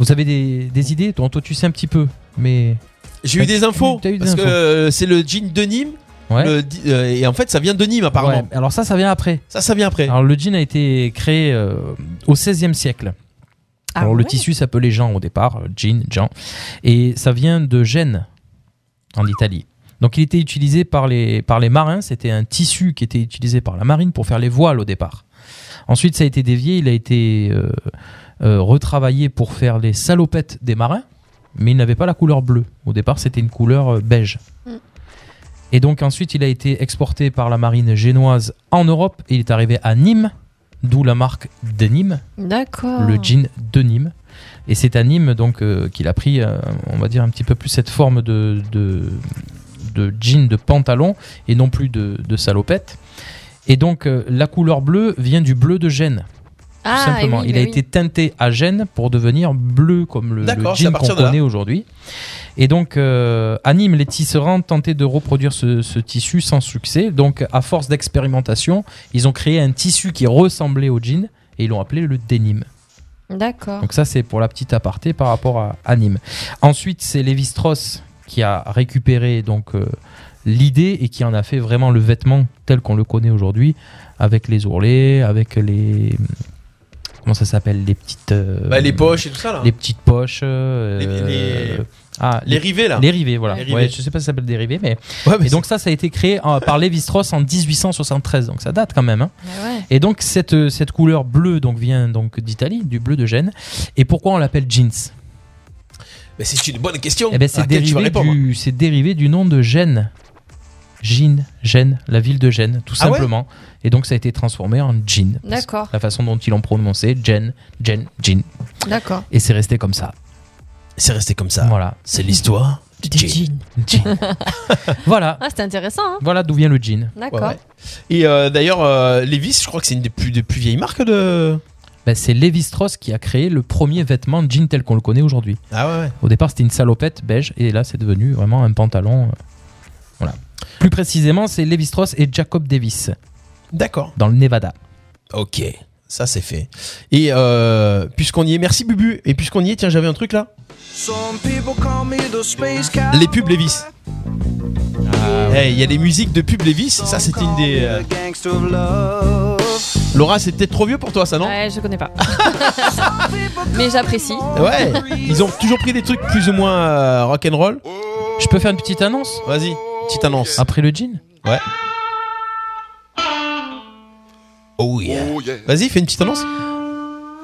Speaker 4: Vous avez des, des idées toi, toi, tu sais un petit peu, mais
Speaker 3: J'ai eu
Speaker 4: T'as-
Speaker 3: des infos.
Speaker 4: t'as eu des
Speaker 3: parce
Speaker 4: infos.
Speaker 3: que euh, c'est le jean de Nîmes.
Speaker 4: ouais.
Speaker 3: Le di- euh, et en fait, ça vient de Nîmes, apparemment.
Speaker 4: Ouais. bah. Alors ça, ça vient après.
Speaker 3: Ça, ça vient après.
Speaker 4: Alors le jean a été créé euh, au XVIe siècle.
Speaker 5: Ah
Speaker 4: Alors le
Speaker 5: ouais.
Speaker 4: tissu s'appelait Jean au départ, euh, jean, Jean, et ça vient de Gênes, en Italie. Donc il était utilisé par les, par les marins, c'était un tissu qui était utilisé par la marine pour faire les voiles au départ. Ensuite ça a été dévié, il a été euh, euh, retravaillé pour faire les salopettes des marins, mais il n'avait pas la couleur bleue. Au départ c'était une couleur euh, beige.
Speaker 5: Mm.
Speaker 4: Et donc ensuite il a été exporté par la marine génoise en Europe et il est arrivé à Nîmes, d'où la marque de Nîmes
Speaker 5: D'accord.
Speaker 4: le jean de Nîmes. Et c'est à Nîmes donc euh, qu'il a pris, euh, on va dire un petit peu plus cette forme de, de, de jean de pantalon et non plus de, de salopette. Et donc euh, la couleur bleue vient du bleu de Gênes, tout
Speaker 5: Ah,
Speaker 4: simplement.
Speaker 5: oui,
Speaker 4: Il
Speaker 5: bah
Speaker 4: a
Speaker 5: oui.
Speaker 4: été teinté à Gênes pour devenir bleu comme le, le
Speaker 3: D'accord, c'est à
Speaker 4: jean
Speaker 3: partir
Speaker 4: qu'on
Speaker 3: de là.
Speaker 4: connaît aujourd'hui. Et donc euh, à Nîmes, les tisserands tentaient de reproduire ce, ce tissu sans succès. Donc à force d'expérimentation, ils ont créé un tissu qui ressemblait au jean et ils l'ont appelé le dénime.
Speaker 5: D'accord.
Speaker 4: Donc ça, c'est pour la petite aparté par rapport à, à Nîmes. Ensuite, c'est Lévi-Strauss qui a récupéré donc euh, l'idée et qui en a fait vraiment le vêtement tel qu'on le connaît aujourd'hui, avec les ourlets, avec les Comment ça s'appelle Les petites. euh,
Speaker 3: Bah, les poches et tout ça, là.
Speaker 4: Les petites poches. euh,
Speaker 3: Les- les-
Speaker 4: ah,
Speaker 3: les rivets, là.
Speaker 4: Les rivets, voilà.
Speaker 3: Les rivets.
Speaker 4: Ouais, je sais pas si ça s'appelle des rivets, mais. et donc, ça, ça a été créé euh, par Lévi-Strauss en 1873. Donc, ça date quand même. hein.
Speaker 7: Ah ouais.
Speaker 4: Et donc, cette, euh, cette couleur bleue donc, vient donc d'Italie, du bleu de Gênes. Et pourquoi on l'appelle jeans
Speaker 3: Mais c'est une bonne question.
Speaker 4: Eh ben, c'est
Speaker 3: à laquelle Oh, ah, tu vas
Speaker 4: dérivé,
Speaker 3: répondre.
Speaker 4: du- c'est dérivé du nom de Gênes. Gênes, Gênes, la ville de Gênes, tout
Speaker 3: Ah ouais
Speaker 4: simplement. et donc ça a été transformé en jean.
Speaker 7: D'accord.
Speaker 4: La façon dont ils l'ont prononcé, Gênes, Gênes, jean.
Speaker 7: D'accord.
Speaker 4: Et c'est resté comme ça.
Speaker 3: C'est resté comme ça.
Speaker 4: Voilà.
Speaker 3: C'est l'histoire du jean.
Speaker 4: voilà.
Speaker 7: Ah, c'était intéressant. hein.
Speaker 4: Voilà d'où vient le jean.
Speaker 7: D'accord.
Speaker 3: Et euh, d'ailleurs, euh, Levi's, je crois que c'est une des plus, des plus vieilles marques de.
Speaker 4: Ben, c'est Lévi-Strauss qui a créé le premier vêtement jean tel qu'on le connaît aujourd'hui.
Speaker 3: Ah ouais, ouais.
Speaker 4: Au départ, c'était une salopette beige et là, c'est devenu vraiment un pantalon. euh, Voilà. Plus précisément, c'est Lévi-Strauss et Jacob Davis.
Speaker 3: D'accord.
Speaker 4: Dans le Nevada.
Speaker 3: Ok, ça c'est fait. Et euh, puisqu'on y est, merci Bubu. Et puisqu'on y est, tiens, j'avais un truc là. Les pubs Levi's.
Speaker 4: Ah,
Speaker 3: Eh, Il y a des musiques de pubs Levi's. Ça, c'était une des. euh, Laura, c'est peut-être trop vieux pour toi, ça, non
Speaker 7: Ouais, je connais pas. Mais j'apprécie.
Speaker 3: Ouais. Ils ont toujours pris des trucs plus ou moins euh, rock'n'roll.
Speaker 4: Je peux faire une petite annonce
Speaker 3: Vas-y, petite annonce.
Speaker 4: Après le jean
Speaker 3: Ouais. Oh yeah. Vas-y, fais une petite annonce.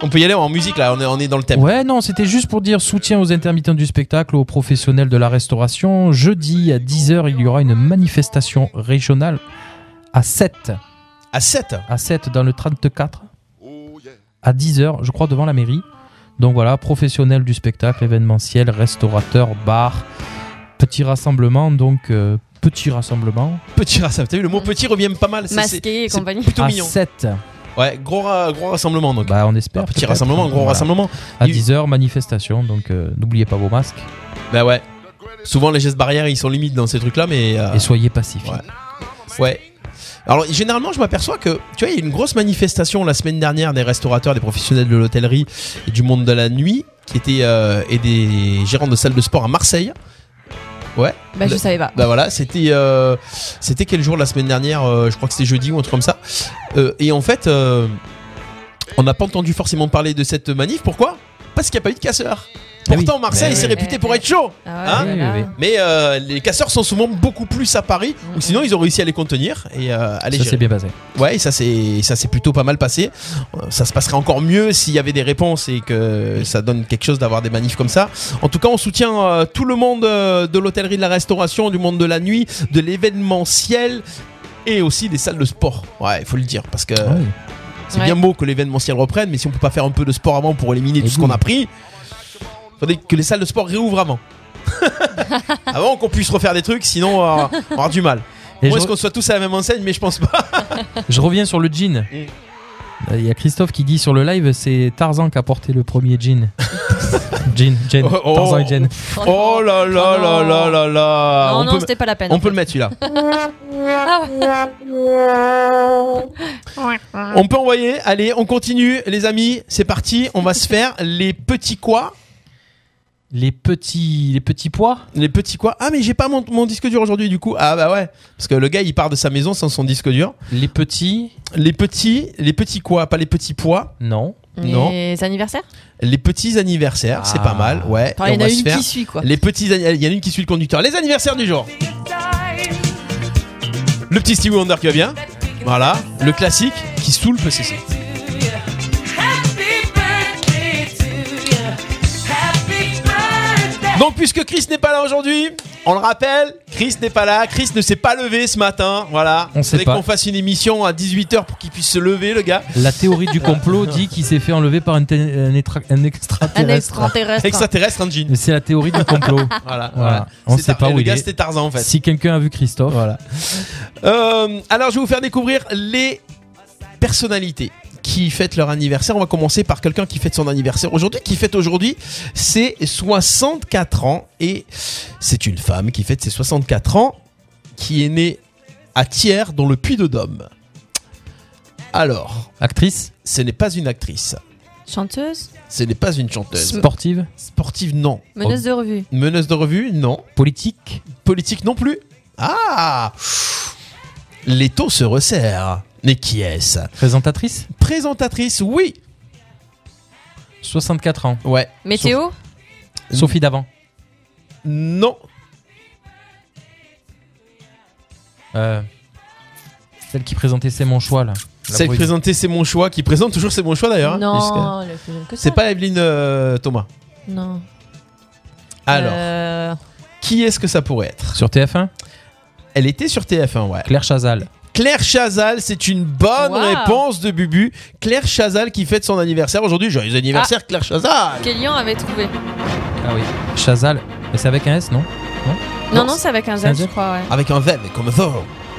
Speaker 3: On peut y aller en musique là, on est, on est dans le thème.
Speaker 4: Ouais, non, c'était juste pour dire soutien aux intermittents du spectacle, aux professionnels de la restauration. Jeudi à 10h, il y aura une manifestation régionale à 7.
Speaker 3: À 7
Speaker 4: À 7 dans le 34. À 10h, je crois, devant la mairie. Donc voilà, professionnels du spectacle, événementiel, restaurateur, bar. Petit rassemblement, donc euh, petit rassemblement.
Speaker 3: Petit rassemblement, t'as vu le mot petit revient pas mal. c'est- c'est-
Speaker 7: Masqué et
Speaker 3: c'est
Speaker 7: compagnie.
Speaker 3: Plutôt
Speaker 4: à
Speaker 3: mignon.
Speaker 4: 7.
Speaker 3: Ouais, gros, ra- gros rassemblement donc.
Speaker 4: Bah, on espère.
Speaker 3: Un petit
Speaker 4: peut-être.
Speaker 3: rassemblement, un gros
Speaker 4: Voilà.
Speaker 3: rassemblement.
Speaker 4: À
Speaker 3: Il-
Speaker 4: 10h, manifestation, donc euh, n'oubliez pas vos masques
Speaker 3: Bah ouais. Souvent les gestes barrières ils sont limites dans ces trucs là, mais. euh,
Speaker 4: et soyez pacifiques.
Speaker 3: Ouais. Alors généralement je m'aperçois que tu vois il y a eu une grosse manifestation la semaine dernière des restaurateurs, des professionnels de l'hôtellerie et du monde de la nuit qui étaient euh, et des gérants de salles de sport à Marseille. Ouais.
Speaker 7: Bah, je
Speaker 3: Le-
Speaker 7: savais pas.
Speaker 3: Bah voilà, c'était euh, c'était quel jour la semaine dernière euh, Je crois que c'était jeudi ou un truc comme ça. Euh, et en fait, euh, on n'a pas entendu forcément parler de cette manif. Pourquoi Parce qu'il n'y a pas eu de casseurs. Pourtant, Marseille,
Speaker 4: Bah oui.
Speaker 3: c'est réputé
Speaker 5: Eh,
Speaker 3: pour être chaud.
Speaker 7: Ah ouais,
Speaker 3: hein
Speaker 4: Oui, oui, oui.
Speaker 3: mais euh, les casseurs sont souvent beaucoup plus à Paris,
Speaker 7: Mm,
Speaker 3: ou sinon ils ont réussi à les contenir et euh, à les
Speaker 4: Ça
Speaker 3: gérer.
Speaker 4: s'est bien passé.
Speaker 3: Ouais, et ça c'est ça s'est plutôt pas mal passé. Euh, Ça se passerait encore mieux s'il y avait des réponses et que ça donne quelque chose d'avoir des manifs comme ça. En tout cas, on soutient euh, tout le monde euh, de l'hôtellerie, de la restauration, du monde de la nuit, de l'événementiel et aussi des salles de sport. Ouais, il faut le dire parce que
Speaker 4: Ouais.
Speaker 3: c'est
Speaker 7: Ouais.
Speaker 3: bien beau que l'événementiel reprenne, mais si on peut pas faire un peu de sport avant pour éliminer tout ce qu'on a pris, faudrait que les salles de sport réouvrent avant. avant qu'on puisse refaire des trucs, sinon euh, on va avoir du mal.
Speaker 4: Et
Speaker 3: Moi,
Speaker 4: je-
Speaker 3: est-ce qu'on soit tous à la même enseigne, mais je pense pas.
Speaker 4: Je reviens sur le jean.
Speaker 3: Mm.
Speaker 4: Euh, Il y a Christophe qui dit sur le live, c'est Tarzan qui a porté le premier jean. jean, jean,
Speaker 3: Oh, oh.
Speaker 4: Tarzan et Jean.
Speaker 3: Oh là là là là là là
Speaker 7: non,
Speaker 3: on,
Speaker 7: non,
Speaker 3: peut,
Speaker 7: c'était pas la peine.
Speaker 3: on peut le mettre celui-là.
Speaker 7: Ah.
Speaker 3: On peut envoyer, allez, on continue les amis, c'est parti, on va se faire les petits quoi
Speaker 4: Les petits, les petits pois
Speaker 3: Les petits quoi Ah mais j'ai pas mon, mon disque dur aujourd'hui du coup. Ah bah ouais, parce que le gars il part de sa maison sans son disque dur.
Speaker 4: Les petits
Speaker 3: Les petits, les petits quoi Pas les petits pois,
Speaker 4: Non.
Speaker 3: Non.
Speaker 7: Les anniversaires
Speaker 3: les petits anniversaires, c'est
Speaker 4: Ah.
Speaker 3: pas mal, ouais.
Speaker 7: Enfin, il
Speaker 3: Et
Speaker 7: y
Speaker 3: on
Speaker 7: en
Speaker 3: va
Speaker 7: a
Speaker 3: se
Speaker 7: une
Speaker 3: faire
Speaker 7: qui suit, quoi.
Speaker 3: les petits anni- il y en a une qui suit le conducteur, les anniversaires du jour. Le petit Stevie Wonder qui va bien. Voilà, le classique qui saoule parce que c'est Donc puisque Chris n'est pas là aujourd'hui, on le rappelle, Chris n'est pas là, Chris ne s'est pas levé ce matin, voilà.
Speaker 4: On sait
Speaker 3: Faudrait
Speaker 4: pas.
Speaker 3: qu'on fasse une émission à 18h pour qu'il puisse se lever le gars.
Speaker 4: La théorie du complot dit qu'il s'est fait enlever par un, té- un étra- un
Speaker 7: Un
Speaker 4: extraterrestre.
Speaker 7: extraterrestre.
Speaker 3: Extraterrestre un jean.
Speaker 4: Mais C'est la théorie du complot.
Speaker 3: Voilà,
Speaker 4: Voilà.
Speaker 3: voilà.
Speaker 4: On
Speaker 3: C'est
Speaker 4: sait
Speaker 3: Tar-
Speaker 4: pas où
Speaker 3: le
Speaker 4: il
Speaker 3: gars
Speaker 4: est.
Speaker 3: c'était Tarzan en fait.
Speaker 4: Si quelqu'un a vu Christophe,
Speaker 3: Voilà. Euh, alors je vais vous faire découvrir les personnalités qui fêtent leur anniversaire. On va commencer par quelqu'un qui fête son anniversaire aujourd'hui. Qui fête aujourd'hui ses 64 ans. Et c'est une femme qui fête ses 64 ans, qui est née à Thiers, dans le Puy de Dôme. Alors,
Speaker 4: actrice,
Speaker 3: ce n'est pas une actrice.
Speaker 7: Chanteuse
Speaker 3: Ce n'est pas une chanteuse.
Speaker 4: sportive,
Speaker 3: Sportive, non.
Speaker 7: Meneuse de revue
Speaker 3: Meneuse de revue, non.
Speaker 4: politique,
Speaker 3: Politique non plus. Ah Les taux se resserrent. Mais qui est-ce
Speaker 4: présentatrice,
Speaker 3: Présentatrice, oui
Speaker 4: 64 ans.
Speaker 3: Ouais.
Speaker 5: Météo
Speaker 4: Sophie d'avant.
Speaker 3: Non.
Speaker 4: Euh, celle qui présentait C'est mon choix là. La
Speaker 3: Celle qui
Speaker 4: brune.
Speaker 3: présentait C'est mon choix, qui présente toujours C'est mon choix d'ailleurs. hein,
Speaker 5: Non,
Speaker 3: jusqu'à-
Speaker 5: Oh, elle est plus jeune que ça.
Speaker 3: C'est pas Evelyne euh, Thomas.
Speaker 5: Non.
Speaker 3: Alors,
Speaker 5: Euh,
Speaker 3: qui est-ce que ça pourrait être
Speaker 4: Sur TF1
Speaker 3: Elle était sur TF1, ouais.
Speaker 4: Claire Chazal.
Speaker 3: Claire Chazal, c'est une bonne
Speaker 5: Wow.
Speaker 3: réponse de Bubu. Claire Chazal qui fête son anniversaire aujourd'hui.
Speaker 5: Ah.
Speaker 3: Joyeux anniversaire, Claire Chazal
Speaker 5: Kélian avait trouvé.
Speaker 4: Ah oui. Chazal. Mais c'est avec un S, non
Speaker 5: Non, non, c'est avec un Z,
Speaker 4: Un Z
Speaker 5: je crois, ouais.
Speaker 3: Avec un V, mais comme ça.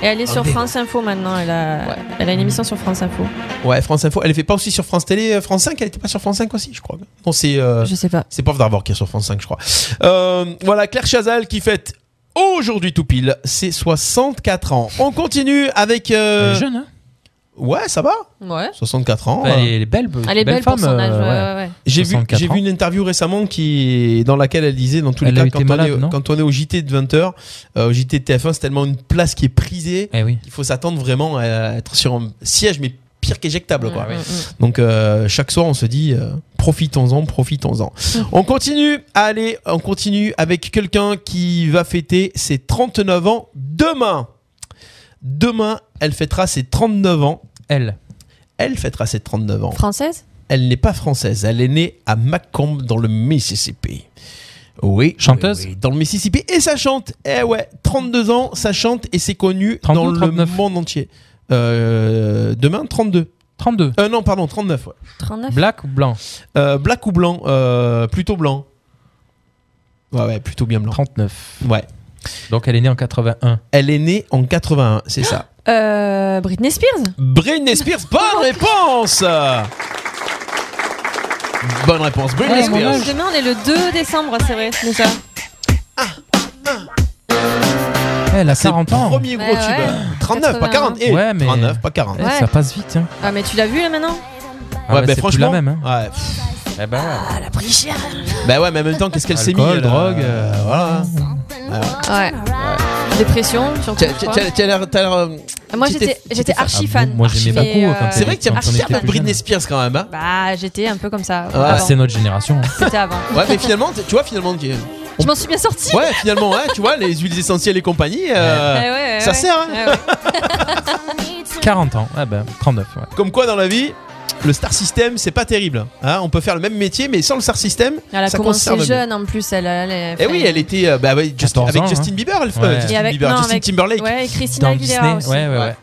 Speaker 5: Et elle est sur
Speaker 4: Ah,
Speaker 3: Un Z.
Speaker 5: France Info maintenant, elle a, elle a une émission sur France Info.
Speaker 3: Ouais, France Info. Elle fait pas aussi sur France Télé, euh, France 5. Elle était pas sur France 5 aussi, je crois. Non, c'est. euh,
Speaker 5: Je sais pas.
Speaker 3: C'est Prof d'Arvor qui est sur France 5, je crois. Euh, voilà, Claire Chazal qui fête aujourd'hui tout pile ses 64 ans. On continue avec. euh,
Speaker 4: Elle est jeune, hein
Speaker 3: Ouais, ça va.
Speaker 5: Ouais.
Speaker 3: 64 ans.
Speaker 4: Bah,
Speaker 3: euh.
Speaker 4: elle, est, elle est belle.
Speaker 5: Elle est belle,
Speaker 4: femme,
Speaker 5: pour son âge,
Speaker 4: euh,
Speaker 5: ouais, ouais, ouais.
Speaker 3: J'ai vu,
Speaker 4: 64
Speaker 3: j'ai vu
Speaker 4: ans.
Speaker 3: une interview récemment qui, dans laquelle elle disait, dans tous les
Speaker 4: Elle a
Speaker 3: cas,
Speaker 4: été
Speaker 3: quand on,
Speaker 4: malade,
Speaker 3: est,
Speaker 4: non
Speaker 3: quand on est au JT de 20h, au JT de TF1, c'est tellement une place qui est prisée
Speaker 4: Eh oui.
Speaker 3: qu'il faut s'attendre vraiment à être sur un siège, mais pire qu'éjectable. Quoi.
Speaker 5: Mm, mm, mm.
Speaker 3: Donc euh, chaque soir, on se dit, euh, profitons-en, profitons-en. on continue, allez, on continue avec quelqu'un qui va fêter ses 39 ans demain. Demain, elle fêtera ses 39 ans.
Speaker 4: Elle.
Speaker 3: Elle fêtera ses 39 ans.
Speaker 5: Française
Speaker 3: Elle n'est pas française, elle est née à Macomb dans le Mississippi. Oui.
Speaker 4: Chanteuse
Speaker 3: oui, oui, Dans le Mississippi. Et ça chante. Eh ouais, 32 ans, ça chante et c'est connu
Speaker 4: 32,
Speaker 3: dans le
Speaker 4: 39.
Speaker 3: monde entier. Euh, demain, 32.
Speaker 4: 32.
Speaker 3: Euh, non, pardon, 39. Ouais.
Speaker 5: 39
Speaker 4: Black ou blanc
Speaker 3: Euh, black ou blanc Euh, Plutôt blanc. Ouais, ouais, plutôt bien blanc.
Speaker 4: 39.
Speaker 3: Ouais.
Speaker 4: Donc elle est née en 81.
Speaker 3: Elle est née en 81, c'est ça.
Speaker 5: euh, Britney Spears
Speaker 3: Britney Spears,
Speaker 5: Oh.
Speaker 3: bonne réponse Bonne réponse, Britney
Speaker 5: Ouais,
Speaker 3: Spears.
Speaker 5: Demain, on est le 2 décembre, c'est vrai, déjà.
Speaker 4: Elle a
Speaker 3: C'est
Speaker 4: 40 ans.
Speaker 3: Premier gros
Speaker 5: Ouais,
Speaker 3: tube.
Speaker 5: Bah ouais.
Speaker 3: 39, pas 40. Eh,
Speaker 4: Ouais, mais-
Speaker 3: 39, pas 40.
Speaker 4: Eh,
Speaker 5: Ouais.
Speaker 4: Ça passe vite. Hein.
Speaker 5: Ah, mais tu l'as vu là maintenant
Speaker 4: Ah
Speaker 3: ouais,
Speaker 4: bah,
Speaker 3: ben
Speaker 4: c'est
Speaker 3: franchement.
Speaker 4: plus la même. Hein.
Speaker 3: Ouais. pff,
Speaker 4: Eh ben,
Speaker 5: Ah,
Speaker 4: ouais.
Speaker 3: Bah ouais, mais en même temps, qu'est-ce qu'elle s'est mis
Speaker 4: Alcool,
Speaker 3: euh, Drogue,
Speaker 4: euh,
Speaker 3: euh, voilà.
Speaker 5: Ouais. Dépression, surtout.
Speaker 3: T'as-
Speaker 5: je crois. Ah,
Speaker 3: t'as- t'as l'air- t'as l'air, euh,
Speaker 5: Moi,
Speaker 3: t'étais-
Speaker 5: j'étais
Speaker 3: t'étais
Speaker 5: j'étais
Speaker 3: fan.
Speaker 5: archi
Speaker 4: Ah,
Speaker 5: fan.
Speaker 4: moi, j'aimais
Speaker 5: Archi,
Speaker 4: beaucoup, quand
Speaker 5: euh,
Speaker 3: C'est vrai que tu as
Speaker 4: Quand on
Speaker 3: archi
Speaker 4: était
Speaker 3: fan de
Speaker 4: plus
Speaker 3: Britney
Speaker 4: jeune.
Speaker 3: Spears quand même. Hein
Speaker 5: Bah, j'étais un peu comme ça.
Speaker 3: Ah,
Speaker 4: Ah,
Speaker 5: avant.
Speaker 4: c'est notre génération.
Speaker 5: C'était avant.
Speaker 3: ouais, mais finalement, tu tu vois, finalement. tu-
Speaker 5: Je m'en suis bien sortie.
Speaker 3: Ouais, finalement, hein, tu vois, les huiles essentielles et compagnie.
Speaker 5: Eh
Speaker 3: euh,
Speaker 5: ouais, ouais,
Speaker 3: ça
Speaker 5: ouais. Eh
Speaker 3: sert, hein.
Speaker 5: Ouais, ouais.
Speaker 4: 40 ans. Ah ben, 39. Ouais.
Speaker 3: Comme quoi, dans la vie. Le star system, c'est pas terrible. hein. on peut faire le même métier, mais sans le star system,
Speaker 5: Elle a
Speaker 3: ça
Speaker 5: commencé
Speaker 3: conserve mieux.
Speaker 5: jeune en plus. Elle, elle, elle-
Speaker 3: Eh oui, elle était euh, bah, ouais, Justin-
Speaker 4: 14
Speaker 3: avec
Speaker 4: ans,
Speaker 3: Justin
Speaker 4: hein.
Speaker 3: Bieber, elle, euh,
Speaker 4: Ouais.
Speaker 3: Justin,
Speaker 5: Et avec-
Speaker 3: Bieber,
Speaker 5: non,
Speaker 3: Justin
Speaker 5: avec-
Speaker 3: Timberlake.
Speaker 5: Ouais, et Christina
Speaker 4: Dans
Speaker 5: Aguilera
Speaker 4: Disney.
Speaker 5: aussi.
Speaker 4: Ouais, ouais, ouais.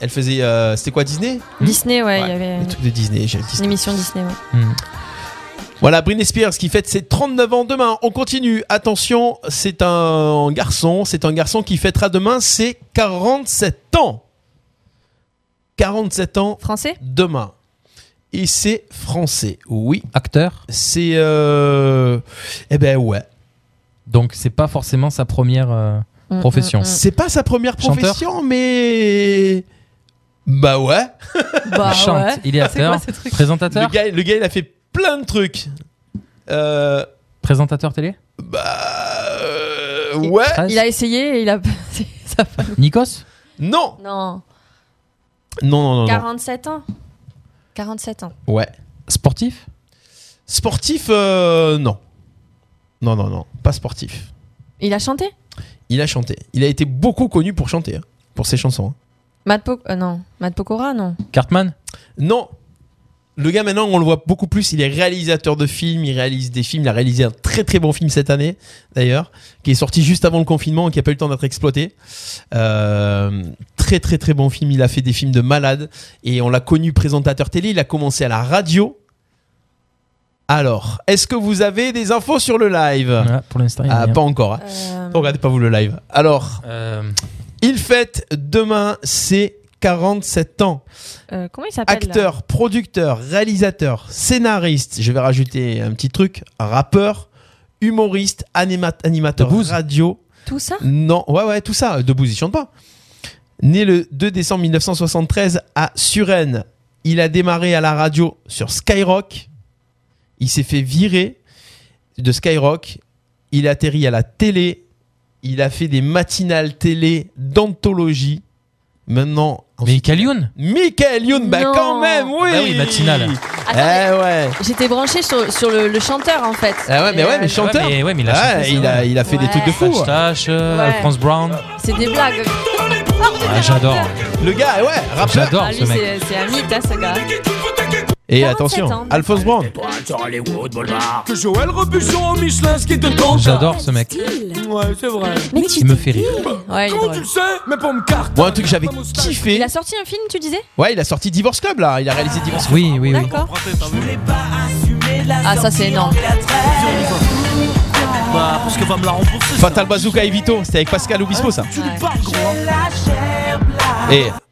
Speaker 3: Elle faisait, euh, c'était quoi Disney
Speaker 5: Disney, ouais, il y
Speaker 3: Ouais,
Speaker 5: avait euh,
Speaker 3: Les trucs de Disney, j'ai
Speaker 5: une émission Disney. ouais.
Speaker 4: Hmm.
Speaker 3: Voilà, Britney Spears qui fête ses 39 ans demain. On continue. Attention, c'est un garçon. C'est un garçon qui fêtera demain ses 47 ans. 47 ans
Speaker 5: Français
Speaker 3: demain. Et c'est français. Oui.
Speaker 4: Acteur.
Speaker 3: C'est. Euh... Eh ben ouais.
Speaker 4: Donc c'est pas forcément sa première euh,
Speaker 5: Mm,
Speaker 4: profession.
Speaker 5: mm, mm.
Speaker 3: C'est pas sa première
Speaker 4: Chanteur
Speaker 3: profession, mais. Bah ouais.
Speaker 5: Bah,
Speaker 4: il chante,
Speaker 5: ouais.
Speaker 4: il est acteur,
Speaker 3: Le
Speaker 4: présentateur,
Speaker 3: gars, le gars, il a fait plein de trucs. Euh.
Speaker 4: présentateur télé.
Speaker 3: Bah. euh, Ouais.
Speaker 5: Il a essayé et il a. ça va.
Speaker 4: Nikos.
Speaker 3: Non.
Speaker 5: Non.
Speaker 3: Non, non, non.
Speaker 5: 47 ans 47 ans.
Speaker 3: Ouais.
Speaker 4: Sportif.
Speaker 3: Sportif, euh, non. Non, non, non, pas sportif.
Speaker 5: Il a chanté
Speaker 3: Il a chanté. Il a été beaucoup connu pour chanter, hein, pour ses chansons. hein.
Speaker 5: Matt, Po- euh, non. Matt Pokora, non.
Speaker 4: Cartman.
Speaker 3: Non, le gars maintenant, on le voit beaucoup plus. Il est réalisateur de films, il réalise des films. Il a réalisé un très très bon film cette année, d'ailleurs, qui est sorti juste avant le confinement et qui n'a pas eu le temps d'être exploité. Euh, très très très bon film. Il a fait des films de malade et on l'a connu présentateur télé. Il a commencé à la radio. Alors, est-ce que vous avez des infos sur le live
Speaker 4: Voilà, pour l'instant. il y a
Speaker 3: Ah,
Speaker 4: rien.
Speaker 3: pas encore. hein.
Speaker 5: Euh,
Speaker 3: Non, regardez pas vous le live. Alors,
Speaker 4: Euh,
Speaker 3: il fête demain ses 47 ans.
Speaker 5: euh, comment il s'appelle là
Speaker 3: Acteur, producteur, réalisateur, scénariste, je vais rajouter un petit truc, rappeur, humoriste, anima- animateur
Speaker 4: Debbouze
Speaker 3: radio.
Speaker 5: Tout ça
Speaker 3: Non, ouais, ouais, tout ça. Debouze, il chante pas. Né le 2 décembre 1973 à Suresnes, il a démarré à la radio sur Skyrock. Il s'est fait virer de Skyrock. Il atterrit à la télé. Il a fait des matinales télé d'anthologie. Maintenant.
Speaker 4: Michael Youn
Speaker 3: Michael Youn, bah
Speaker 5: Non.
Speaker 3: quand
Speaker 15: Eh
Speaker 3: même, oui
Speaker 4: Bah oui, matinale.
Speaker 3: Eh ouais
Speaker 5: J'étais branchée sur, sur le, le chanteur en fait.
Speaker 3: Ah ouais, mais
Speaker 5: Et,
Speaker 3: ouais,
Speaker 5: euh,
Speaker 3: mais chanteur.
Speaker 4: mais- ouais, mais il a
Speaker 3: Ah,
Speaker 4: chanté,
Speaker 3: il,
Speaker 4: c'est
Speaker 3: a,
Speaker 4: vrai.
Speaker 3: il a fait des
Speaker 5: Ouais.
Speaker 3: trucs de fou.
Speaker 4: Tache,
Speaker 5: Ouais.
Speaker 4: Alphonse Brown.
Speaker 5: C'est des blagues.
Speaker 4: Ah, j'adore.
Speaker 3: Le gars, ouais, rappeur.
Speaker 4: J'adore
Speaker 5: Ah,
Speaker 4: ce
Speaker 5: lui,
Speaker 4: mec.
Speaker 5: c'est c'est un mythe, hein, ce gars.
Speaker 3: Et
Speaker 5: 47
Speaker 3: attention,
Speaker 5: ans.
Speaker 3: Alphonse Brown.
Speaker 15: Ah. Que Joël Robuchon au Michelin, ce qui est de ton
Speaker 4: J'adore ce mec.
Speaker 15: Ouais, c'est vrai.
Speaker 5: Mais tu
Speaker 4: Il me fait rire.
Speaker 5: Ouais, il est
Speaker 15: Comment tu
Speaker 5: drôle.
Speaker 15: le sais Mais pour me carte.
Speaker 3: Bon, un truc que j'avais
Speaker 5: Il
Speaker 3: kiffé.
Speaker 5: a sorti un film, tu disais
Speaker 3: Ouais, il a sorti Divorce Club là. Il a réalisé Divorce Club.
Speaker 4: Oui, oui, oui.
Speaker 5: D'accord. Ah, ça, c'est énorme.
Speaker 2: Bah, parce que va me la rembourser.
Speaker 3: Fatal Bazooka et Vito. C'était avec Pascal Obispo ça.
Speaker 5: Ouais.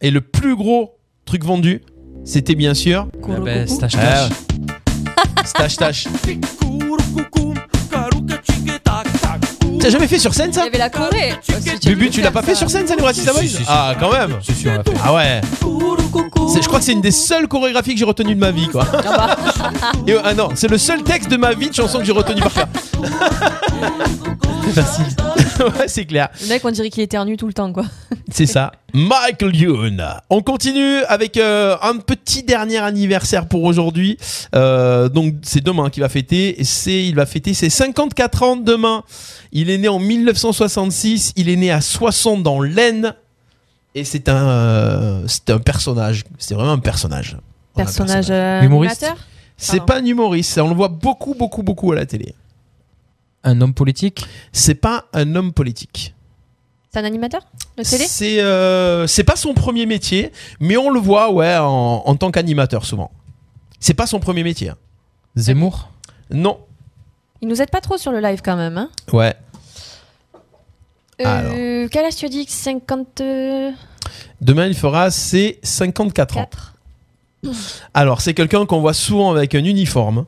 Speaker 3: Et, et le plus gros truc vendu, c'était bien sûr.
Speaker 4: Ah bah, c'est Tache,
Speaker 3: Ah
Speaker 4: Tache.
Speaker 3: ouais. Stache Stache. T'as jamais fait sur scène
Speaker 5: Il y
Speaker 3: ça
Speaker 5: avait la Corée. aussi, tu
Speaker 3: Bubu,
Speaker 5: peux
Speaker 3: tu
Speaker 5: faire
Speaker 3: l'as pas fait
Speaker 5: ça.
Speaker 3: sur scène, ça, Noura Sista
Speaker 4: Si,
Speaker 3: Boys
Speaker 4: si, si.
Speaker 3: Ah, quand même
Speaker 4: Si, si, on l'a fait.
Speaker 3: Ah ouais C'est- Je crois que c'est une des seules chorégraphies que j'ai retenues de ma vie, quoi. Et, ah non, c'est le seul texte de ma vie de chanson que j'ai retenu par cœur. Facile. ouais, c'est clair.
Speaker 5: Le mec, on dirait qu'il éternue tout le temps, quoi.
Speaker 3: C'est ça. Michael Youn. On continue avec euh, un petit dernier anniversaire pour aujourd'hui. Euh, donc c'est demain qu'il va fêter. Et C'est il va fêter ses 54 ans demain. Il est né en 1966. Il est né à 60 dans l'Aisne. Et c'est un euh, c'est un personnage. C'est vraiment un personnage. Ouais, un
Speaker 5: Personnage euh,
Speaker 4: Humoriste.
Speaker 5: animateur
Speaker 3: C'est pas un humoriste. On le voit beaucoup beaucoup beaucoup à la télé.
Speaker 4: Un homme politique.
Speaker 3: C'est pas un homme politique.
Speaker 5: C'est un animateur de télé
Speaker 3: C'est euh, c'est pas son premier métier, mais on le voit ouais en, en tant qu'animateur souvent. C'est pas son premier métier. hein.
Speaker 4: Zemmour.
Speaker 3: Non.
Speaker 5: Il nous aide pas trop sur le live quand même. Hein.
Speaker 3: Ouais.
Speaker 5: Euh, quel âge tu as dit euh, 54
Speaker 3: Demain il fera ses 54 ans. Alors c'est quelqu'un qu'on voit souvent avec un uniforme.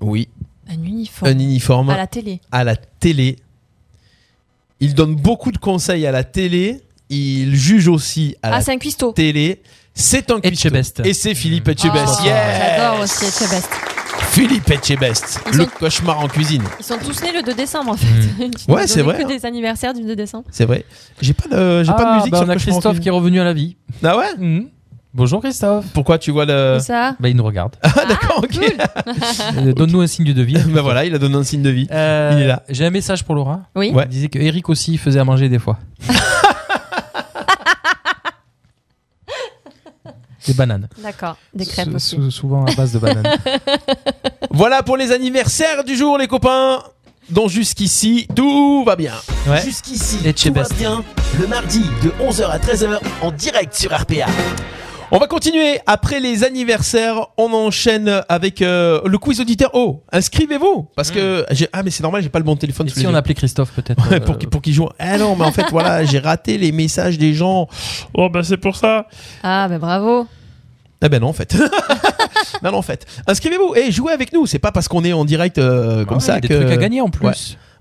Speaker 3: Oui,
Speaker 5: Un uniforme.
Speaker 3: un uniforme
Speaker 5: À la télé.
Speaker 3: à la télé. Il donne beaucoup de conseils à la télé. Il juge aussi à
Speaker 5: Ah,
Speaker 3: la
Speaker 5: c'est un cuistot.
Speaker 3: télé. C'est un cuistot.
Speaker 4: Etchebest.
Speaker 3: Et c'est Philippe
Speaker 5: Oh,
Speaker 3: Etchebest. Yeah
Speaker 5: J'adore aussi Etchebest.
Speaker 3: Philippe Etchebest,
Speaker 5: Ils
Speaker 3: le
Speaker 5: sont-
Speaker 3: cauchemar en cuisine.
Speaker 5: Ils sont tous nés le 2 décembre en fait.
Speaker 4: Hmm.
Speaker 5: Tu
Speaker 3: Ouais,
Speaker 5: nous
Speaker 3: c'est
Speaker 5: donnais
Speaker 3: vrai,
Speaker 5: Que
Speaker 3: hein.
Speaker 5: des anniversaires du 2 décembre.
Speaker 3: C'est vrai. J'ai pas de, j'ai pas de
Speaker 4: Ah,
Speaker 3: musique
Speaker 4: bah,
Speaker 3: sur
Speaker 4: on a
Speaker 3: le cauchemar en
Speaker 4: Christophe qui est
Speaker 3: cuisine.
Speaker 4: revenu à la vie.
Speaker 3: Ah ouais Euh.
Speaker 4: Mhm. Bonjour Christophe.
Speaker 3: Pourquoi tu vois le.
Speaker 5: Où ça
Speaker 4: Bah, il nous regarde.
Speaker 3: Ah, d'accord, ok.
Speaker 4: Euh, Donne-nous un signe de vie.
Speaker 3: bah voilà, il a donné un signe de vie.
Speaker 4: Euh,
Speaker 3: Il est là.
Speaker 4: J'ai un message pour Laura.
Speaker 5: Oui.
Speaker 3: Ouais.
Speaker 4: Elle disait que Eric aussi faisait à manger des fois. des bananes.
Speaker 5: D'accord. Des crêpes
Speaker 4: Sou-
Speaker 5: aussi.
Speaker 4: sou- souvent à base de bananes.
Speaker 3: Voilà pour les anniversaires du jour, les copains. Dont jusqu'ici, tout va bien.
Speaker 4: Ouais.
Speaker 1: Jusqu'ici,
Speaker 4: Et
Speaker 1: tout va
Speaker 4: Chebest.
Speaker 1: bien. Le mardi de 11h à 13h en direct sur RPA.
Speaker 3: On va continuer. Après les anniversaires, on enchaîne avec euh, le quiz auditeur. Oh, inscrivez-vous. Parce que. j'ai- Ah, mais c'est normal, j'ai pas le bon téléphone.
Speaker 4: Hmm. Et
Speaker 3: sous les
Speaker 4: si on
Speaker 3: yeux.
Speaker 4: appelait Christophe peut-être
Speaker 3: Ouais,
Speaker 4: euh,
Speaker 3: pour qu'il pour qu'il joue. Ah non, mais en fait, voilà, j'ai raté les messages des gens. Oh, bah c'est pour ça.
Speaker 5: Ah, ben bravo.
Speaker 3: Ah ben non en fait. non, non en fait. Inscrivez-vous et jouez avec nous. C'est pas parce qu'on est en direct euh, comme
Speaker 4: ouais,
Speaker 3: ça
Speaker 4: des
Speaker 3: que.
Speaker 4: trucs à gagner en plus.
Speaker 3: Ouais.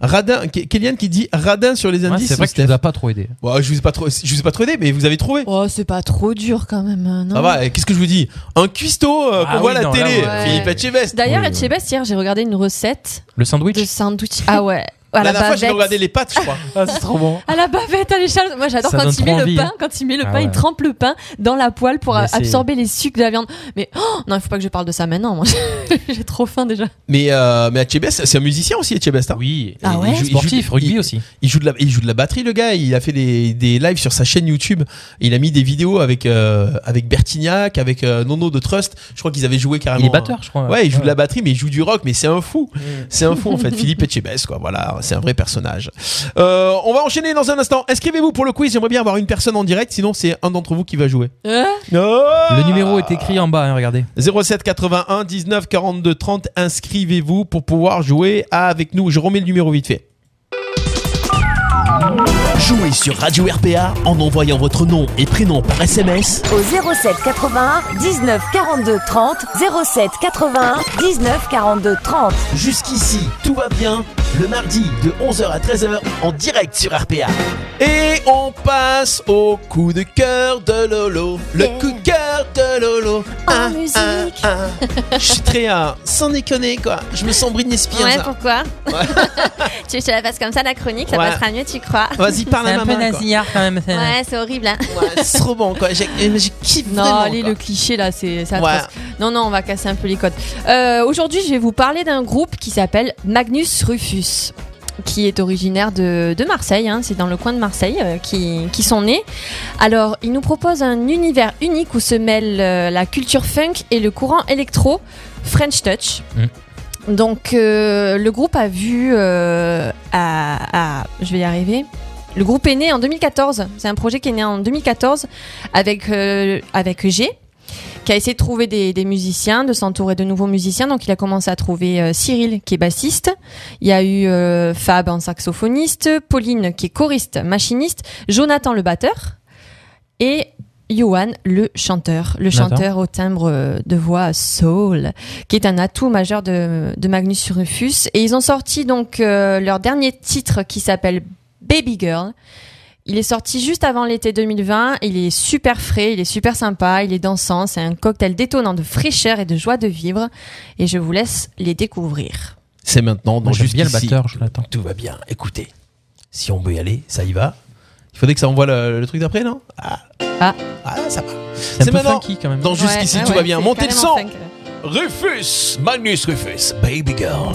Speaker 3: Radin, Ké- Kéliane qui dit radin sur les
Speaker 4: Ouais,
Speaker 3: indices.
Speaker 4: c'est vrai que tu
Speaker 3: Steph.
Speaker 4: nous as pas trop aidé.
Speaker 3: Bon, je vous ai pas trop, je vous ai pas trop aidé, mais vous avez trouvé.
Speaker 5: Oh, c'est pas trop dur quand même. euh, Non.
Speaker 3: Ah bah, euh, qu'est-ce que je vous dis Un cuistot euh,
Speaker 4: Ah
Speaker 3: qu'on
Speaker 4: oui,
Speaker 3: voit à la
Speaker 4: non, là,
Speaker 3: télé.
Speaker 5: ouais.
Speaker 3: Philippe Etchebest.
Speaker 5: D'ailleurs,
Speaker 4: Oui, oui.
Speaker 5: Etchebest, hier, j'ai regardé une recette
Speaker 4: Le
Speaker 5: de
Speaker 4: sandwich.
Speaker 5: sandwich. Ah ouais. À
Speaker 3: La
Speaker 5: la,
Speaker 3: dernière fois, j'ai
Speaker 5: bavette.
Speaker 3: regardé les pattes, je crois.
Speaker 4: Ah, c'est trop bon.
Speaker 5: À la bavette, à l'échelle. Moi, j'adore
Speaker 4: Ça
Speaker 5: quand
Speaker 4: donne
Speaker 5: il met
Speaker 4: trop
Speaker 5: le
Speaker 4: envie,
Speaker 5: pain,
Speaker 4: hein.
Speaker 5: quand il met le
Speaker 4: Ah
Speaker 5: pain, il
Speaker 4: ouais.
Speaker 5: trempe le pain dans la poêle pour
Speaker 4: Mais
Speaker 5: euh,
Speaker 4: c'est-
Speaker 5: absorber les sucres de la viande. Mais oh, non, il faut pas que je parle de ça maintenant. Moi, j'ai trop faim déjà.
Speaker 3: Mais euh, mais Etchebest, c'est un musicien aussi, Etchebest. hein.
Speaker 4: Oui.
Speaker 5: Ah
Speaker 4: Et
Speaker 5: ouais
Speaker 4: il joue-
Speaker 3: il
Speaker 4: Sportif,
Speaker 3: joue-
Speaker 4: rugby
Speaker 3: il-
Speaker 4: aussi.
Speaker 3: Il joue de la, il joue de la batterie, le gars. Il a fait des, des lives sur sa chaîne YouTube. Il a mis des vidéos avec euh, avec Bertignac, avec euh, Nono de Trust. Je crois qu'ils avaient joué carrément.
Speaker 4: Il est batteur, je crois. Mm.
Speaker 3: Ouais, il joue de la batterie, mais il joue du rock, mais c'est un fou. C'est un fou, en fait. Philippe Etchebest, quoi. Voilà, c'est un vrai personnage. Euh, on va enchaîner dans un instant. Inscrivez-vous pour le quiz. J'aimerais bien avoir une personne en direct, sinon c'est un d'entre vous qui va jouer.
Speaker 5: Hein
Speaker 3: Ah
Speaker 4: Le numéro est écrit en bas, hein, regardez.
Speaker 3: 07 81 19 42 30. Inscrivez-vous pour pouvoir jouer avec nous. Je remets le numéro vite fait.
Speaker 1: Jouez sur Radio RPA en envoyant votre nom et prénom par SMS
Speaker 6: Au 07 81 19 42 30 07 81 19 42 30.
Speaker 1: Jusqu'ici, tout va bien. Le mardi de 11h à 13h en direct sur RPA.
Speaker 3: Et on passe au coup de cœur de Lolo. Le
Speaker 5: Eh.
Speaker 3: coup de cœur de Lolo.
Speaker 5: En musique.
Speaker 3: ah. Je suis très. euh, sans déconner, quoi. Je me sens Britney Spears. hein.
Speaker 5: pourquoi Tu te la passes comme ça, la chronique,
Speaker 3: Ouais.
Speaker 5: mieux, tu crois
Speaker 3: Vas-y, par la
Speaker 9: C'est un peu
Speaker 3: maman, quoi.
Speaker 5: hein.
Speaker 9: nasillard quand même. ça.
Speaker 7: Ouais, c'est horrible. Hein.
Speaker 3: c'est trop bon, quoi. J'ai kiffe
Speaker 5: Non,
Speaker 3: vraiment,
Speaker 5: allez,
Speaker 3: quoi.
Speaker 5: le cliché là, c'est c'est atroce.
Speaker 3: Ouais.
Speaker 5: Non, non, on va casser un peu les codes. Euh, Aujourd'hui, je vais vous parler d'un groupe qui s'appelle Magnus Rufus, qui est originaire de, de Marseille. hein. c'est dans le coin de Marseille euh, qui, qui sont nés. Alors, ils nous proposent un univers unique où se mêlent euh, la culture funk et le courant électro, French Touch.
Speaker 3: Hmm.
Speaker 5: Donc euh, le groupe a vu euh, à, à- je vais y arriver. Le groupe est né en 2014. C'est un projet qui est né en 2014 avec euh, avec G qui a essayé de trouver des, des musiciens, de s'entourer de nouveaux musiciens. Donc il a commencé à trouver euh, Cyril qui est bassiste, il y a eu euh, Fab en saxophoniste, Pauline qui est choriste, machiniste, Jonathan le batteur et Johan le chanteur, le
Speaker 7: Nathan.
Speaker 5: chanteur au timbre euh, de voix soul, qui est un atout majeur de, de Magnus Rufus. Et ils ont sorti donc euh, leur dernier titre qui s'appelle Baby Girl. Il est sorti juste avant l'été 2020. Il est super frais, il est super sympa, il est dansant. C'est un cocktail détonnant de fraîcheur et de joie de vivre. Et je vous laisse les découvrir.
Speaker 3: C'est maintenant,
Speaker 4: Moi,
Speaker 3: donc
Speaker 4: j'aime bien le
Speaker 3: jusqu'ici,
Speaker 4: batteur, je l'attends.
Speaker 3: Tout va bien. Écoutez, si on veut y aller, ça y va. Il faudrait que ça envoie le, le truc d'après, non ah.
Speaker 5: Ah.
Speaker 3: ça va.
Speaker 4: un
Speaker 3: C'est
Speaker 4: peu
Speaker 3: maintenant.
Speaker 4: funky, quand même.
Speaker 3: Dans jusqu'ici,
Speaker 4: Ouais,
Speaker 3: tout
Speaker 4: ouais,
Speaker 3: va bien.
Speaker 4: c'est
Speaker 3: Montez le
Speaker 4: carrément
Speaker 3: son.
Speaker 4: funk,
Speaker 3: Rufus, Magnus Rufus, Baby Girl.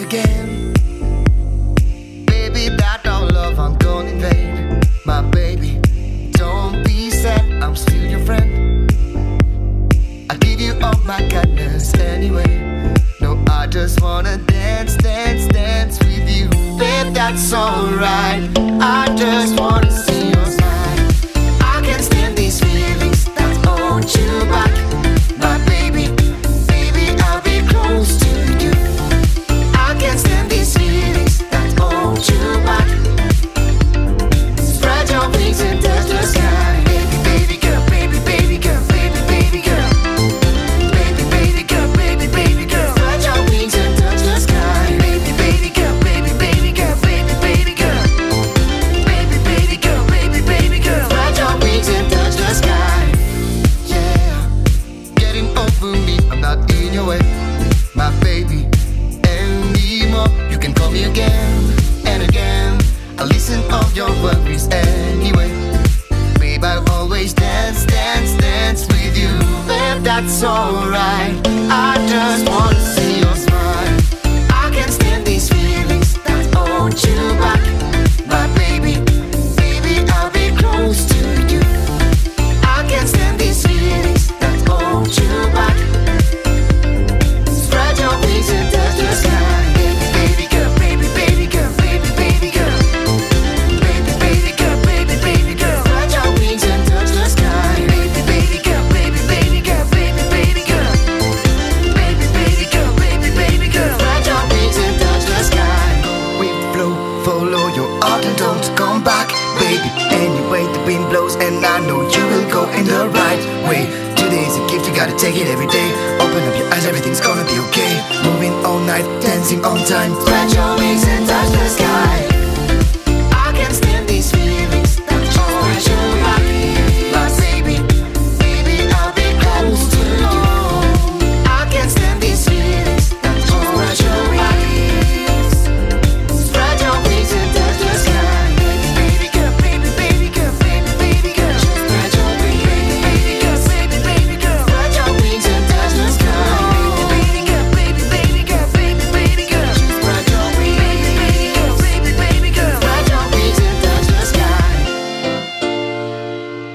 Speaker 16: again. Baby, that our love I'm gonna invade. My baby, don't be sad, I'm still your friend. I give you all my kindness anyway. No, I just wanna dance, dance, dance with you. Babe, that's alright. I just wanna see your smile. I can stand these feelings that hold you back. My baby, baby, I'll be close to you. I can't stand these feelings that hold you back. Spread your wings and touch the sky. Baby, baby girl, baby, baby girl, baby, baby girl. Baby, baby girl, baby, baby girl. Spread your wings and touch the sky. Baby, baby girl, baby, baby girl, baby, baby girl. Baby, baby girl, baby, baby girl. Spread your wings and touch the sky. Yeah. Getting over me, I'm not in your way. My baby anymore. You can call me again and again. I listen of your worries anyway. Babe, I'll always dance, dance, dance with you. Babe, that's alright. I just want to see your smile. I can't stand these feelings that hold you back. My baby, baby, I'll be close to you. I can't stand these feelings that hold you back. Spread your wings and touch the sky. Baby, baby girl, baby, baby girl, baby, baby girl. Baby, baby girl, baby, baby girl. Spread your wings and touch the sky. Baby, baby girl, baby, baby girl, baby, baby girl. Baby, baby girl, baby, baby girl. Spread your wings and touch the sky. We blow, follow your art and don't come back, baby. Anyway, the wind blows and I know you will go in the right way. Today's a gift, you gotta take it every day. Open up your eyes, everything's gonna be okay. Moving all night, dancing on time. Spread your wings and touch the sky. I can't stand these feelings that hold you back. My baby, baby, I'll be close to you. I can't stand these feelings that hold you back. Spread your wings and touch the sky. Baby girl, baby, baby girl, baby, baby girl. Spread your wings, baby, baby girl, baby, baby girl. Spread your wings and touch the sky. Baby girl, baby, baby girl, baby, baby girl. Spread your wings, baby, baby girl, baby, baby girl. Spread your wings and touch the sky.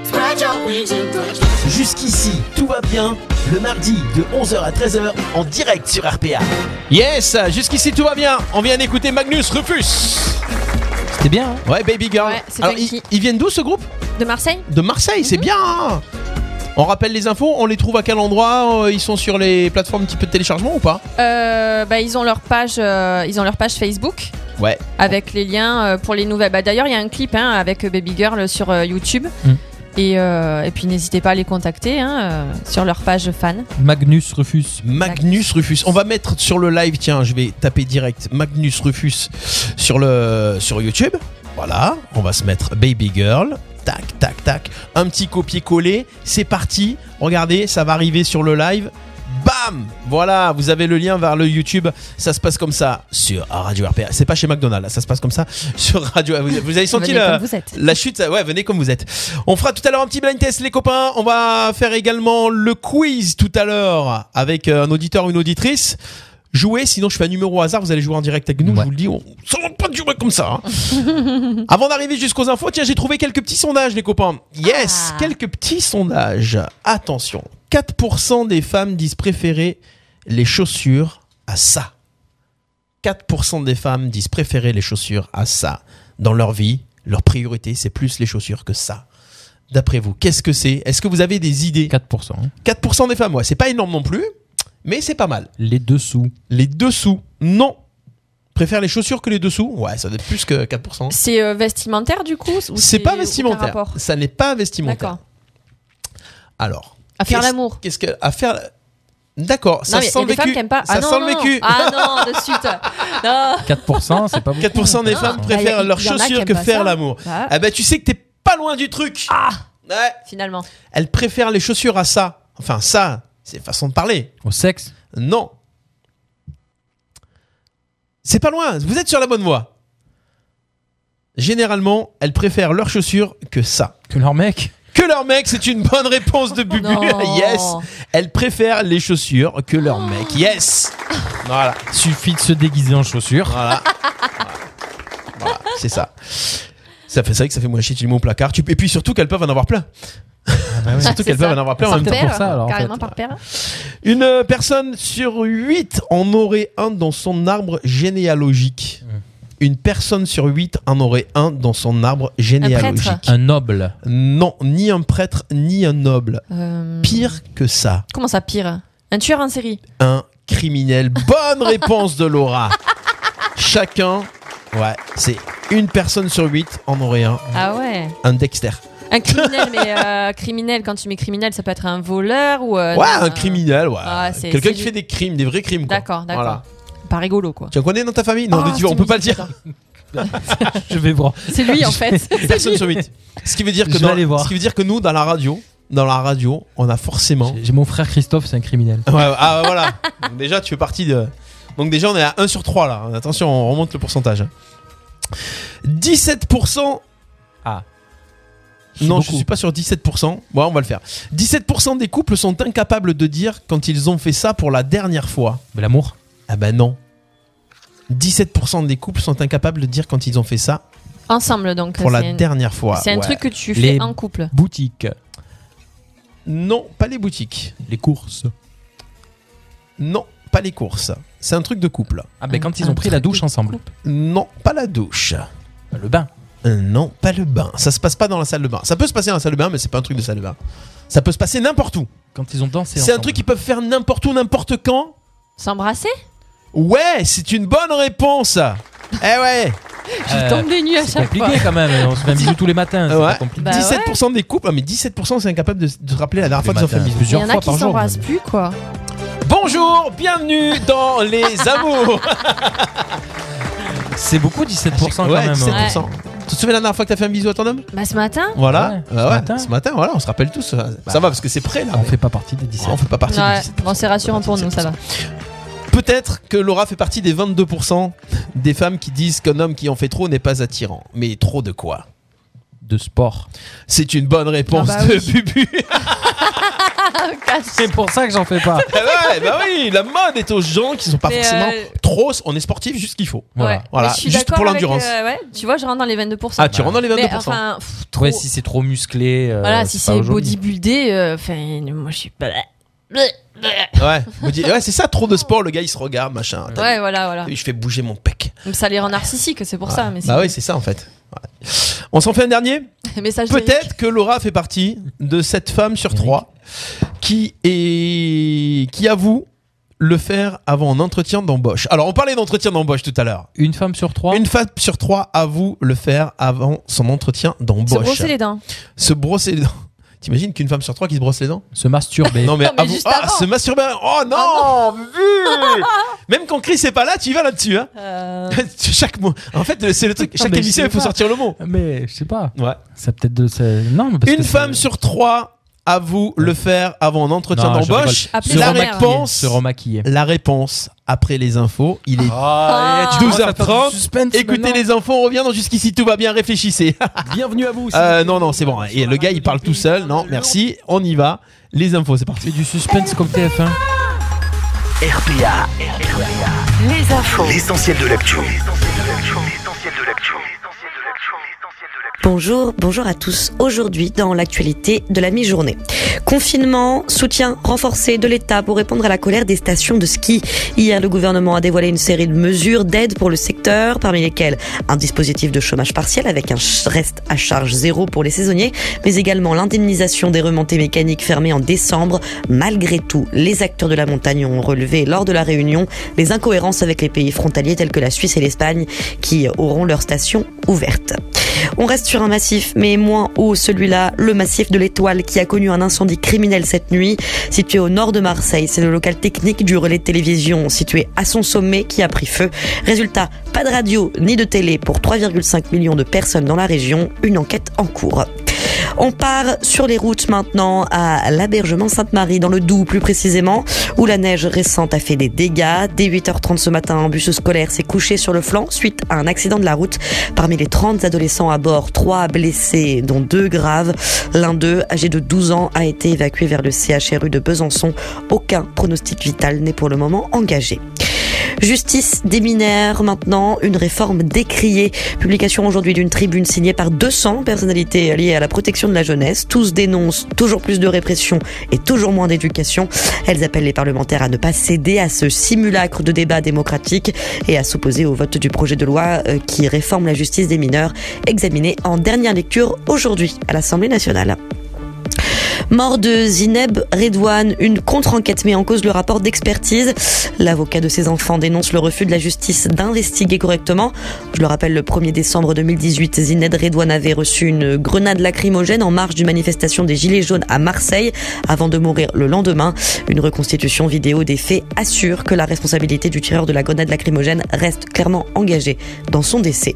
Speaker 16: Spread your wings and touch the sky.
Speaker 1: Jusqu'ici, tout va bien. Le mardi de 11h à 13h en direct sur RPA.
Speaker 3: Yes, jusqu'ici tout va bien. On vient d'écouter Magnus Rufus.
Speaker 4: C'était bien. hein
Speaker 3: Ouais, Baby Girl.
Speaker 5: Ouais, c'est
Speaker 3: Alors,
Speaker 5: funky.
Speaker 3: ils, ils viennent d'où ce groupe
Speaker 5: De Marseille Mhm.
Speaker 3: De Marseille, c'est bien. hein on rappelle les infos, on les trouve à quel endroit euh, Ils sont sur les plateformes un petit peu de téléchargement ou pas
Speaker 5: Euh, bah, ils ont leur page, euh, ils ont leur page Facebook
Speaker 3: Ouais.
Speaker 5: avec les liens euh, pour les nouvelles. Bah, d'ailleurs, il y a un clip hein, avec Baby Girl sur euh, YouTube.
Speaker 4: Mm.
Speaker 5: Et, euh, et puis n'hésitez pas à les contacter hein, euh, sur leur page fan.
Speaker 4: Magnus Rufus.
Speaker 3: Magnus Rufus. On va mettre sur le live, tiens, je vais taper direct Magnus Rufus sur, le, sur YouTube. Voilà, on va se mettre Baby Girl. Tac, tac, tac. Un petit copier-coller. C'est parti. Regardez, ça va arriver sur le live. Bam Voilà, vous avez le lien vers le YouTube. Ça se passe comme ça sur Radio RPA. C'est pas chez McDonald's, là, ça se passe comme ça sur Radio. Vous, vous avez senti
Speaker 9: Venez
Speaker 3: la,
Speaker 9: comme vous êtes.
Speaker 3: la chute ça- Ouais, venez comme vous êtes. On fera tout à l'heure un petit blind test, les copains. On va faire également le quiz tout à l'heure avec euh, un auditeur ou une auditrice. Jouez, sinon je fais un numéro au hasard. Vous allez jouer en direct avec nous. Je vous le dis, on ça va pas durer comme ça. hein. Avant d'arriver jusqu'aux infos, tiens, j'ai trouvé quelques petits sondages, les copains. Yes, quelques petits sondages. Attention, 4% des femmes disent préférer les chaussures à ça. 4% des femmes disent préférer les chaussures à ça. Dans leur vie, leur priorité, c'est plus les chaussures que ça. D'après vous, qu'est-ce que c'est Est-ce que vous avez des idées
Speaker 4: 4%.
Speaker 3: 4% des femmes, ouais, c'est pas énorme non plus, mais c'est pas mal.
Speaker 4: Les dessous.
Speaker 3: Les dessous, non. Préfère les chaussures que les dessous Ouais, ça doit être plus que 4%.
Speaker 5: C'est euh, vestimentaire du coup ou
Speaker 3: C'est pas
Speaker 5: aucun
Speaker 3: vestimentaire.
Speaker 5: rapport
Speaker 3: Ça n'est pas vestimentaire.
Speaker 5: D'accord.
Speaker 3: Alors.
Speaker 5: À faire
Speaker 3: qu'est-ce-
Speaker 5: l'amour.
Speaker 3: Qu'est-ce que. À faire. D'accord,
Speaker 5: non,
Speaker 3: ça
Speaker 5: mais
Speaker 3: sent
Speaker 5: il y a
Speaker 3: le
Speaker 5: des femmes
Speaker 3: vécu.
Speaker 5: qui aiment pas.
Speaker 3: Ça
Speaker 5: ah, non,
Speaker 3: sent le
Speaker 5: non, non.
Speaker 3: vécu.
Speaker 5: Ah non, de suite. Non.
Speaker 4: 4%, c'est pas beaucoup.
Speaker 3: 4% des
Speaker 5: Non.
Speaker 3: femmes
Speaker 5: Bah,
Speaker 3: préfèrent
Speaker 5: y a-
Speaker 3: leurs
Speaker 5: y en a qui
Speaker 3: chaussures
Speaker 5: aiment
Speaker 3: que
Speaker 5: pas
Speaker 3: faire
Speaker 5: ça.
Speaker 3: l'amour.
Speaker 5: Bah.
Speaker 3: Ah bah tu sais que t'es pas loin du truc. Ah Ouais. Ah
Speaker 5: Finalement.
Speaker 3: Elles préfèrent les chaussures à ça. Enfin, ça, c'est façon de parler.
Speaker 4: Au sexe
Speaker 3: Non. C'est pas loin, vous êtes sur la bonne voie. Généralement, elles préfèrent leurs chaussures que ça.
Speaker 4: Que leur mec
Speaker 3: Que leur mec, c'est une bonne réponse de Bubu.
Speaker 4: Non.
Speaker 3: yes. Elles préfèrent les chaussures que leur mec. Yes. Voilà.
Speaker 4: Suffit de se déguiser en chaussures.
Speaker 3: Voilà. Voilà, c'est ça. Ça fait c'est vrai que ça fait moins chier, tu les mets au placard. Tu- Et puis surtout qu'elles peuvent en avoir plein.
Speaker 4: Ah bah oui.
Speaker 3: surtout qu'elles peuvent en avoir plein en même temps.
Speaker 4: pour ça, alors, en
Speaker 9: Carrément
Speaker 4: fait.
Speaker 9: par paire.
Speaker 3: Une euh, personne sur huit en aurait un dans son arbre généalogique. Une personne sur huit en aurait un dans son arbre généalogique.
Speaker 4: Un, noble.
Speaker 3: Non, ni un prêtre, ni un noble.
Speaker 5: Euh,
Speaker 3: Pire que ça,
Speaker 5: Comment ça pire Un tueur en série.
Speaker 3: un criminel. Bonne réponse de Laura. Chacun, ouais, c'est une personne sur huit en aurait un.
Speaker 5: Ah ouais. Euh,
Speaker 3: Un Dexter.
Speaker 5: Un criminel, mais euh, criminel, quand tu mets criminel, ça peut être un voleur ou. euh,
Speaker 3: ouais,
Speaker 5: non,
Speaker 3: un criminel, ouais.
Speaker 5: Ah, c'est-
Speaker 3: Quelqu'un
Speaker 5: c'est
Speaker 3: qui
Speaker 5: du-
Speaker 3: fait des crimes, des vrais crimes. quoi.
Speaker 5: D'accord, d'accord.
Speaker 3: Voilà.
Speaker 5: Pas rigolo, quoi.
Speaker 3: Tu en connais dans ta famille Non,
Speaker 5: Ah,
Speaker 3: ne dis- on
Speaker 5: cette
Speaker 3: peut pas le dire.
Speaker 4: Je vais voir.
Speaker 5: C'est lui, en fait. C'est
Speaker 3: Personne
Speaker 5: lui.
Speaker 3: sur huit. Ce qui veut dire que
Speaker 4: Je vais
Speaker 3: dans,
Speaker 4: aller voir.
Speaker 3: ce qui veut dire que nous dans la radio, dans la radio, on a forcément.
Speaker 4: J'ai mon frère Christophe, c'est un criminel.
Speaker 3: Ouais, ah voilà. Donc déjà tu fais partie de. Donc déjà on est à 1 sur 3 là. Attention, on remonte le pourcentage. 17% Ah. Non, je
Speaker 4: beaucoup.
Speaker 3: suis pas sur 17%. Ouais, on va le faire. 17% des couples sont incapables de dire quand ils ont fait ça pour la dernière fois.
Speaker 4: Mais l'amour
Speaker 3: Ah bah non. 17% des couples sont incapables de dire quand ils ont fait ça
Speaker 5: Ensemble, donc.
Speaker 3: pour la
Speaker 5: c'est un-
Speaker 3: dernière fois.
Speaker 5: C'est un
Speaker 3: ouais.
Speaker 5: truc que tu fais
Speaker 3: Les
Speaker 5: en couple.
Speaker 4: Boutique.
Speaker 3: Non, pas les boutiques.
Speaker 4: Les courses.
Speaker 3: Non, pas les courses. C'est un truc de couple.
Speaker 4: Ah, ben quand ils ont pris la douche ensemble.
Speaker 3: Non, pas la douche.
Speaker 4: Le bain.
Speaker 3: Euh, non, pas le bain. Ça se passe pas dans la salle de bain. Ça peut se passer dans la salle de bain, mais c'est pas un truc de salle de bain. Ça peut se passer n'importe où.
Speaker 4: Quand ils ont dansé
Speaker 3: C'est un
Speaker 4: ensemble.
Speaker 3: truc qu'ils peuvent faire n'importe où, n'importe quand.
Speaker 5: S'embrasser
Speaker 3: Ouais, c'est une bonne réponse. Eh ouais.
Speaker 4: Euh,
Speaker 5: tombe des nues à
Speaker 4: C'est
Speaker 5: chaque fois.
Speaker 4: compliqué quand même. On se fait un bisou tous les matins. C'est
Speaker 3: Ouais.
Speaker 4: pas compliqué.
Speaker 5: Bah ouais.
Speaker 3: 17% des couples, ah, mais 17% c'est incapable de, de se rappeler la dernière
Speaker 4: Tous
Speaker 3: fois
Speaker 4: les
Speaker 3: qu'ils ont fait un
Speaker 4: matins.
Speaker 3: bisou.
Speaker 5: Il y
Speaker 4: Plusieurs
Speaker 5: en a
Speaker 4: fois
Speaker 5: qui
Speaker 4: par jour,
Speaker 5: s'embrassent
Speaker 4: même.
Speaker 5: plus, quoi.
Speaker 3: Bonjour, bienvenue dans les amours.
Speaker 4: C'est beaucoup 17% quand
Speaker 3: ouais,
Speaker 4: même. hein.
Speaker 3: 17%. Tu te souviens la dernière fois que t'as fait un bisou à ton homme
Speaker 5: Bah, ce matin
Speaker 3: Voilà,
Speaker 4: Ouais,
Speaker 3: Bah
Speaker 4: ce
Speaker 3: ouais,
Speaker 4: matin. Bah,
Speaker 3: ce matin, voilà, on se rappelle tous. Ça, ça va parce que c'est prêt là.
Speaker 4: On fait pas partie des
Speaker 3: On
Speaker 4: 17%.
Speaker 3: fait pas partie
Speaker 5: Ouais,
Speaker 3: du 17%.
Speaker 5: bon, c'est rassurant pour nous, ça va.
Speaker 3: Peut-être que Laura fait partie des 22% des femmes qui disent qu'un homme qui en fait trop n'est pas attirant. Mais trop de quoi
Speaker 4: De sport.
Speaker 3: C'est une bonne réponse
Speaker 5: Ah bah
Speaker 3: de
Speaker 5: oui.
Speaker 3: Bubu.
Speaker 4: C'est pour ça que j'en fais pas.
Speaker 3: Ah ouais, bah oui, la mode est aux gens qui sont pas
Speaker 5: Mais,
Speaker 3: forcément
Speaker 5: euh,
Speaker 3: trop. On est sportif juste ce qu'il faut.
Speaker 4: Voilà.
Speaker 5: Ouais.
Speaker 3: Voilà,
Speaker 5: Mais je suis
Speaker 3: juste
Speaker 5: d'accord
Speaker 3: pour
Speaker 5: avec,
Speaker 3: l'endurance.
Speaker 5: euh, ouais, tu vois, je rentre dans les 22%.
Speaker 3: Ah, tu rentres dans les 22%.
Speaker 5: Mais enfin, pff, trop.
Speaker 4: Ouais, si c'est trop musclé. euh,
Speaker 5: voilà, si
Speaker 4: pas
Speaker 5: c'est
Speaker 4: joli.
Speaker 5: bodybuildé, euh, enfin, moi je suis pas. Ouais,
Speaker 3: Ouais, vous dites- ouais, c'est ça, trop de sport. Le gars il se regarde, machin. T'as
Speaker 5: voilà, voilà.
Speaker 3: vu, Je fais bouger mon pec.
Speaker 5: Ça les rend narcissiques, c'est pour ça. Mais
Speaker 3: Bah oui, c'est ça en fait. Ouais. On s'en fait un dernier
Speaker 5: Message
Speaker 3: Peut-être que Laura fait partie de cette femme sur trois qui est qui avoue le faire avant un entretien d'embauche. Alors on parlait d'entretien d'embauche tout à l'heure.
Speaker 4: Une femme sur trois.
Speaker 3: Une femme sur trois avoue le faire avant son entretien
Speaker 5: Se
Speaker 3: d'embauche.
Speaker 5: brosser les dents.
Speaker 3: Se brosser les dents. T'imagines qu'une femme sur trois qui se brosse les dents
Speaker 4: Se masturber.
Speaker 3: Non mais,
Speaker 5: Non, mais
Speaker 3: avoue-
Speaker 5: juste
Speaker 3: ah,
Speaker 5: avant.
Speaker 3: se masturber. Oh non, vu Même quand Chris est pas là, tu y vas là-dessus. Hein
Speaker 5: Euh,
Speaker 3: chaque mot. En fait, c'est le truc.
Speaker 4: Non,
Speaker 3: Chaque
Speaker 4: mais je
Speaker 3: émission,
Speaker 4: sais
Speaker 3: il faut
Speaker 4: pas.
Speaker 3: sortir le mot.
Speaker 4: Mais je sais pas.
Speaker 3: Ouais.
Speaker 4: C'est peut-être de. c'est- Non, mais parce
Speaker 3: Une
Speaker 4: que
Speaker 3: femme
Speaker 4: c'est-
Speaker 3: sur trois à vous le faire avant un entretien
Speaker 4: Non, je
Speaker 3: d'embauche.
Speaker 4: rigole. Appelez
Speaker 3: La
Speaker 4: sa mère.
Speaker 3: réponse,
Speaker 4: Se remaquiller.
Speaker 3: La réponse après les infos. Il est
Speaker 4: Ah, et tu commences à faire du
Speaker 3: 12h30. Écoutez les infos, on revient dans jusqu'ici tout va bien. Réfléchissez.
Speaker 9: Bienvenue à vous.
Speaker 3: Euh, non, non, c'est bon. Et le gars, il parle tout seul. Non, merci. On y va. Les infos, c'est parti.
Speaker 4: du suspense comme hein. TF1.
Speaker 14: RPA.
Speaker 16: Les infos.
Speaker 14: L'essentiel de l'actu.
Speaker 17: Bonjour, bonjour à tous. Aujourd'hui, dans l'actualité de la mi-journée. Confinement, soutien renforcé de l'État pour répondre à la colère des stations de ski. Hier, le gouvernement a dévoilé une série de mesures d'aide pour le secteur, parmi lesquelles un dispositif de chômage partiel avec un ch- reste à charge zéro pour les saisonniers, mais également l'indemnisation des remontées mécaniques fermées en décembre. Malgré tout, les acteurs de la montagne ont relevé lors de la réunion les incohérences avec les pays frontaliers tels que la Suisse et l'Espagne qui auront leurs stations ouvertes. On reste sur un massif, mais moins haut, celui-là, le massif de l'Étoile, qui a connu un incendie criminel cette nuit. Situé au nord de Marseille, c'est le local technique du relais de télévision situé à son sommet qui a pris feu. Résultat, pas de radio ni de télé pour 3,5 millions de personnes dans la région. Une enquête en cours. On part sur les routes maintenant à l'hébergement Sainte-Marie, dans le Doubs plus précisément, où la neige récente a fait des dégâts. Dès 8h30 ce matin, un bus scolaire s'est couché sur le flanc suite à un accident de la route. Parmi les 30 adolescents à bord, 3 blessés, dont 2 graves. L'un d'eux, âgé de 12 ans, a été évacué vers le CHRU de Besançon. Aucun pronostic vital n'est pour le moment engagé. Justice des mineurs maintenant, une réforme décriée. Publication aujourd'hui d'une tribune signée par 200 personnalités liées à la protection de la jeunesse. Tous dénoncent toujours plus de répression et toujours moins d'éducation. Elles appellent les parlementaires à ne pas céder à ce simulacre de débat démocratique et à s'opposer au vote du projet de loi euh, qui réforme la justice des mineurs, examiné en dernière lecture aujourd'hui à l'Assemblée nationale. Mort de Zineb Redouane, une contre-enquête met en cause le rapport d'expertise. L'avocat de ses enfants dénonce le refus de la justice d'investiguer correctement. Je le rappelle, le 1er décembre 2018, Zineb Redouane avait reçu une grenade lacrymogène en marge d'une manifestation des Gilets jaunes à Marseille avant de mourir le lendemain. Une reconstitution vidéo des faits assure que la responsabilité du tireur de la grenade lacrymogène reste clairement engagée dans son décès.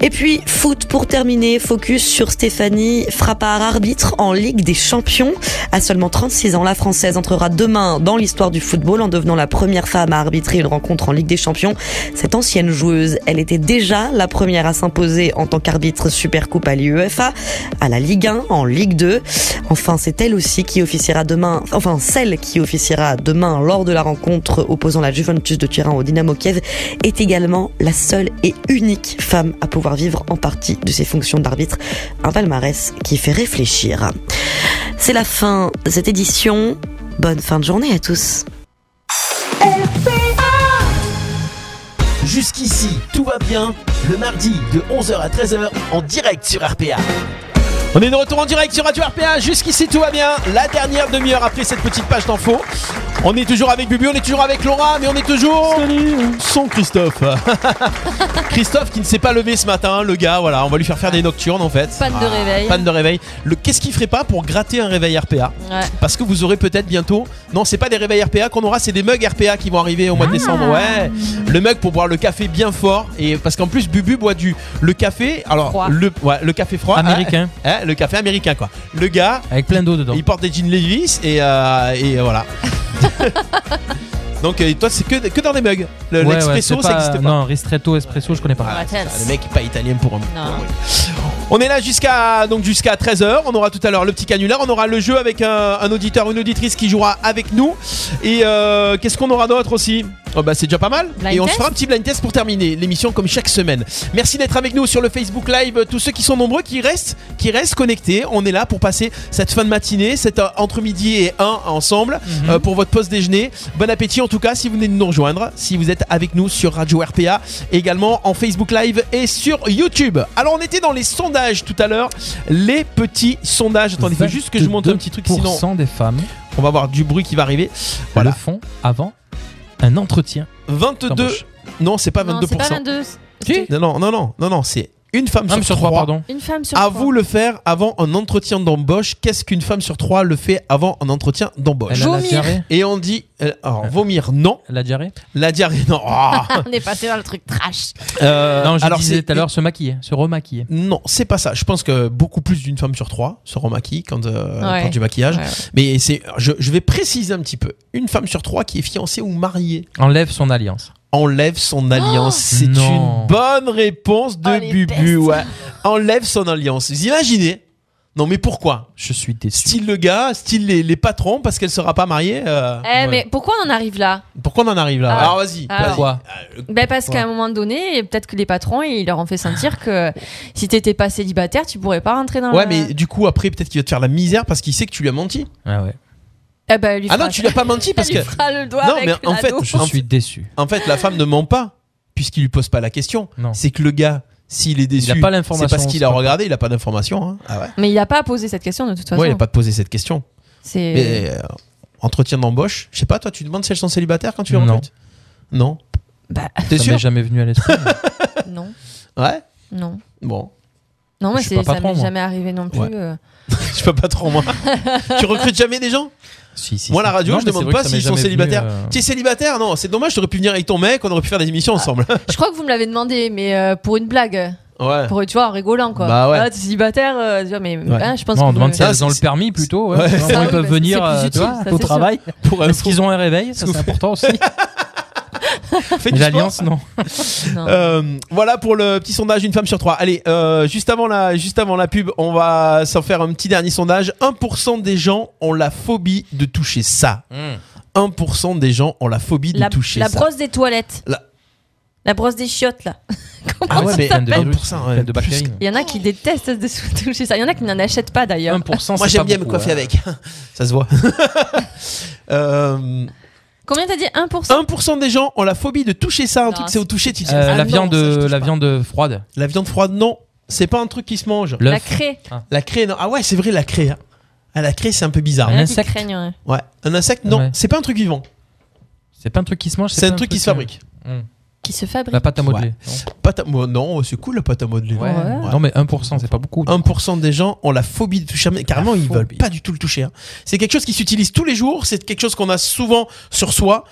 Speaker 17: Et puis, foot pour terminer, focus sur Stéphanie Frappard, arbitre en Ligue des Champions. À seulement 36 ans, la Française entrera demain dans l'histoire du football en devenant la première femme à arbitrer une rencontre en Ligue des Champions. Cette ancienne joueuse, elle était déjà la première à s'imposer en tant qu'arbitre Supercoupe à l'UEFA, à la Ligue 1, en Ligue 2. Enfin, c'est elle aussi qui officiera demain, enfin, celle qui officiera demain lors de la rencontre opposant la Juventus de Turin au Dynamo Kiev est également la seule et unique femme à pouvoir vivre en partie de ses fonctions d'arbitre. Un palmarès qui fait réfléchir. C'est la fin de cette édition. Bonne fin de journée à tous.
Speaker 1: Jusqu'ici, tout va bien. Le mardi de 11h à 13h en direct sur RPA.
Speaker 3: On est de retour en direct sur Radio RPA. Jusqu'ici, tout va bien. La dernière demi-heure après cette petite page d'infos. On est toujours avec Bubu, on est toujours avec Laura, mais on est toujours sans Christophe. Christophe qui ne s'est pas levé ce matin, hein, le gars. Voilà, on va lui faire faire des nocturnes en fait.
Speaker 5: Panne de réveil.
Speaker 3: Panne de réveil. Le qu'est-ce qu'il ferait pas pour gratter un réveil RPA
Speaker 5: Ouais.
Speaker 3: Parce que vous aurez peut-être bientôt. Non, c'est pas des réveils RPA qu'on aura, c'est des mugs RPA qui vont arriver au mois de décembre. Ouais. Le mug pour boire le café bien fort et parce qu'en plus Bubu boit du le café. Alors
Speaker 4: Froid.
Speaker 3: le ouais, le café froid
Speaker 4: Américain.
Speaker 3: Hein, hein, le café américain quoi. Le gars
Speaker 4: avec plein d'eau dedans.
Speaker 3: Il porte des jeans Levi's et euh, et voilà. Donc euh, toi c'est que, que dans des mugs. Le-
Speaker 4: Ouais, ouais,
Speaker 3: L'expresso
Speaker 4: c'est
Speaker 3: ça n'existe pas.
Speaker 4: Non, ristretto, espresso, je connais pas.
Speaker 3: Ah, putain, le mec est pas italien pour un.
Speaker 4: Non.
Speaker 3: On est là jusqu'à donc jusqu'à 13h. On aura tout à l'heure le petit canular. On aura le jeu avec un, un auditeur ou une auditrice qui jouera avec nous. Et euh, qu'est-ce qu'on aura d'autre aussi Oh, bah, C'est déjà pas mal.
Speaker 9: Blind
Speaker 3: Et on se
Speaker 9: test
Speaker 3: fera un petit blind test pour terminer l'émission comme chaque semaine. Merci d'être avec nous sur le Facebook Live. Tous ceux qui sont nombreux, qui restent, qui restent connectés. On est là pour passer cette fin de matinée, cette euh, entre midi et 1 ensemble euh, pour votre pause déjeuner. Bon appétit en tout cas si vous venez de nous rejoindre, si vous êtes avec nous sur Radio RPA, également en Facebook Live et sur YouTube. Alors on était dans les sondages tout à l'heure, les petits sondages. Attendez, il faut juste que je vous montre un petit truc sinon
Speaker 4: 22% des femmes
Speaker 3: on va avoir du bruit qui va arriver. Voilà.
Speaker 4: le font avant un entretien.
Speaker 3: 22
Speaker 4: D'embauche.
Speaker 3: Non, c'est pas 22%.
Speaker 7: Non, c'est pas 22.
Speaker 3: Non, non, non, non, non, non, c'est une femme
Speaker 4: Femme sur
Speaker 3: sur,
Speaker 4: trois, pardon.
Speaker 5: Une femme sur
Speaker 3: à
Speaker 5: trois.
Speaker 3: vous le faire avant un entretien d'embauche. Qu'est-ce qu'une femme sur trois le fait avant un entretien d'embauche
Speaker 4: Elle a la Vomir. diarrhée
Speaker 3: Et on dit. euh, alors, vomir, non.
Speaker 4: La diarrhée
Speaker 3: La diarrhée, non. Ah.
Speaker 5: On est passé dans le truc trash.
Speaker 15: Oh,
Speaker 3: Euh,
Speaker 4: non, je
Speaker 3: alors,
Speaker 4: disais
Speaker 3: c'est-
Speaker 4: tout à l'heure se maquiller, se remaquiller.
Speaker 3: Non, c'est pas ça. Je pense que beaucoup plus d'une femme sur trois se remaquille quand, euh,
Speaker 4: Ouais.
Speaker 3: quand du maquillage.
Speaker 4: Ouais, ouais.
Speaker 3: Mais c'est, je, je vais préciser un petit peu. Une femme sur trois qui est fiancée ou mariée
Speaker 4: Enlève son alliance. Oh
Speaker 3: enlève son alliance. c'est
Speaker 4: Non.
Speaker 3: une bonne réponse
Speaker 5: Oh,
Speaker 3: de Bubu. ouais. Enlève son alliance. Vous imaginez Non, mais pourquoi
Speaker 4: Je suis déçu.
Speaker 3: Style le gars, style les, les patrons parce qu'elle sera pas mariée. euh,
Speaker 5: Eh, mais pourquoi on en arrive là
Speaker 3: Pourquoi on en arrive là
Speaker 5: Ah.
Speaker 3: Alors vas-y.
Speaker 5: Ah.
Speaker 3: vas-y. Euh,
Speaker 5: Pourquoi ben parce
Speaker 3: Pourquoi
Speaker 5: qu'à un moment donné, peut-être que les patrons, ils leur ont fait sentir que si t'étais pas célibataire, tu pourrais pas rentrer dans
Speaker 3: Ouais,
Speaker 5: le-
Speaker 3: mais du coup après peut-être qu'il va te faire la misère parce qu'il sait que tu lui as menti.
Speaker 4: Ah ouais.
Speaker 5: Eh ben, elle lui
Speaker 3: Ah
Speaker 5: fera-
Speaker 3: non, tu lui as pas menti parce
Speaker 5: Elle lui
Speaker 3: que-
Speaker 5: fera le doigt
Speaker 3: Non,
Speaker 5: avec
Speaker 3: mais en
Speaker 5: la
Speaker 3: fait,
Speaker 5: dent.
Speaker 3: je suis
Speaker 4: déçu.
Speaker 3: En fait, la femme ne ment pas puisqu'il lui pose pas la question. C'est que le gars, s'il est déçu,
Speaker 4: a pas l'information,
Speaker 3: c'est parce qu'il
Speaker 4: c'est
Speaker 3: a
Speaker 4: pas-
Speaker 3: regardé, il a pas d'information. hein. Ah ouais.
Speaker 5: Mais il a pas posé cette question de toute façon.
Speaker 3: Ouais, il a pas de poser cette question.
Speaker 5: C'est-
Speaker 3: Mais, euh, entretien d'embauche, je sais pas, toi, tu demandes si elles sont célibataires quand tu les
Speaker 4: Non.
Speaker 3: recrutes Non. T'es
Speaker 4: ça
Speaker 3: sûr
Speaker 4: m'est jamais venu à l'esprit.
Speaker 5: Bah, Non,
Speaker 3: Ouais.
Speaker 5: non.
Speaker 3: Bon.
Speaker 5: Non, mais
Speaker 3: Je suis
Speaker 5: c'est-
Speaker 3: pas
Speaker 5: ça
Speaker 3: patron,
Speaker 5: m'est
Speaker 3: moi.
Speaker 5: jamais arrivé non plus.
Speaker 3: Ouais.
Speaker 5: euh.
Speaker 3: je peux pas trop moi. tu recrutes jamais des gens
Speaker 4: Si, si,
Speaker 3: Moi,
Speaker 4: si.
Speaker 3: la radio,
Speaker 4: Non,
Speaker 3: je
Speaker 4: mais c'est
Speaker 3: demande
Speaker 4: vrai que
Speaker 3: pas
Speaker 4: ça m'est
Speaker 3: s'ils sont
Speaker 4: jamais venu,
Speaker 3: célibataires.
Speaker 4: euh, Ah.
Speaker 3: Tu es célibataire Non, c'est dommage, j'aurais pu venir avec ton mec, on aurait pu faire des émissions ensemble.
Speaker 5: Je crois que vous me l'avez demandé, mais euh, pour une blague.
Speaker 3: ouais.
Speaker 5: Pour, tu vois, en rigolant quoi.
Speaker 3: Ah. Bah ouais.
Speaker 5: Ah, t'es célibataire, euh, tu vois, mais
Speaker 3: Ouais.
Speaker 5: hein, je pense
Speaker 4: Non, on
Speaker 5: que-
Speaker 4: demande si
Speaker 5: Ah,
Speaker 4: elles ont le permis plutôt. ouais.
Speaker 3: Ouais.
Speaker 4: Comment
Speaker 3: Ah oui,
Speaker 4: ils peuvent
Speaker 3: bah,
Speaker 4: venir
Speaker 3: c'est plus
Speaker 4: euh, tu
Speaker 3: utile,
Speaker 4: vois,
Speaker 3: ça,
Speaker 4: au
Speaker 3: c'est
Speaker 4: travail.
Speaker 3: Pour
Speaker 4: Est-ce qu'ils ont un réveil Ça, c'est important aussi.
Speaker 3: Fais du
Speaker 4: Mais
Speaker 3: sport.
Speaker 4: L'alliance, non.
Speaker 3: Euh, voilà pour le petit sondage, une femme sur trois. Allez, euh, juste, avant la, juste avant la pub, on va s'en faire un petit dernier sondage. 1% des gens ont la phobie de toucher ça.
Speaker 4: Hmm.
Speaker 3: 1% des gens ont la phobie de
Speaker 5: la,
Speaker 3: toucher
Speaker 5: la
Speaker 3: ça.
Speaker 5: brosse des toilettes.
Speaker 3: La-
Speaker 5: La brosse des chiottes là. Comment
Speaker 3: Ah ouais,
Speaker 5: ça
Speaker 3: mais
Speaker 5: s'appelle
Speaker 3: plein de virus, plein de bactéries.
Speaker 5: Il y en a qui détestent de se toucher ça. Il y en a qui n'en achètent pas d'ailleurs.
Speaker 4: 1%,
Speaker 3: Moi j'aime bien me coiffer avec. Ça se voit. Euh,
Speaker 5: Combien t'as dit 1%
Speaker 3: 1% des gens ont la phobie de toucher ça. Un truc, c'est au toucher. tu dis,
Speaker 4: Euh,
Speaker 3: ah
Speaker 4: la
Speaker 3: non,
Speaker 4: viande,
Speaker 3: ça, je touche
Speaker 4: la
Speaker 3: pas.
Speaker 4: viande froide.
Speaker 3: La viande froide, non. C'est pas un truc qui se mange.
Speaker 4: L'œuf. La
Speaker 5: crée.
Speaker 4: Ah.
Speaker 3: La crée, non. Ah ouais, c'est vrai, la crée. hein. Ah, la crée, c'est un peu bizarre.
Speaker 5: Il y en a qui craignent, ouais.
Speaker 3: Ouais. Un insecte, non.
Speaker 4: Ouais.
Speaker 3: C'est pas un truc vivant.
Speaker 4: C'est pas un truc qui se mange.
Speaker 3: C'est un
Speaker 4: pas
Speaker 3: truc qui se
Speaker 4: euh,
Speaker 3: fabrique.
Speaker 4: hmm.
Speaker 5: Qui se fabrique.
Speaker 4: La pâte à modeler.
Speaker 3: Ouais. Pâte à- moi, non, c'est cool la pâte à modeler.
Speaker 4: Ouais. Non, mais 1%, c'est pas beaucoup.
Speaker 3: 1% des gens ont la phobie de toucher. Mais Carrément, ils veulent pas du tout le toucher. hein. C'est quelque chose qui s'utilise tous les jours. C'est quelque chose qu'on a souvent sur soi.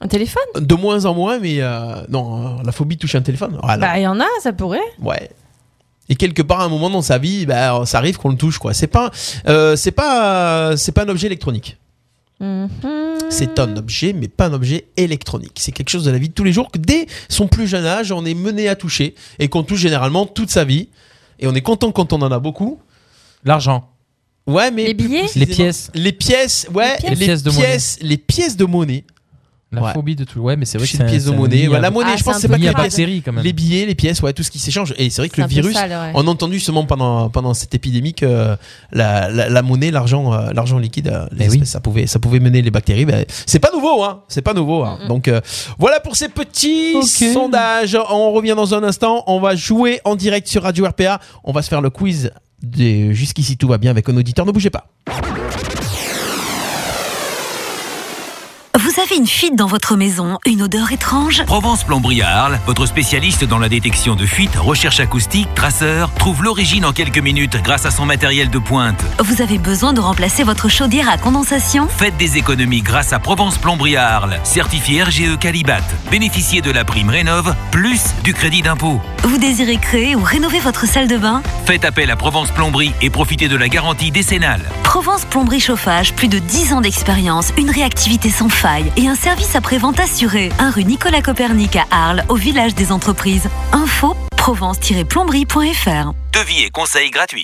Speaker 5: Un téléphone
Speaker 3: De moins en moins, mais euh, non, euh, la phobie de toucher un téléphone. Ah, non.
Speaker 5: Bah il y en a, ça pourrait.
Speaker 3: Ouais. Et quelque part, à un moment dans sa vie, bah, ça arrive qu'on le touche. quoi. C'est pas, euh, c'est pas, euh, c'est pas un objet électronique. C'est un objet, mais pas un objet électronique. C'est quelque chose de la vie de tous les jours que dès son plus jeune âge, on est mené à toucher et qu'on touche généralement toute sa vie. Et on est content quand on en a beaucoup.
Speaker 4: L'argent.
Speaker 3: Ouais, mais
Speaker 5: les billets,
Speaker 4: Les pièces.
Speaker 3: les pièces, ouais,
Speaker 4: Les pièces. Les pièces de monnaie.
Speaker 3: pièces- les pièces de monnaie.
Speaker 4: La
Speaker 3: Ouais.
Speaker 4: phobie de tout. Ouais, mais c'est vrai que
Speaker 3: Toucher
Speaker 4: c'est
Speaker 3: les
Speaker 4: un-
Speaker 3: pièces de
Speaker 4: c'est un
Speaker 3: monnaie.
Speaker 4: nid
Speaker 3: Ouais,
Speaker 4: à-
Speaker 3: la monnaie, je pense, que c'est
Speaker 4: un
Speaker 3: pas
Speaker 4: nid
Speaker 3: que
Speaker 4: à
Speaker 3: les pièces.
Speaker 4: bactéries, quand même.
Speaker 3: Les billets, les pièces, ouais, tout ce qui s'échange. Et c'est vrai que
Speaker 5: C'est
Speaker 3: le
Speaker 5: un peu
Speaker 3: virus,
Speaker 5: sale, ouais.
Speaker 3: on a entendu seulement pendant, pendant cette épidémie que euh, la, la, la monnaie, l'argent, euh, l'argent liquide, euh,
Speaker 5: Eh
Speaker 3: les espèces, ça pouvait, ça pouvait mener les bactéries. Ben, c'est pas nouveau, hein. C'est pas nouveau. hein. Donc euh, voilà pour ces petits
Speaker 4: Ok.
Speaker 3: sondages. On revient dans un instant. On va jouer en direct sur Radio RPA. On va se faire le quiz. de Jusqu'ici tout va bien avec un auditeur. Ne bougez pas.
Speaker 6: Vous avez une fuite dans votre maison, une odeur étrange
Speaker 14: Provence Plomberie à Arles, votre spécialiste dans la détection de fuites, recherche acoustique, traceur, trouve l'origine en quelques minutes grâce à son matériel de pointe.
Speaker 6: Vous avez besoin de remplacer votre chaudière à condensation
Speaker 14: Faites des économies grâce à Provence Plomberie à Arles, certifié RGE Calibat. Bénéficiez de la prime Rénov, plus du crédit d'impôt.
Speaker 6: Vous désirez créer ou rénover votre salle de bain
Speaker 14: Faites appel à Provence Plomberie et profitez de la garantie décennale.
Speaker 6: Provence Plomberie Chauffage, plus de 10 ans d'expérience, une réactivité sans faille et un service après-vente assuré. Un rue Nicolas Copernic à Arles, au village des entreprises. Info provence-plomberie.fr
Speaker 14: Devis et conseils gratuits.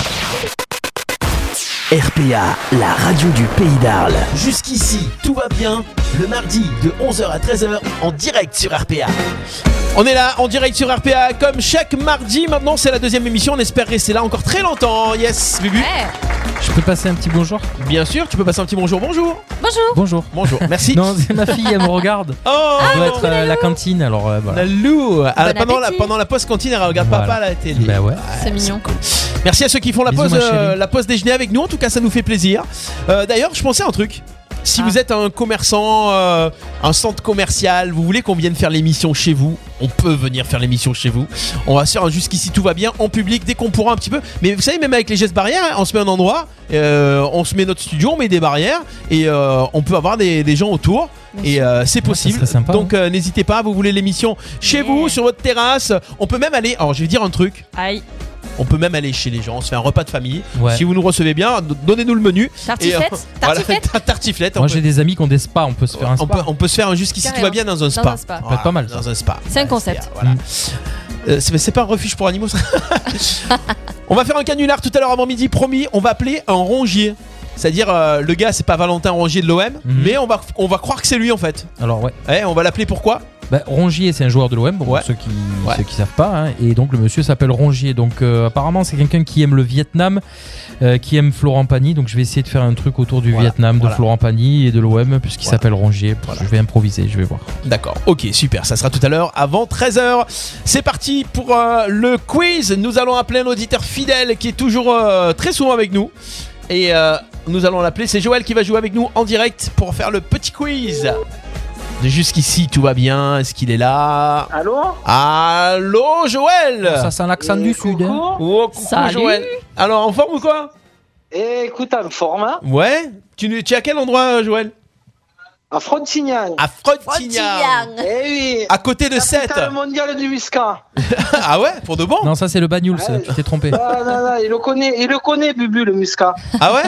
Speaker 1: RPA, la radio du pays d'Arles.
Speaker 3: Jusqu'ici, tout va bien. Le mardi de 11h à 13h en direct sur RPA. On est là en direct sur RPA comme chaque mardi. Maintenant, c'est la deuxième émission. On espère rester là encore très longtemps. Yes, Bubu.
Speaker 4: Je peux passer un petit bonjour
Speaker 3: Bien sûr, tu peux passer un petit bonjour. Bonjour.
Speaker 5: Bonjour.
Speaker 4: Bonjour.
Speaker 3: Bonjour. Merci.
Speaker 4: Non, c'est ma fille, elle me regarde.
Speaker 3: Oh,
Speaker 4: Elle doit être euh, la cantine, alors euh, voilà.
Speaker 3: la loue. Ah,
Speaker 4: Bon
Speaker 3: pendant, la,
Speaker 4: appétit.
Speaker 3: pendant la pause cantine, elle regarde
Speaker 4: Voilà.
Speaker 3: papa à la télé.
Speaker 4: Bah ouais.
Speaker 5: C'est mignon.
Speaker 3: Merci à ceux qui font la
Speaker 4: Bisous,
Speaker 3: pause,
Speaker 4: ma
Speaker 3: euh,
Speaker 4: chérie.
Speaker 3: la pause déjeuner avec nous. En tout cas, ça nous fait plaisir. Euh, D'ailleurs, je pensais à un truc. Si vous êtes un commerçant, euh, un centre commercial, vous voulez qu'on vienne faire l'émission chez vous, on peut venir faire l'émission chez vous. On va se faire un jusqu'ici tout va bien en public dès qu'on pourra un petit peu. Mais vous savez, même avec les gestes barrières, hein, on se met un endroit, euh, on se met notre studio, on met des barrières et euh, on peut avoir des, des gens autour. Et euh, c'est possible.
Speaker 4: hein.
Speaker 3: Donc euh, n'hésitez pas, vous voulez l'émission chez vous, sur votre terrasse. On peut même aller. Alors je vais dire un truc.
Speaker 7: Aïe.
Speaker 3: On peut même aller chez les gens, on se fait un repas de famille.
Speaker 4: Ouais.
Speaker 3: Si vous nous recevez bien, do- donnez-nous le menu.
Speaker 4: Tartiflette
Speaker 3: Et, euh, voilà, tartiflette. on
Speaker 4: Moi
Speaker 3: peut-
Speaker 4: j'ai des amis qui ont des spas, on peut se faire un
Speaker 3: on
Speaker 4: spa.
Speaker 3: peut, on peut se faire un jusqu'ici tout
Speaker 7: Carrément.
Speaker 3: va bien dans un
Speaker 7: Dans
Speaker 3: spa.
Speaker 7: un spa. Ça peut
Speaker 4: être pas mal, Mm.
Speaker 3: Dans un spa.
Speaker 7: C'est un concept.
Speaker 3: Voilà. Euh, c'est c'est pas un refuge pour animaux. ça. on va faire un canular tout à l'heure avant midi, promis. On va appeler un rongier. C'est-à-dire euh, le gars, c'est pas Valentin Rongier de l'OM, mais on va on va croire que c'est lui en fait.
Speaker 4: Mm-hmm. Alors ouais.
Speaker 3: Eh, on va l'appeler pourquoi
Speaker 4: Bah, Rongier, c'est un joueur de l'OM, pour ceux qui ceux qui savent pas. hein. Et donc le monsieur s'appelle Rongier. Donc euh, apparemment c'est quelqu'un qui aime le Vietnam, euh, qui aime Florent Pagny. Donc je vais essayer de faire un truc autour du Vietnam, de
Speaker 3: voilà.
Speaker 4: Florent Pagny et de l'OM puisqu'il s'appelle Rongier. Pff, Je vais improviser, je vais voir.
Speaker 3: D'accord, ok, super, ça sera tout à l'heure avant 13h. C'est parti pour euh, le quiz. Nous allons appeler un auditeur fidèle qui est toujours euh, très souvent avec nous. Et euh, nous allons l'appeler, c'est Joël qui va jouer avec nous en direct pour faire le petit quiz. De Jusqu'ici, tout va bien, est-ce qu'il est là
Speaker 9: Allô
Speaker 3: Allô Joël
Speaker 4: Oh,
Speaker 9: Ça sent l'accent du
Speaker 3: Sud.
Speaker 4: hein.
Speaker 3: Oh, coucou
Speaker 9: Salut. Eh,
Speaker 3: Joël Alors, en forme ou quoi
Speaker 9: Écoute, en forme, hein
Speaker 3: Ouais tu, ne- tu es à quel endroit, euh, Joël
Speaker 9: à Frontignan.
Speaker 3: À
Speaker 5: Oh,
Speaker 3: Frontignan.
Speaker 9: Eh oui.
Speaker 3: À côté de Sète.
Speaker 9: Capitale mondiale du whiskas.
Speaker 3: Ah ouais Pour de bon
Speaker 4: Non, ça c'est le Bagnoul, ça, tu t'es trompé.
Speaker 9: Ah, non, non, il le connaît, il le connaît, Bubu, le muscat.
Speaker 3: Ah ouais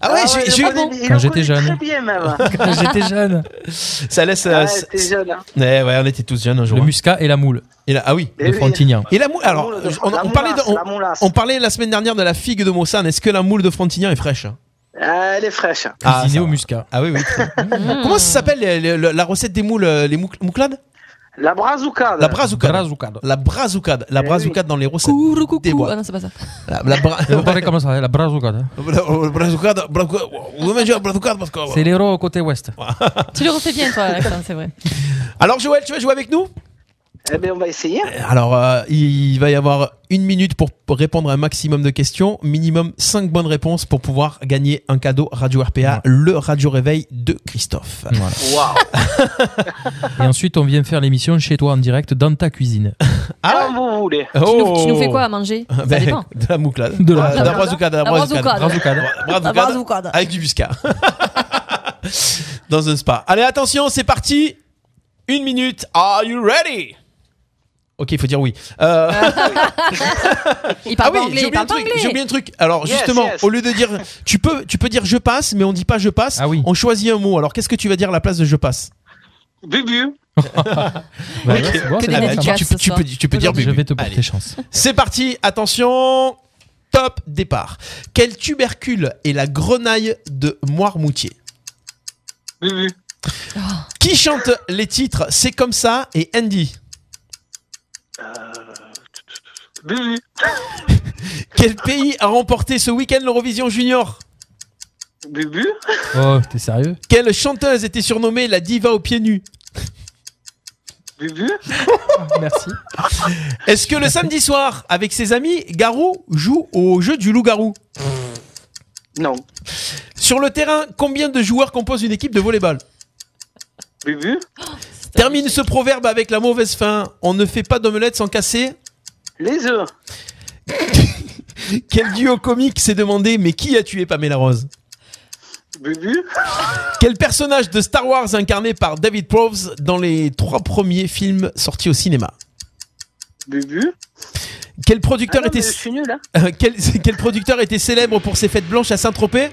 Speaker 3: Ah ouais, j'ai-
Speaker 9: il le
Speaker 3: j'ai-
Speaker 9: connaît- il
Speaker 4: Quand
Speaker 9: le
Speaker 4: j'étais
Speaker 9: connaît
Speaker 4: jeune.
Speaker 9: Très bien, même.
Speaker 4: Quand j'étais jeune.
Speaker 3: Ça laisse. euh,
Speaker 9: Ouais,
Speaker 3: ça-
Speaker 9: t'es jeune, hein.
Speaker 3: Eh Ouais, ouais, on était tous jeunes un jour. hein.
Speaker 4: Le muscat et la moule.
Speaker 3: Et la- ah oui,
Speaker 4: de Frontignan.
Speaker 3: Et la moule, alors,
Speaker 9: moule de-
Speaker 3: on,
Speaker 9: Eh la
Speaker 3: on parlait de-
Speaker 9: moulasse,
Speaker 3: on-
Speaker 9: la moulasse.
Speaker 3: on parlait la semaine dernière de la figue de Mossane. Est-ce que la moule de Frontignan est fraîche hein
Speaker 9: Ah, Elle est fraîche.
Speaker 4: Cuisiné au muscat.
Speaker 3: Ah oui, oui.
Speaker 7: Mm.
Speaker 3: Comment ça s'appelle les- les- le- la recette des moules, euh, les mouc- mouclades
Speaker 9: La brazucade. Eh
Speaker 3: La brazucade. La brazucade. La brazucade dans les recettes des bois.
Speaker 7: Ah non, c'est pas ça.
Speaker 3: La, la bra-
Speaker 4: On parlait comme ça, la brazucade. hein.
Speaker 3: la brazucade, brazucade. Vous devez dire brazucade parce que. euh,
Speaker 4: C'est l'héros au côté ouest.
Speaker 7: Tu le refais bien, toi, l'accent, c'est vrai.
Speaker 3: Alors Joël, tu vas jouer avec nous
Speaker 9: Eh bien, on va essayer.
Speaker 3: Alors, euh, il va y avoir une minute pour répondre à un maximum de questions, minimum 5 bonnes réponses pour pouvoir gagner un cadeau Radio RPA, le radio réveil de Christophe.
Speaker 4: Et ensuite, on vient faire l'émission chez toi en direct dans ta cuisine.
Speaker 9: Ah, vous voulez.
Speaker 7: Tu, nous, tu nous fais quoi à manger Ça
Speaker 3: Oh. Ben,
Speaker 7: dépend.
Speaker 3: de la mouclade.
Speaker 4: De la-
Speaker 3: Ah, de la brazucade. de La
Speaker 7: La
Speaker 3: brazucade.
Speaker 7: brazucade.
Speaker 3: Bra-
Speaker 7: La brazucade.
Speaker 3: Avec du muscat. Dans un spa. Allez, attention, c'est parti. Une minute. Are you ready? Ok, il faut dire oui. Euh,
Speaker 9: Ah
Speaker 7: Il parle pas
Speaker 3: ah oui,
Speaker 7: anglais,
Speaker 3: j'ai
Speaker 7: il
Speaker 3: oublié,
Speaker 7: parle
Speaker 3: un
Speaker 7: pas
Speaker 3: truc,
Speaker 7: anglais.
Speaker 3: j'ai oublié un truc. Alors
Speaker 7: Yes,
Speaker 3: justement,
Speaker 7: yes.
Speaker 3: au lieu de dire tu peux tu peux dire je passe mais on dit pas je passe,
Speaker 4: Ah
Speaker 3: on choisit un mot. Alors qu'est-ce que tu vas dire à la place de je passe
Speaker 9: Bubu.
Speaker 3: Ok.
Speaker 4: Bah, ouais, c'est bon,
Speaker 3: Ah
Speaker 4: c'est
Speaker 3: bah,
Speaker 4: bien, ça
Speaker 3: tu-
Speaker 4: marche.
Speaker 3: tu- tu peux- tu peux dire
Speaker 4: Je
Speaker 3: bubu.
Speaker 4: vais te porter
Speaker 3: Allez.
Speaker 4: chance.
Speaker 3: C'est parti, attention. Top départ. Quel tubercule est la grenaille de Moirmoutier
Speaker 9: Bubu.
Speaker 3: Qui chante les titres C'est comme ça et Andy Euh,
Speaker 9: Bubu.
Speaker 3: Quel pays a remporté ce week-end l'Eurovision Junior
Speaker 9: Bubu.
Speaker 4: Oh, t'es sérieux
Speaker 3: Quelle chanteuse était surnommée la diva aux pieds nus
Speaker 9: Bubu.
Speaker 4: Merci.
Speaker 3: Est-ce que le samedi soir, avec ses amis, Garou joue au jeu du loup-garou
Speaker 9: Non.
Speaker 3: Sur le terrain, combien de joueurs composent une équipe de volleyball
Speaker 9: Bubu.
Speaker 3: Termine ce proverbe avec la mauvaise fin. On ne fait pas d'omelette sans casser.
Speaker 9: Les œufs.
Speaker 3: Quel duo comique s'est demandé mais qui a tué Pamela Rose
Speaker 9: Bubu.
Speaker 3: Quel personnage de Star Wars incarné par David Proves dans les trois premiers films sortis au cinéma
Speaker 9: Bubu.
Speaker 3: Quel producteur
Speaker 9: Ah non,
Speaker 3: était
Speaker 9: mais je suis nul, hein.
Speaker 3: Euh, quel, quel producteur était célèbre pour ses fêtes blanches à Saint-Tropez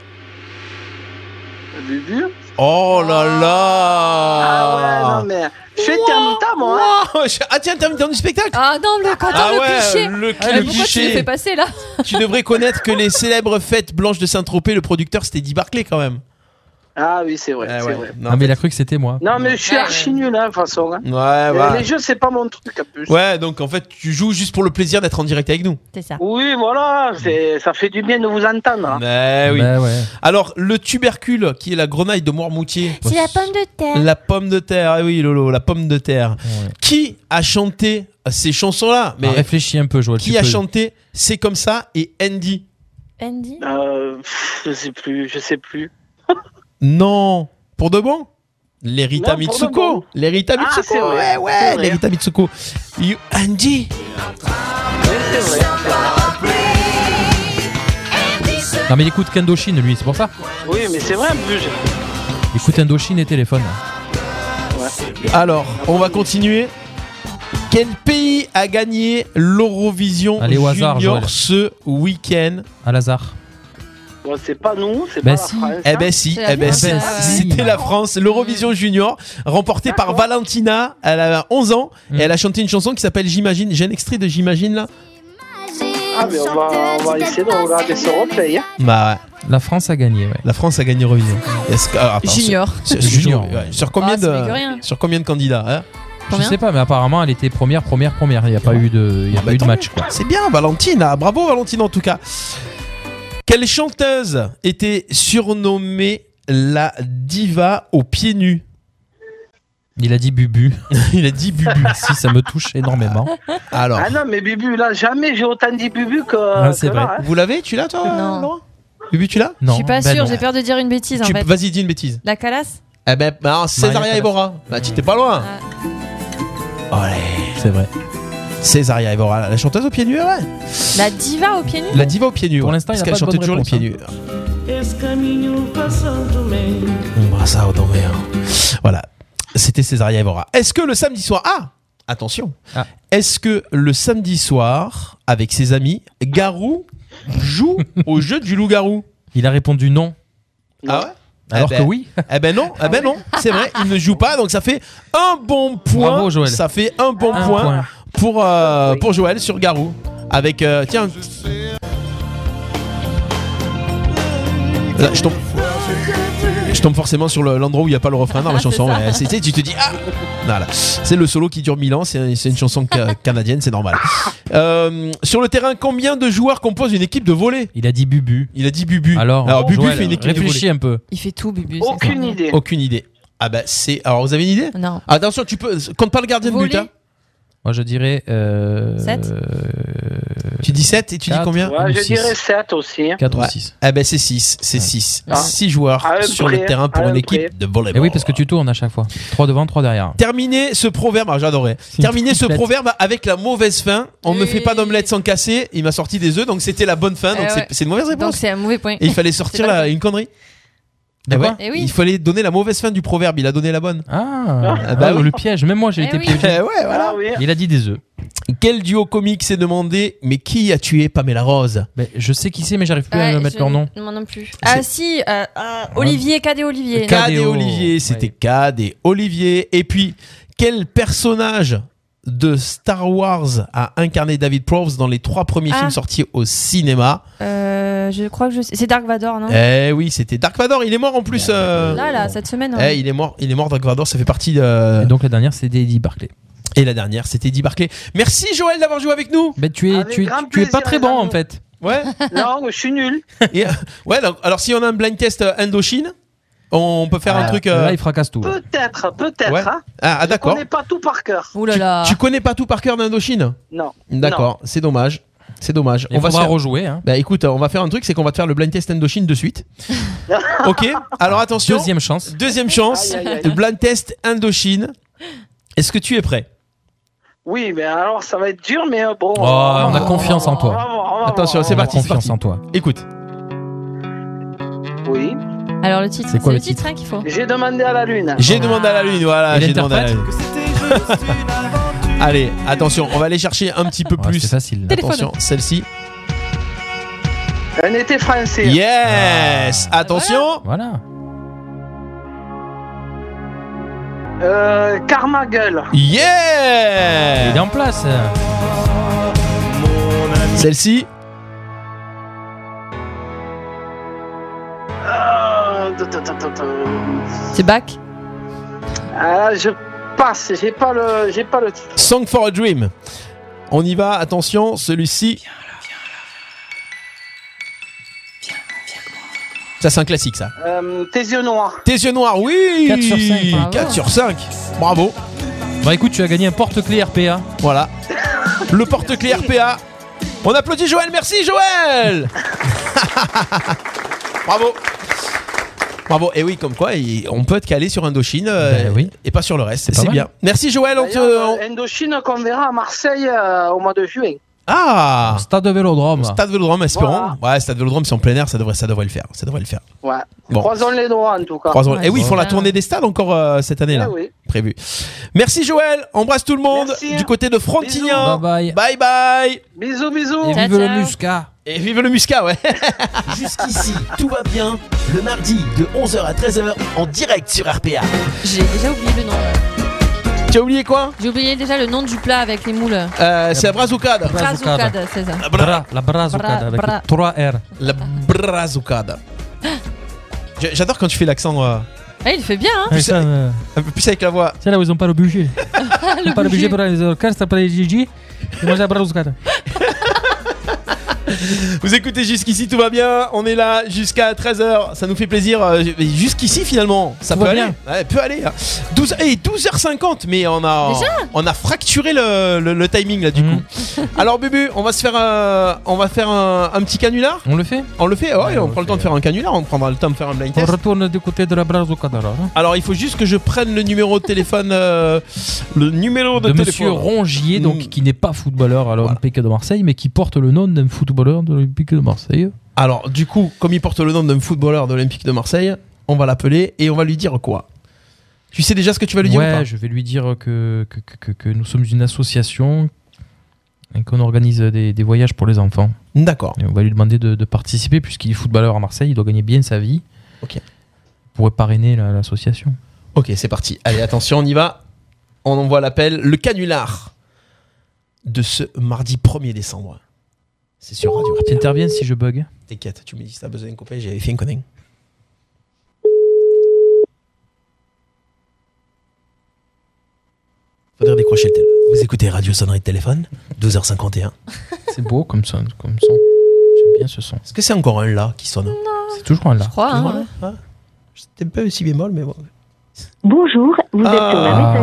Speaker 9: Bubu.
Speaker 3: Oh là là
Speaker 9: Ah ouais, non, mais. Je suis éternita, moi. hein.
Speaker 3: Oh, je- Ah tiens, t'as mis dans du spectacle
Speaker 7: Ah non, le quand
Speaker 3: Ah
Speaker 7: le
Speaker 3: ouais,
Speaker 7: cliché.
Speaker 3: le
Speaker 7: Ah, mais Pourquoi tu
Speaker 3: cliché.
Speaker 7: le fais passer là
Speaker 3: Tu devrais connaître que les célèbres fêtes blanches de Saint-Tropez, le producteur c'était Eddie Barclay quand même.
Speaker 9: Ah oui, c'est vrai. c'est
Speaker 3: Eh, ouais.
Speaker 9: vrai.
Speaker 4: Non, Ah, mais il a cru que c'était moi.
Speaker 9: Non, mais je suis
Speaker 3: Ouais.
Speaker 9: archi nul, hein, de toute façon. hein.
Speaker 3: Ouais,
Speaker 9: Euh,
Speaker 3: ouais.
Speaker 9: Les jeux, c'est pas mon truc, en plus.
Speaker 3: Ouais, donc en fait, tu joues juste pour le plaisir d'être en direct avec nous.
Speaker 7: C'est ça.
Speaker 9: Oui, voilà, c'est- ça fait du bien de vous entendre. hein.
Speaker 3: Eh oui.
Speaker 4: Bah ouais.
Speaker 3: Alors, le tubercule qui est la grenaille de Moirmoutier.
Speaker 7: C'est la pomme de terre.
Speaker 3: La pomme de terre, ah oui Lolo, la pomme de terre.
Speaker 4: Ouais.
Speaker 3: Qui a chanté ces chansons-là
Speaker 4: Ah,
Speaker 3: Mais
Speaker 4: réfléchis un peu, Joël.
Speaker 3: qui
Speaker 4: tu
Speaker 3: a
Speaker 4: peux-
Speaker 3: chanté C'est comme ça et Andy
Speaker 7: Andy
Speaker 9: Euh, pff, je sais plus, je sais plus.
Speaker 3: Non, pour de bon L'Erita
Speaker 16: Non, pour de
Speaker 3: Mitsuko
Speaker 16: bon.
Speaker 3: L'Erita
Speaker 16: Ah,
Speaker 3: Mitsuko
Speaker 16: c'est vrai,
Speaker 3: Ouais, ouais,
Speaker 16: c'est vrai.
Speaker 3: l'Erita Mitsuko You Angie
Speaker 4: Non, mais il écoute Kendoshine, lui, c'est pour ça.
Speaker 9: Oui, mais c'est vrai, en plus.
Speaker 4: Il écoute Indochine et téléphone. hein,
Speaker 3: Alors, on va continuer. Quel pays a gagné l'Eurovision
Speaker 4: Allez, au hasard,
Speaker 3: Junior
Speaker 4: Joël.
Speaker 3: ce week-end
Speaker 4: À hasard.
Speaker 9: Bon, c'est pas nous, c'est
Speaker 3: Ben
Speaker 9: pas
Speaker 3: si.
Speaker 9: la France. hein.
Speaker 3: Eh ben si, eh ben si. c'était la France,
Speaker 4: Mmh.
Speaker 3: l'Eurovision Junior, remportée par Valentina. Elle a 11 ans
Speaker 4: Mmh.
Speaker 3: et elle a chanté une chanson qui s'appelle J'imagine. J'ai un extrait de J'imagine là.
Speaker 9: Ah, mais on va, on va essayer de regarder ce replay. hein.
Speaker 3: Bah
Speaker 4: La France a gagné, ouais.
Speaker 3: La France a gagné Eurovision. Est-ce que- ah, attends,
Speaker 4: Junior.
Speaker 3: sur- sur-
Speaker 4: Junior.
Speaker 3: ouais, Sur combien
Speaker 4: Ah, ça veut dire
Speaker 3: de
Speaker 4: rien.
Speaker 3: sur combien de candidats hein Ah
Speaker 4: Je sais pas, mais apparemment, elle était première, première, première. Il n'y a pas eu de, il y a
Speaker 3: bah
Speaker 4: pas eu de match, quoi.
Speaker 3: C'est bien, Valentine. Ah, Bravo, Valentine, en tout cas. Quelle chanteuse était surnommée la diva aux pieds nus
Speaker 4: Il a dit Bubu.
Speaker 3: Il a dit Bubu.
Speaker 4: si, ça me touche énormément.
Speaker 3: Alors.
Speaker 9: Ah non, mais Bubu, là, jamais j'ai autant dit Bubu que.
Speaker 4: Ah, c'est
Speaker 9: que
Speaker 4: vrai.
Speaker 9: là, hein.
Speaker 3: Vous l'avez Tu l'as, toi
Speaker 5: Non.
Speaker 3: Ah, Laurent Bubu, tu l'as
Speaker 4: Non.
Speaker 5: Je suis pas
Speaker 3: ben
Speaker 5: sûre,
Speaker 3: non.
Speaker 5: j'ai peur de dire une bêtise en
Speaker 3: Tu-
Speaker 5: fait.
Speaker 3: Vas-y, dis une bêtise.
Speaker 5: La calasse
Speaker 3: Eh ben, bah, Césaria Evora. Bah, tu t'es pas loin.
Speaker 5: Ah.
Speaker 3: Allez.
Speaker 4: C'est vrai.
Speaker 3: Césaria Evora, la chanteuse aux pieds nus, ouais.
Speaker 5: La diva au pied nu
Speaker 3: La diva aux pieds nus. Pour l'instant,
Speaker 4: il
Speaker 3: parce
Speaker 4: a
Speaker 3: qu'elle
Speaker 4: pas de
Speaker 3: chantait
Speaker 4: bonne
Speaker 3: toujours les
Speaker 4: réponse, hein.
Speaker 3: pieds nus.
Speaker 16: Esse caminho passando bem.
Speaker 3: Un brassard dans verre. Voilà. C'était Césaria Evora. Est-ce que le samedi soir. Ah Attention.
Speaker 4: Ah.
Speaker 3: Est-ce que le samedi soir, avec ses amis, Garou joue au jeu du loup-garou
Speaker 4: Il a répondu non.
Speaker 3: Ah ouais
Speaker 4: Alors
Speaker 3: Eh
Speaker 4: que
Speaker 3: ben-
Speaker 4: oui.
Speaker 3: Eh ben non, eh ben non, c'est vrai, il ne joue pas, donc ça fait un bon point.
Speaker 4: Bravo, Joël.
Speaker 3: Ça fait un bon
Speaker 4: Un
Speaker 3: point,
Speaker 4: point.
Speaker 3: Pour, euh, pour Joël sur Garou. Avec. euh, tiens. Là, je tombe. Je tombe forcément sur le- l'endroit où il n'y a pas le refrain
Speaker 5: Ah,
Speaker 3: dans la chanson. mais c'est- c'est- tu te dis, ah Voilà. C'est le solo qui dure mille ans, c'est c'est une chanson ca- canadienne, c'est normal. Euh, sur le terrain, combien de joueurs composent une équipe de volley
Speaker 4: Il a dit Bubu.
Speaker 3: Il a dit Bubu.
Speaker 4: Alors,
Speaker 3: Alors, Bubu
Speaker 4: Joël,
Speaker 3: fait une équipe de
Speaker 4: réfléchis
Speaker 3: volley.
Speaker 4: un peu.
Speaker 5: Il fait tout, Bubu.
Speaker 9: Aucune idée.
Speaker 3: Aucune idée. Ah bah c'est. Alors vous avez une idée
Speaker 5: Non.
Speaker 3: Attention, tu peux. Compte pas le gardien de but.
Speaker 5: Volley.
Speaker 3: hein.
Speaker 4: Moi, je dirais. Euh...
Speaker 5: Sept.
Speaker 3: Tu dis 7 et tu dis combien
Speaker 9: Ouais, je dirais 7 aussi.
Speaker 3: Ouais. Ah bah c'est 6. C'est 6.
Speaker 9: Ah.
Speaker 3: 6 joueurs
Speaker 9: Ah, un
Speaker 3: sur
Speaker 9: prêt,
Speaker 3: le terrain pour
Speaker 9: ah, un
Speaker 3: une équipe
Speaker 9: prêt.
Speaker 3: de volleyball.
Speaker 4: Et Eh oui, parce que tu tournes à chaque fois. 3 devant, 3 derrière.
Speaker 3: Terminez ce proverbe, ah, j'adorais. Terminez ce proverbe avec la mauvaise fin. On ne fait pas d'omelette sans casser. Il m'a sorti des œufs, donc c'était la bonne fin.
Speaker 5: Eh
Speaker 3: Ah, Donc c'est-
Speaker 5: ouais.
Speaker 3: c'est une mauvaise
Speaker 5: Donc
Speaker 3: réponse.
Speaker 5: c'est un mauvais point.
Speaker 3: Et il fallait sortir la- une connerie. Eh
Speaker 4: quoi
Speaker 3: ouais.
Speaker 5: Eh oui.
Speaker 3: Il fallait donner la mauvaise fin du proverbe. Il a donné la bonne.
Speaker 4: Ah,
Speaker 3: Ah, bah
Speaker 4: ah,
Speaker 3: oui.
Speaker 4: le piège. Même moi, j'ai
Speaker 3: Eh
Speaker 4: été
Speaker 3: oui.
Speaker 4: piégé.
Speaker 3: Eh ouais, voilà.
Speaker 9: Ah oui.
Speaker 4: Il a dit des œufs.
Speaker 3: Quel duo comique s'est demandé Mais qui a tué Pamela Rose
Speaker 4: Mais je sais qui c'est, mais j'arrive plus à
Speaker 5: Ouais,
Speaker 4: me mettre
Speaker 5: je-
Speaker 4: leur nom.
Speaker 5: Moi non plus. Ah si, euh, euh, Olivier, Cadet Olivier.
Speaker 3: Cad et Olivier, c'était Cad et Olivier. Et puis, quel personnage de Star Wars a incarné David Proves dans les trois premiers
Speaker 5: Ah.
Speaker 3: films sortis au cinéma
Speaker 5: Euh, je crois que je sais. C'est Dark Vador, non
Speaker 3: Eh oui, c'était Dark Vador. Il est mort en plus. euh,
Speaker 5: Ah. Là, là, cette semaine.
Speaker 7: hein.
Speaker 3: eh, il est mort, il est mort Dark Vador. Ça fait partie de.
Speaker 4: Et donc, la dernière, c'est Eddie Barclay.
Speaker 3: Et la dernière, c'était Eddie Barclay. Merci Joël d'avoir joué avec nous.
Speaker 4: Mais Bah, tu es,
Speaker 9: Avec
Speaker 4: tu es,
Speaker 9: grand
Speaker 4: tu es pas
Speaker 9: plaisir,
Speaker 4: très
Speaker 9: les
Speaker 4: bon, en
Speaker 9: amours.
Speaker 4: fait.
Speaker 3: Ouais.
Speaker 9: Non, je suis nul.
Speaker 3: Et, euh, ouais. donc, alors, si on a un blind test euh, Indochine, on peut faire un
Speaker 4: Ah,
Speaker 3: truc. euh,
Speaker 4: Là, il fracasse tout.
Speaker 9: Peut-être, peut-être.
Speaker 3: ouais.
Speaker 9: hein.
Speaker 3: Ah, ah,
Speaker 9: On
Speaker 3: d'accord.
Speaker 9: n'est pas tout par cœur.
Speaker 5: Ouh là là.
Speaker 3: Tu connais pas tout par cœur d'Indochine
Speaker 9: Non.
Speaker 3: D'accord, c'est dommage. C'est dommage.
Speaker 4: Il
Speaker 3: se
Speaker 4: faudra
Speaker 3: faire-
Speaker 4: rejouer. hein.
Speaker 3: Bah écoute, on va faire un truc, c'est qu'on va te faire le blind test Indochine de suite. ok, alors attention.
Speaker 4: Deuxième chance.
Speaker 3: Deuxième chance,
Speaker 9: Aïe, aïe, aïe.
Speaker 3: le blind test Indochine. Est-ce que tu es prêt
Speaker 9: Oui, mais alors ça va être dur, mais euh, bon.
Speaker 4: Oh, on a confiance en
Speaker 9: On va
Speaker 4: toi.
Speaker 9: voir, on va
Speaker 3: Attention,
Speaker 9: voir.
Speaker 3: c'est
Speaker 4: On a
Speaker 3: parti. c'est
Speaker 4: confiance
Speaker 3: parti.
Speaker 4: en toi.
Speaker 3: Écoute,
Speaker 9: Oui.
Speaker 5: Alors le titre,
Speaker 4: C'est quoi le
Speaker 5: titre hein, qu'il faut.
Speaker 9: J'ai demandé à la lune.
Speaker 3: j'ai demandé à la lune, voilà,
Speaker 4: Et
Speaker 3: j'ai demandé à la lune.
Speaker 4: l'interprète
Speaker 3: Allez, attention, on va aller chercher un petit peu
Speaker 4: Ouais,
Speaker 3: plus.
Speaker 4: C'est facile.
Speaker 3: Attention, celle-ci.
Speaker 9: Un été français.
Speaker 3: Yes Attention
Speaker 4: Voilà.
Speaker 9: Euh, Karma Gueule.
Speaker 4: Il est
Speaker 3: Yeah
Speaker 4: en place.
Speaker 3: Celle-ci.
Speaker 9: Euh, ta, ta, ta, ta, ta.
Speaker 5: C'est Bac.
Speaker 9: Ah, je passe, j'ai pas le, j'ai pas le titre.
Speaker 3: Song for a Dream. On y va, attention, celui-ci. Ça, c'est un classique, ça.
Speaker 9: Euh, tes yeux noirs.
Speaker 3: Tes yeux noirs,
Speaker 4: 4
Speaker 3: oui
Speaker 4: sur 5, bravo.
Speaker 3: 4 sur 5. Bravo.
Speaker 4: Bah écoute, tu as gagné un porte-clés RPA.
Speaker 3: Voilà. Le porte-clés RPA. On applaudit Joël, merci Joël Bravo Bravo. Et oui, comme quoi, il- on peut être calé sur Indochine euh, et pas sur le reste.
Speaker 4: Ben pas
Speaker 3: C'est
Speaker 4: mal.
Speaker 3: bien. Merci Joël. On te-
Speaker 9: D'ailleurs,
Speaker 3: on-
Speaker 9: euh, Indochine qu'on verra à Marseille euh, au mois de juin.
Speaker 3: Ah
Speaker 4: Stade Vélodrome.
Speaker 3: Stade Vélodrome, espérons. Ouais, Stade Vélodrome, c'est en plein air, ça devrait, ça devrait le faire. Ça devrait le faire.
Speaker 9: Ouais.
Speaker 3: Bon.
Speaker 9: Croisons les doigts en tout cas.
Speaker 3: Croisons- Et oui, ils font la tournée des stades encore euh, cette année-là.
Speaker 9: Eh oui.
Speaker 3: Prévu. Merci Joël. Embrasse tout le monde du côté de Frontignan.
Speaker 4: Bye
Speaker 3: bye. Bye bye.
Speaker 9: Bisous, bisous.
Speaker 4: Et vive le Muscat.
Speaker 3: Et vive le Muscat, ouais.
Speaker 1: Jusqu'ici, tout va bien. Le mardi de 11h à 13h en direct sur RPA.
Speaker 7: J'ai déjà oublié le nom.
Speaker 3: Tu as oublié quoi
Speaker 7: J'ai oublié déjà le nom du plat avec les moules.
Speaker 3: Euh, c'est la brazucada.
Speaker 7: Brazucade, c'est ça.
Speaker 3: Ah, bah,
Speaker 4: Bra, la brazucada
Speaker 7: Bra-
Speaker 4: avec
Speaker 7: bra-
Speaker 4: 3 R.
Speaker 3: La brazucada. J'- J'adore quand tu fais l'accent. euh,
Speaker 7: Eh, il fait bien, hein
Speaker 3: plus, un peu plus avec la voix.
Speaker 4: euh, C'est là où ils ont pas le budget. Ils
Speaker 7: Le
Speaker 4: ont pas le budget
Speaker 7: budget.
Speaker 4: pour les orchestres, pour les Gigi. Et moi, j'ai la brazucada.
Speaker 3: Vous écoutez jusqu'ici, tout va bien. On est là jusqu'à 13h. Ça nous fait plaisir. Euh, mais Jusqu'ici, finalement, ça
Speaker 4: Tout
Speaker 3: peut
Speaker 4: va
Speaker 3: aller.
Speaker 4: bien.
Speaker 3: Ouais, peut aller. hein. 12, et 12h50, mais on a,
Speaker 7: Déjà
Speaker 3: on a fracturé le, le- le timing là du
Speaker 4: Mhm.
Speaker 3: coup. Alors, Bubu, on va se faire, euh, on va faire un, un petit canular.
Speaker 4: On le fait
Speaker 3: On le fait, ouais, on, prend le temps de faire un canular. On prendra le temps de faire un blind
Speaker 4: On
Speaker 3: test.
Speaker 4: retourne du côté de la brazucada. alors, hein.
Speaker 3: Alors, il faut juste que je prenne le numéro de téléphone. euh, le numéro de,
Speaker 4: De
Speaker 3: téléphone. Hmm. Mm.
Speaker 4: monsieur Rongier, donc, qui n'est pas footballeur à l'Olympique de Marseille, mais qui porte le nom d'un footballeur de l'Olympique de Marseille.
Speaker 3: Alors, du coup, comme il porte le nom d'un footballeur de l'Olympique de Marseille, on va l'appeler et on va lui dire quoi Tu sais déjà ce que tu vas lui dire ou pas
Speaker 4: Ouais, je vais lui dire que, que, que- que- que nous sommes une association et qu'on organise des, des voyages pour les enfants.
Speaker 3: D'accord.
Speaker 4: Et on va lui demander de, de participer puisqu'il est footballeur à Marseille, il doit gagner bien sa vie.
Speaker 3: Ok.
Speaker 4: Il pourrait parrainer la- l'association.
Speaker 3: Ok, c'est parti. Allez, attention, on y va. On envoie l'appel. Le canular de ce mardi 1er décembre. C'est sur Radio
Speaker 4: Tu interviens si je bug.
Speaker 3: T'inquiète, tu me dis si t'as besoin d'un copain, j'avais fait une connerie. Faudrait décrocher le téléphone. Vous écoutez Radio Sonnerie de Téléphone, 12h51.
Speaker 4: C'est beau comme son. Comme son. J'aime bien ce son.
Speaker 3: Est-ce que c'est encore un là qui sonne
Speaker 4: C'est toujours un là.
Speaker 7: Trois, hein.
Speaker 3: C'était un peu si bémol, mais bon.
Speaker 18: Bonjour, vous
Speaker 3: êtes sur la
Speaker 18: messagerie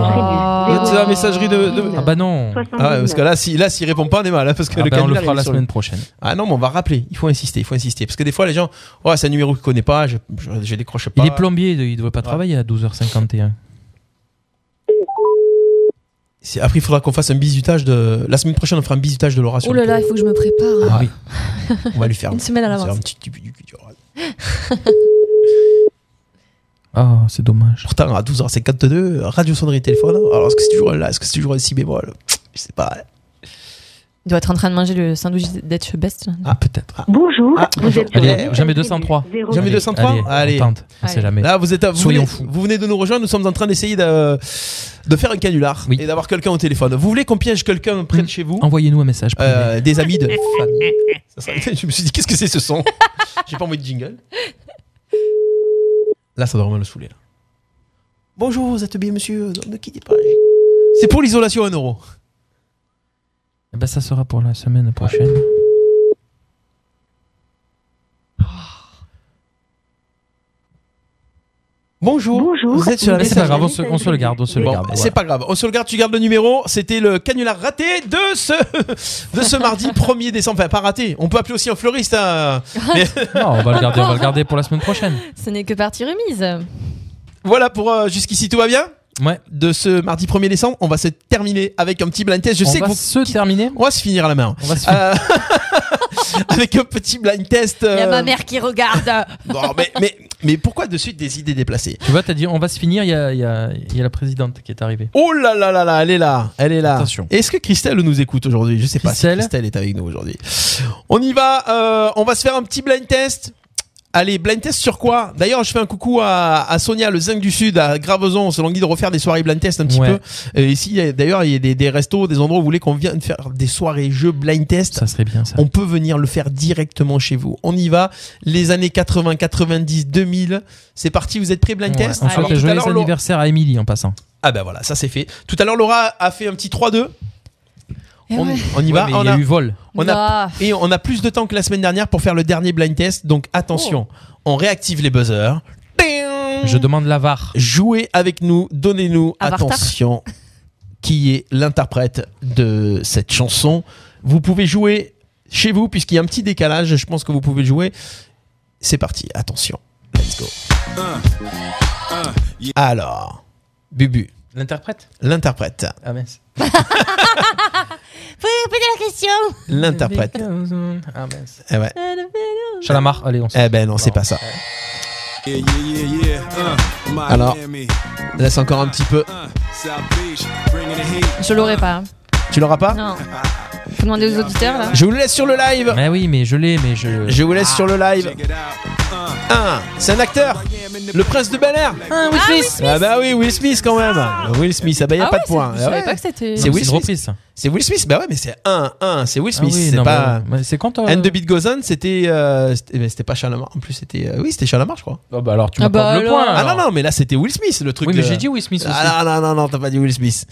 Speaker 3: Vous êtes sur Ah. la messagerie de. de-
Speaker 4: Ah bah non.
Speaker 3: Ah ouais, parce que là, si, là, s'il répond pas, on est mal. hein, parce que
Speaker 4: Ah
Speaker 3: le
Speaker 4: bah, on le
Speaker 3: canular,
Speaker 4: fera
Speaker 3: il est
Speaker 4: la
Speaker 3: sur
Speaker 4: semaine prochaine.
Speaker 3: Ah non, mais on va rappeler. Il faut insister, il faut insister. Parce que des fois, les gens, oh, c'est un numéro que je connais pas, je, je, je décroche pas.
Speaker 4: Il est plombier, il ne devrait pas travailler à 12h51.
Speaker 3: C'est- Après, il faudra qu'on fasse un bisutage de. La semaine prochaine, on fera un bisutage de Laura sur
Speaker 7: Oh
Speaker 3: le
Speaker 7: là là, il faut que je me prépare.
Speaker 3: Ah oui. On va lui faire
Speaker 7: Une semaine à l'avance.
Speaker 3: faire un petit tipi du cul, tu vois.
Speaker 4: Ah, c'est dommage.
Speaker 3: Pourtant, à 12h52, radio sonnerie téléphone. Alors, est-ce que c'est toujours un là Est-ce que c'est toujours un si bémol Je sais pas.
Speaker 7: Il doit être en train de manger le sandwich d'Etch Best. là.
Speaker 3: Ah, peut-être.
Speaker 18: Bonjour,
Speaker 3: bonjour.
Speaker 18: sur
Speaker 4: Allez,
Speaker 18: la messagerie
Speaker 4: jamais 203.
Speaker 18: zéro-
Speaker 3: Jamais 203
Speaker 4: Allez, on
Speaker 3: Allez.
Speaker 4: tente. On sait jamais.
Speaker 3: Là, vous êtes à, vous
Speaker 4: Soyons
Speaker 3: venez,
Speaker 4: fous.
Speaker 3: Vous venez de nous rejoindre. Nous sommes en train d'essayer de, de faire un canular et d'avoir quelqu'un au téléphone. Vous voulez qu'on piège quelqu'un près de chez vous
Speaker 4: Envoyez-nous un message.
Speaker 3: Euh, des amis de famille. Ça serait- Je me suis dit, qu'est-ce que c'est ce son J'ai pas envie de jingle. Là, ça doit vraiment le saouler. là. Bonjour, vous êtes bien, monsieur. Ne- Ne quittez pas. C'est pour l'isolation à un euro.
Speaker 4: Eh ben, ça sera pour la semaine prochaine. Oh.
Speaker 3: Bonjour. Vous êtes sur la
Speaker 4: Mais c'est pas
Speaker 3: messagerie.
Speaker 4: grave, on se, on se le garde, on se le
Speaker 3: Bon,
Speaker 4: garde.
Speaker 3: c'est pas grave. On se le garde, tu gardes le numéro. C'était le canular raté de ce, de ce mardi 1er décembre. Enfin, pas raté. On peut appeler aussi un fleuriste. hein. Mais-
Speaker 4: Non, on va le garder, on va le garder pour la semaine prochaine.
Speaker 7: Ce n'est que partie
Speaker 3: Euh.
Speaker 7: remise.
Speaker 3: Voilà pour euh, jusqu'ici, tout va bien
Speaker 4: Ouais.
Speaker 3: De ce mardi 1er décembre, on va se terminer avec un petit blind test. Je
Speaker 4: On
Speaker 3: sais
Speaker 4: va
Speaker 3: que vous-
Speaker 4: se terminer.
Speaker 3: On va se finir à la main.
Speaker 4: On va se
Speaker 3: Euh, avec un petit blind test.
Speaker 5: Eh
Speaker 3: euh,
Speaker 7: Il y
Speaker 5: ben,
Speaker 7: a ma mère qui regarde.
Speaker 3: bon, mais, mais, mais pourquoi de suite des idées déplacées
Speaker 4: Tu vois, t'as dit on va se finir, il y a, il y a- il y a la présidente qui est arrivée.
Speaker 3: Oh là là là là, elle est là, elle est là.
Speaker 4: Attention.
Speaker 3: Est-ce que Christelle nous écoute aujourd'hui Je sais pas si
Speaker 4: Christelle
Speaker 3: Christelle est avec nous aujourd'hui. On y va, euh, on va se faire un petit blind test. Allez, blind test sur quoi D'ailleurs, je fais un coucou à, à Sonia, le Zinc du Sud, à Gravezon. On se languit de refaire des soirées blind test un petit
Speaker 4: Ouais.
Speaker 3: peu. Et ici, il y a- d'ailleurs, il y a des, des restos, des endroits où vous voulez qu'on vienne faire des soirées jeux blind test.
Speaker 4: Ça serait bien ça.
Speaker 3: On peut venir le faire directement chez vous. On y va. Les années 80, 90, 2000. C'est parti, vous êtes prêts, blind
Speaker 4: Ouais,
Speaker 3: test
Speaker 4: On souhaite
Speaker 3: Ah, Alors,
Speaker 4: un
Speaker 3: tout à
Speaker 4: joyeux
Speaker 3: l'heure, Laura-
Speaker 4: anniversaire à Émilie en passant.
Speaker 3: Ah ben voilà, ça c'est fait. Tout à l'heure, Laura a fait un petit 3-2.
Speaker 7: Eh
Speaker 3: On,
Speaker 7: ouais.
Speaker 3: on y
Speaker 4: Ouais,
Speaker 3: va.
Speaker 4: mais
Speaker 3: on
Speaker 4: il y a eu vol.
Speaker 3: on a- et on a plus de temps que la semaine dernière pour faire le dernier blind test. Donc attention,
Speaker 7: Oh.
Speaker 3: on réactive les buzzers.
Speaker 4: Je demande la VAR.
Speaker 3: Jouez avec nous, donnez-nous
Speaker 4: Avatar.
Speaker 3: attention qui est l'interprète de cette chanson. Vous pouvez jouer chez vous puisqu'il y a un petit décalage, je pense que vous pouvez le jouer. C'est parti, attention. Blind let's go. Alors, Bubu.
Speaker 4: L'interprète
Speaker 3: L'interprète.
Speaker 4: Ah mince.
Speaker 19: Pouvez répéter la question
Speaker 3: L'interprète.
Speaker 4: Ah mince.
Speaker 3: Eh ouais.
Speaker 4: Chalamar, allez, on
Speaker 3: Eh ben non, c'est pas ça. Alors, laisse encore un petit peu.
Speaker 7: Je l'aurai pas. Ah.
Speaker 3: Tu l'auras pas
Speaker 7: Non. Faut demander aux auditeurs là.
Speaker 3: Je vous laisse sur le live.
Speaker 4: Mais oui, mais je l'ai, mais je.
Speaker 3: Je vous laisse sur le live. 1. C'est un acteur. Le prince de Bel Air.
Speaker 7: Ah, Will Smith.
Speaker 3: Ah bah oui, Will Smith quand même. Will Smith, ah bah y a
Speaker 7: Ah
Speaker 3: pas
Speaker 7: ouais,
Speaker 3: de point.
Speaker 7: c'est- je
Speaker 3: Ah
Speaker 7: savais
Speaker 3: ouais.
Speaker 7: pas que c'était- Non,
Speaker 3: C'est
Speaker 7: mais
Speaker 3: Will
Speaker 7: c'est
Speaker 3: Smith.
Speaker 7: une
Speaker 3: C'est Will Smith. Bah ouais, mais c'est 1 1, c'est Will
Speaker 4: Ah
Speaker 3: Smith,
Speaker 4: oui,
Speaker 3: c'est
Speaker 4: non,
Speaker 3: pas
Speaker 4: mais ouais. Mais c'est quand, euh,
Speaker 3: And the Beat Goes On, c'était euh, c'était mais c'était pas Chalamar. En plus, c'était euh, oui, c'était Chalamar, je crois.
Speaker 4: bah alors tu
Speaker 3: me
Speaker 4: Ah m'accordes bah le alors. point,
Speaker 3: Ah
Speaker 4: alors.
Speaker 3: non non, mais là c'était Will Smith le truc.
Speaker 4: Oui, mais
Speaker 3: de-
Speaker 4: j'ai dit Will Smith aussi.
Speaker 3: Ah non non non, non, t'as pas dit Will Smith.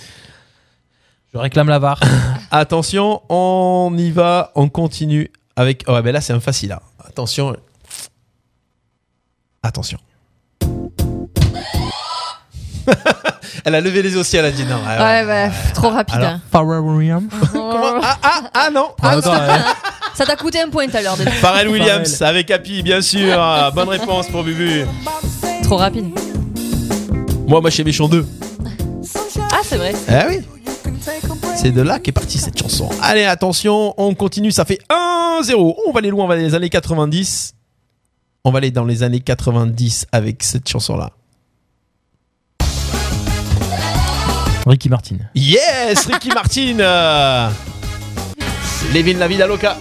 Speaker 4: Je réclame la VAR.
Speaker 3: Attention, on y va, on continue avec. oh, Ouais, mais là c'est un facile. hein. Attention. Attention. elle a levé les yeux aussi, elle a dit non. ouais, ouais.
Speaker 7: Ouais, bah, pff, trop rapide.
Speaker 3: Alors,
Speaker 7: hein.
Speaker 4: Pharrell Williams.
Speaker 7: Oh.
Speaker 3: Comment- ah, ah, ah non
Speaker 7: Ah,
Speaker 3: Ah,
Speaker 7: ça t'a- Ça t'a coûté un point tout à l'heure déjà.
Speaker 3: Pharrell Williams avec Happy, bien sûr. Bonne réponse pour Bubu.
Speaker 7: Trop rapide.
Speaker 3: Moi, moi, chez Méchant 2.
Speaker 7: Ah, c'est vrai.
Speaker 1: Eh
Speaker 3: Ah oui. C'est de là qu'est partie cette chanson. Allez, attention, on continue. Ça fait 1-0. On va aller loin, on va aller dans les années 90. On va aller dans les années 90 avec cette chanson-là.
Speaker 4: Ricky Martin.
Speaker 3: Yes, Ricky Martin. euh, Lévin la vida loca.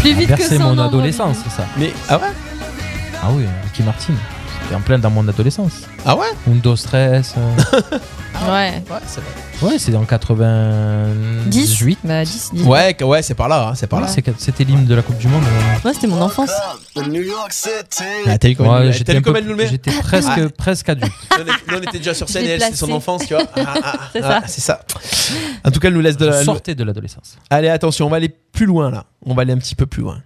Speaker 7: Plus vite que
Speaker 4: Versé
Speaker 7: son
Speaker 4: mon
Speaker 7: ombre.
Speaker 4: adolescence, ça.
Speaker 3: Mais ah ouais
Speaker 4: Ah oui, Ricky Martin. C'était en plein dans mon adolescence.
Speaker 3: Ah ouais
Speaker 4: Undo Stress. euh,
Speaker 7: Ouais.
Speaker 3: Ouais, c'est vrai.
Speaker 4: ouais, c'est en 98.
Speaker 7: Bah, 10,
Speaker 3: Ouais, que- ouais, c'est par là, hein, c'est par là.
Speaker 4: c'est- C'était l'hymne de la Coupe du Monde. euh.
Speaker 7: Moi, c'était mon enfance.
Speaker 3: Ah, t'as vu comment elle
Speaker 4: Ouais,
Speaker 3: nous- t'as
Speaker 4: j'étais
Speaker 3: vu
Speaker 4: un peu-
Speaker 3: comment elle nous le met
Speaker 4: J'étais presque,
Speaker 3: Ah.
Speaker 4: presque adulte.
Speaker 3: Nous, on était déjà sur scène et elle,
Speaker 4: Déplacé.
Speaker 3: c'était son enfance, tu vois. Ah, ah, ah,
Speaker 4: C'est ça.
Speaker 3: ah, c'est ça. En tout cas, elle nous laisse de la.
Speaker 4: Je sortais de l'adolescence.
Speaker 3: Allez, attention, on va aller plus loin là. On va aller un petit peu plus loin.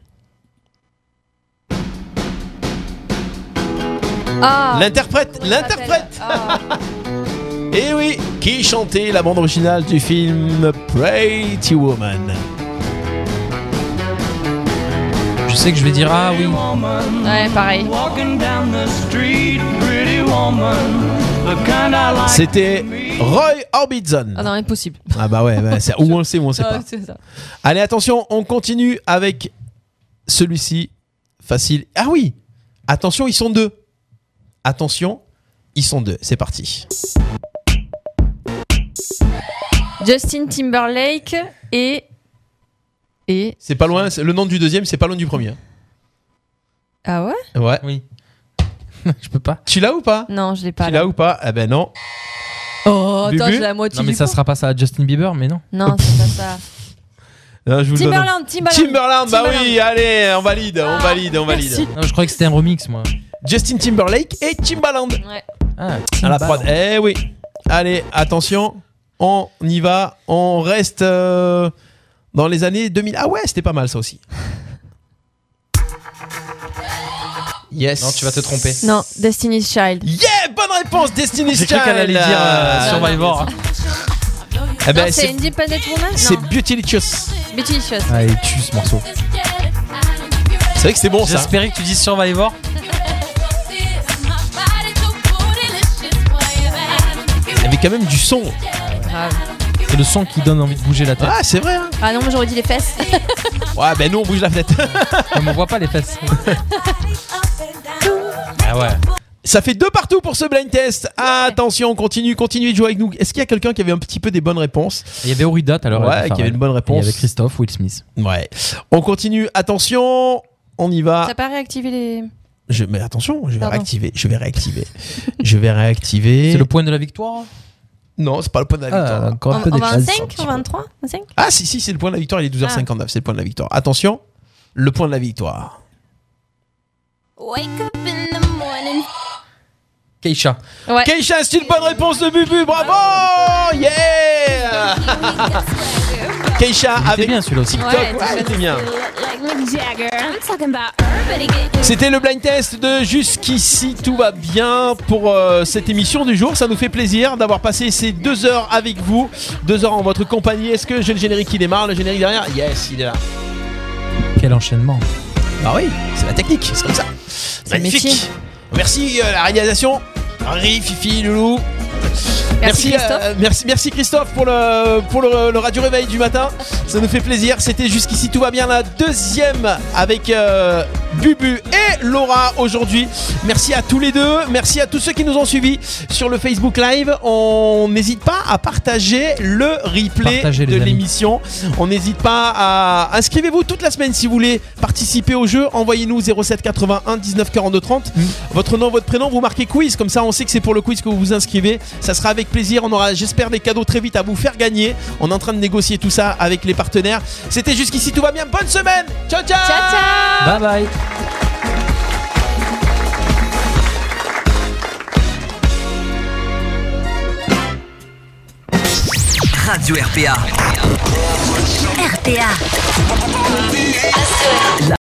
Speaker 7: Ah.
Speaker 3: L'interprète, l'interprète
Speaker 4: Ah.
Speaker 3: Et oui, qui chantait la bande originale du film Pretty Woman
Speaker 4: Je sais que je vais dire ah oui.
Speaker 7: Ouais, pareil.
Speaker 3: C'était Roy Orbison.
Speaker 7: Ah non, impossible.
Speaker 3: Ah bah ouais, bah, c'est- ou on le sait ou on le sait
Speaker 7: Ah,
Speaker 3: pas.
Speaker 7: c'est ça.
Speaker 3: Allez, attention, on continue avec celui-ci. Facile. Ah oui Attention, ils sont deux. Attention, ils sont deux. C'est parti.
Speaker 7: Justin Timberlake et. Et.
Speaker 3: C'est pas loin, c'est- le nom du deuxième, c'est pas loin du premier. hein.
Speaker 7: Ah ouais
Speaker 3: Ouais.
Speaker 4: Oui. je peux pas.
Speaker 3: Tu l'as ou pas
Speaker 7: Non, je l'ai pas.
Speaker 3: Tu l'as ou pas Eh ben non.
Speaker 7: Oh, attends,
Speaker 3: Bubu
Speaker 7: j'ai la moitié.
Speaker 4: Non mais
Speaker 7: du
Speaker 4: ça
Speaker 7: coup.
Speaker 4: sera pas ça à Justin Bieber mais non.
Speaker 7: Non, c'est pas ça.
Speaker 3: Non, je vous le donne.
Speaker 7: Timberland, Timberland.
Speaker 3: Timberland, bah oui, allez, on valide,
Speaker 4: Ah,
Speaker 3: on valide, on valide.
Speaker 7: merci.
Speaker 4: Non, je croyais que c'était un remix moi.
Speaker 3: Justin Timberlake et Timbaland.
Speaker 4: Ah,
Speaker 3: À la
Speaker 4: Timbaland.
Speaker 3: prod. Eh oui. Allez, attention, on y va, on reste euh, dans les années 2000. Ah ouais, c'était pas mal ça aussi. Yes.
Speaker 4: Non, tu vas te tromper.
Speaker 7: Non, Destiny's Child.
Speaker 3: Yeah, bonne réponse, Destiny's
Speaker 4: J'ai cru qu'elle allait
Speaker 3: Child.
Speaker 4: dire euh,
Speaker 3: Non,
Speaker 4: Survivor.
Speaker 3: Eh ben,
Speaker 7: Non, c'est
Speaker 3: c'est
Speaker 7: Independent Woman
Speaker 3: c'est
Speaker 7: Non.
Speaker 3: Beauty Licious.
Speaker 7: Betty Shots.
Speaker 4: Ah, il tue ce morceau.
Speaker 3: C'est vrai que c'est bon ça.
Speaker 4: J'espérais que tu dises Survivor.
Speaker 3: Il y avait quand même du son.
Speaker 4: C'est le son qui donne envie de bouger la tête.
Speaker 3: Ah, c'est vrai. hein.
Speaker 7: Ah non, moi j'aurais dit les fesses.
Speaker 3: Ouais, ben nous on bouge la tête.
Speaker 4: on voit pas les fesses. ah ouais.
Speaker 3: Ça fait deux partout pour ce blind test. Attention, continue, continuez de jouer avec nous. Est-ce qu'il y a quelqu'un qui avait un petit peu des bonnes réponses
Speaker 4: Il y avait Aurida tout à l'heure. elle
Speaker 3: Ouais,
Speaker 4: a fait
Speaker 3: qui avait
Speaker 4: Pharrell.
Speaker 3: une bonne réponse.
Speaker 4: Et euh, Il y avait Christophe, Will Smith.
Speaker 3: Ouais. On continue. Attention, on y va.
Speaker 7: T'as pas réactivé les.
Speaker 3: Je, mais attention, je vais
Speaker 7: Pardon.
Speaker 3: réactiver. Je vais réactiver. je vais réactiver.
Speaker 4: C'est le point de la victoire
Speaker 3: Non, c'est pas le point de la
Speaker 4: Ah,
Speaker 3: victoire.
Speaker 4: encore
Speaker 7: En, en 25 En 23 25
Speaker 3: Ah, si, si, c'est le point de la victoire. Il est 12h59. C'est le point de la victoire. Attention, le point de la victoire.
Speaker 19: Wake up in the morning.
Speaker 4: Keisha.
Speaker 7: Ouais.
Speaker 3: Keisha, c'est une bonne réponse de Bubu. Bravo! Yeah! Keisha avec
Speaker 4: bien, celui-là aussi.
Speaker 3: TikTok.
Speaker 19: Ouais,
Speaker 3: Ouais,
Speaker 19: t'as-
Speaker 3: c'était bien.
Speaker 19: Like Mick Jagger. I'm talking about everybody getting
Speaker 3: C'était le blind test de jusqu'ici tout va bien pour euh, cette émission du jour. Ça nous fait plaisir d'avoir passé ces deux heures avec vous, deux heures en votre compagnie. Est-ce que j'ai le générique qui démarre, le générique derrière Yes, il est là.
Speaker 4: Quel Quel enchaînement.
Speaker 3: Ah oui, c'est la technique, c'est comme ça.
Speaker 4: le métier.
Speaker 3: Magnifique. Merci euh, la réalisation. Henri, Fifi, Loulou.
Speaker 5: Merci, Christophe.
Speaker 3: merci, merci Christophe pour le pour le, le radio réveil du matin. Ça nous fait plaisir. C'était jusqu'ici tout va bien la deuxième avec euh, Bubu et Laura aujourd'hui. Merci à tous les deux. Merci à tous ceux qui nous ont suivis sur le Facebook Live. On n'hésite pas à partager le replay
Speaker 4: Partagez, les
Speaker 3: de
Speaker 4: amis.
Speaker 3: l'émission émission. On n'hésite pas à inscrivez-vous toute la semaine si vous voulez participer au jeu. Envoyez-nous 07 81 19 42 30.
Speaker 4: Mm.
Speaker 3: Votre nom, votre prénom, vous marquez quiz. Comme ça, on sait que c'est pour le quiz que vous vous inscrivez. Ça sera avec plaisir. On aura, j'espère, des cadeaux très vite à vous faire gagner. On est en train de négocier tout ça avec les partenaires. C'était jusqu'ici, tout va bien. Bonne semaine. Ciao, ciao.
Speaker 4: Bye bye.
Speaker 14: Radio RPA.
Speaker 6: RPA.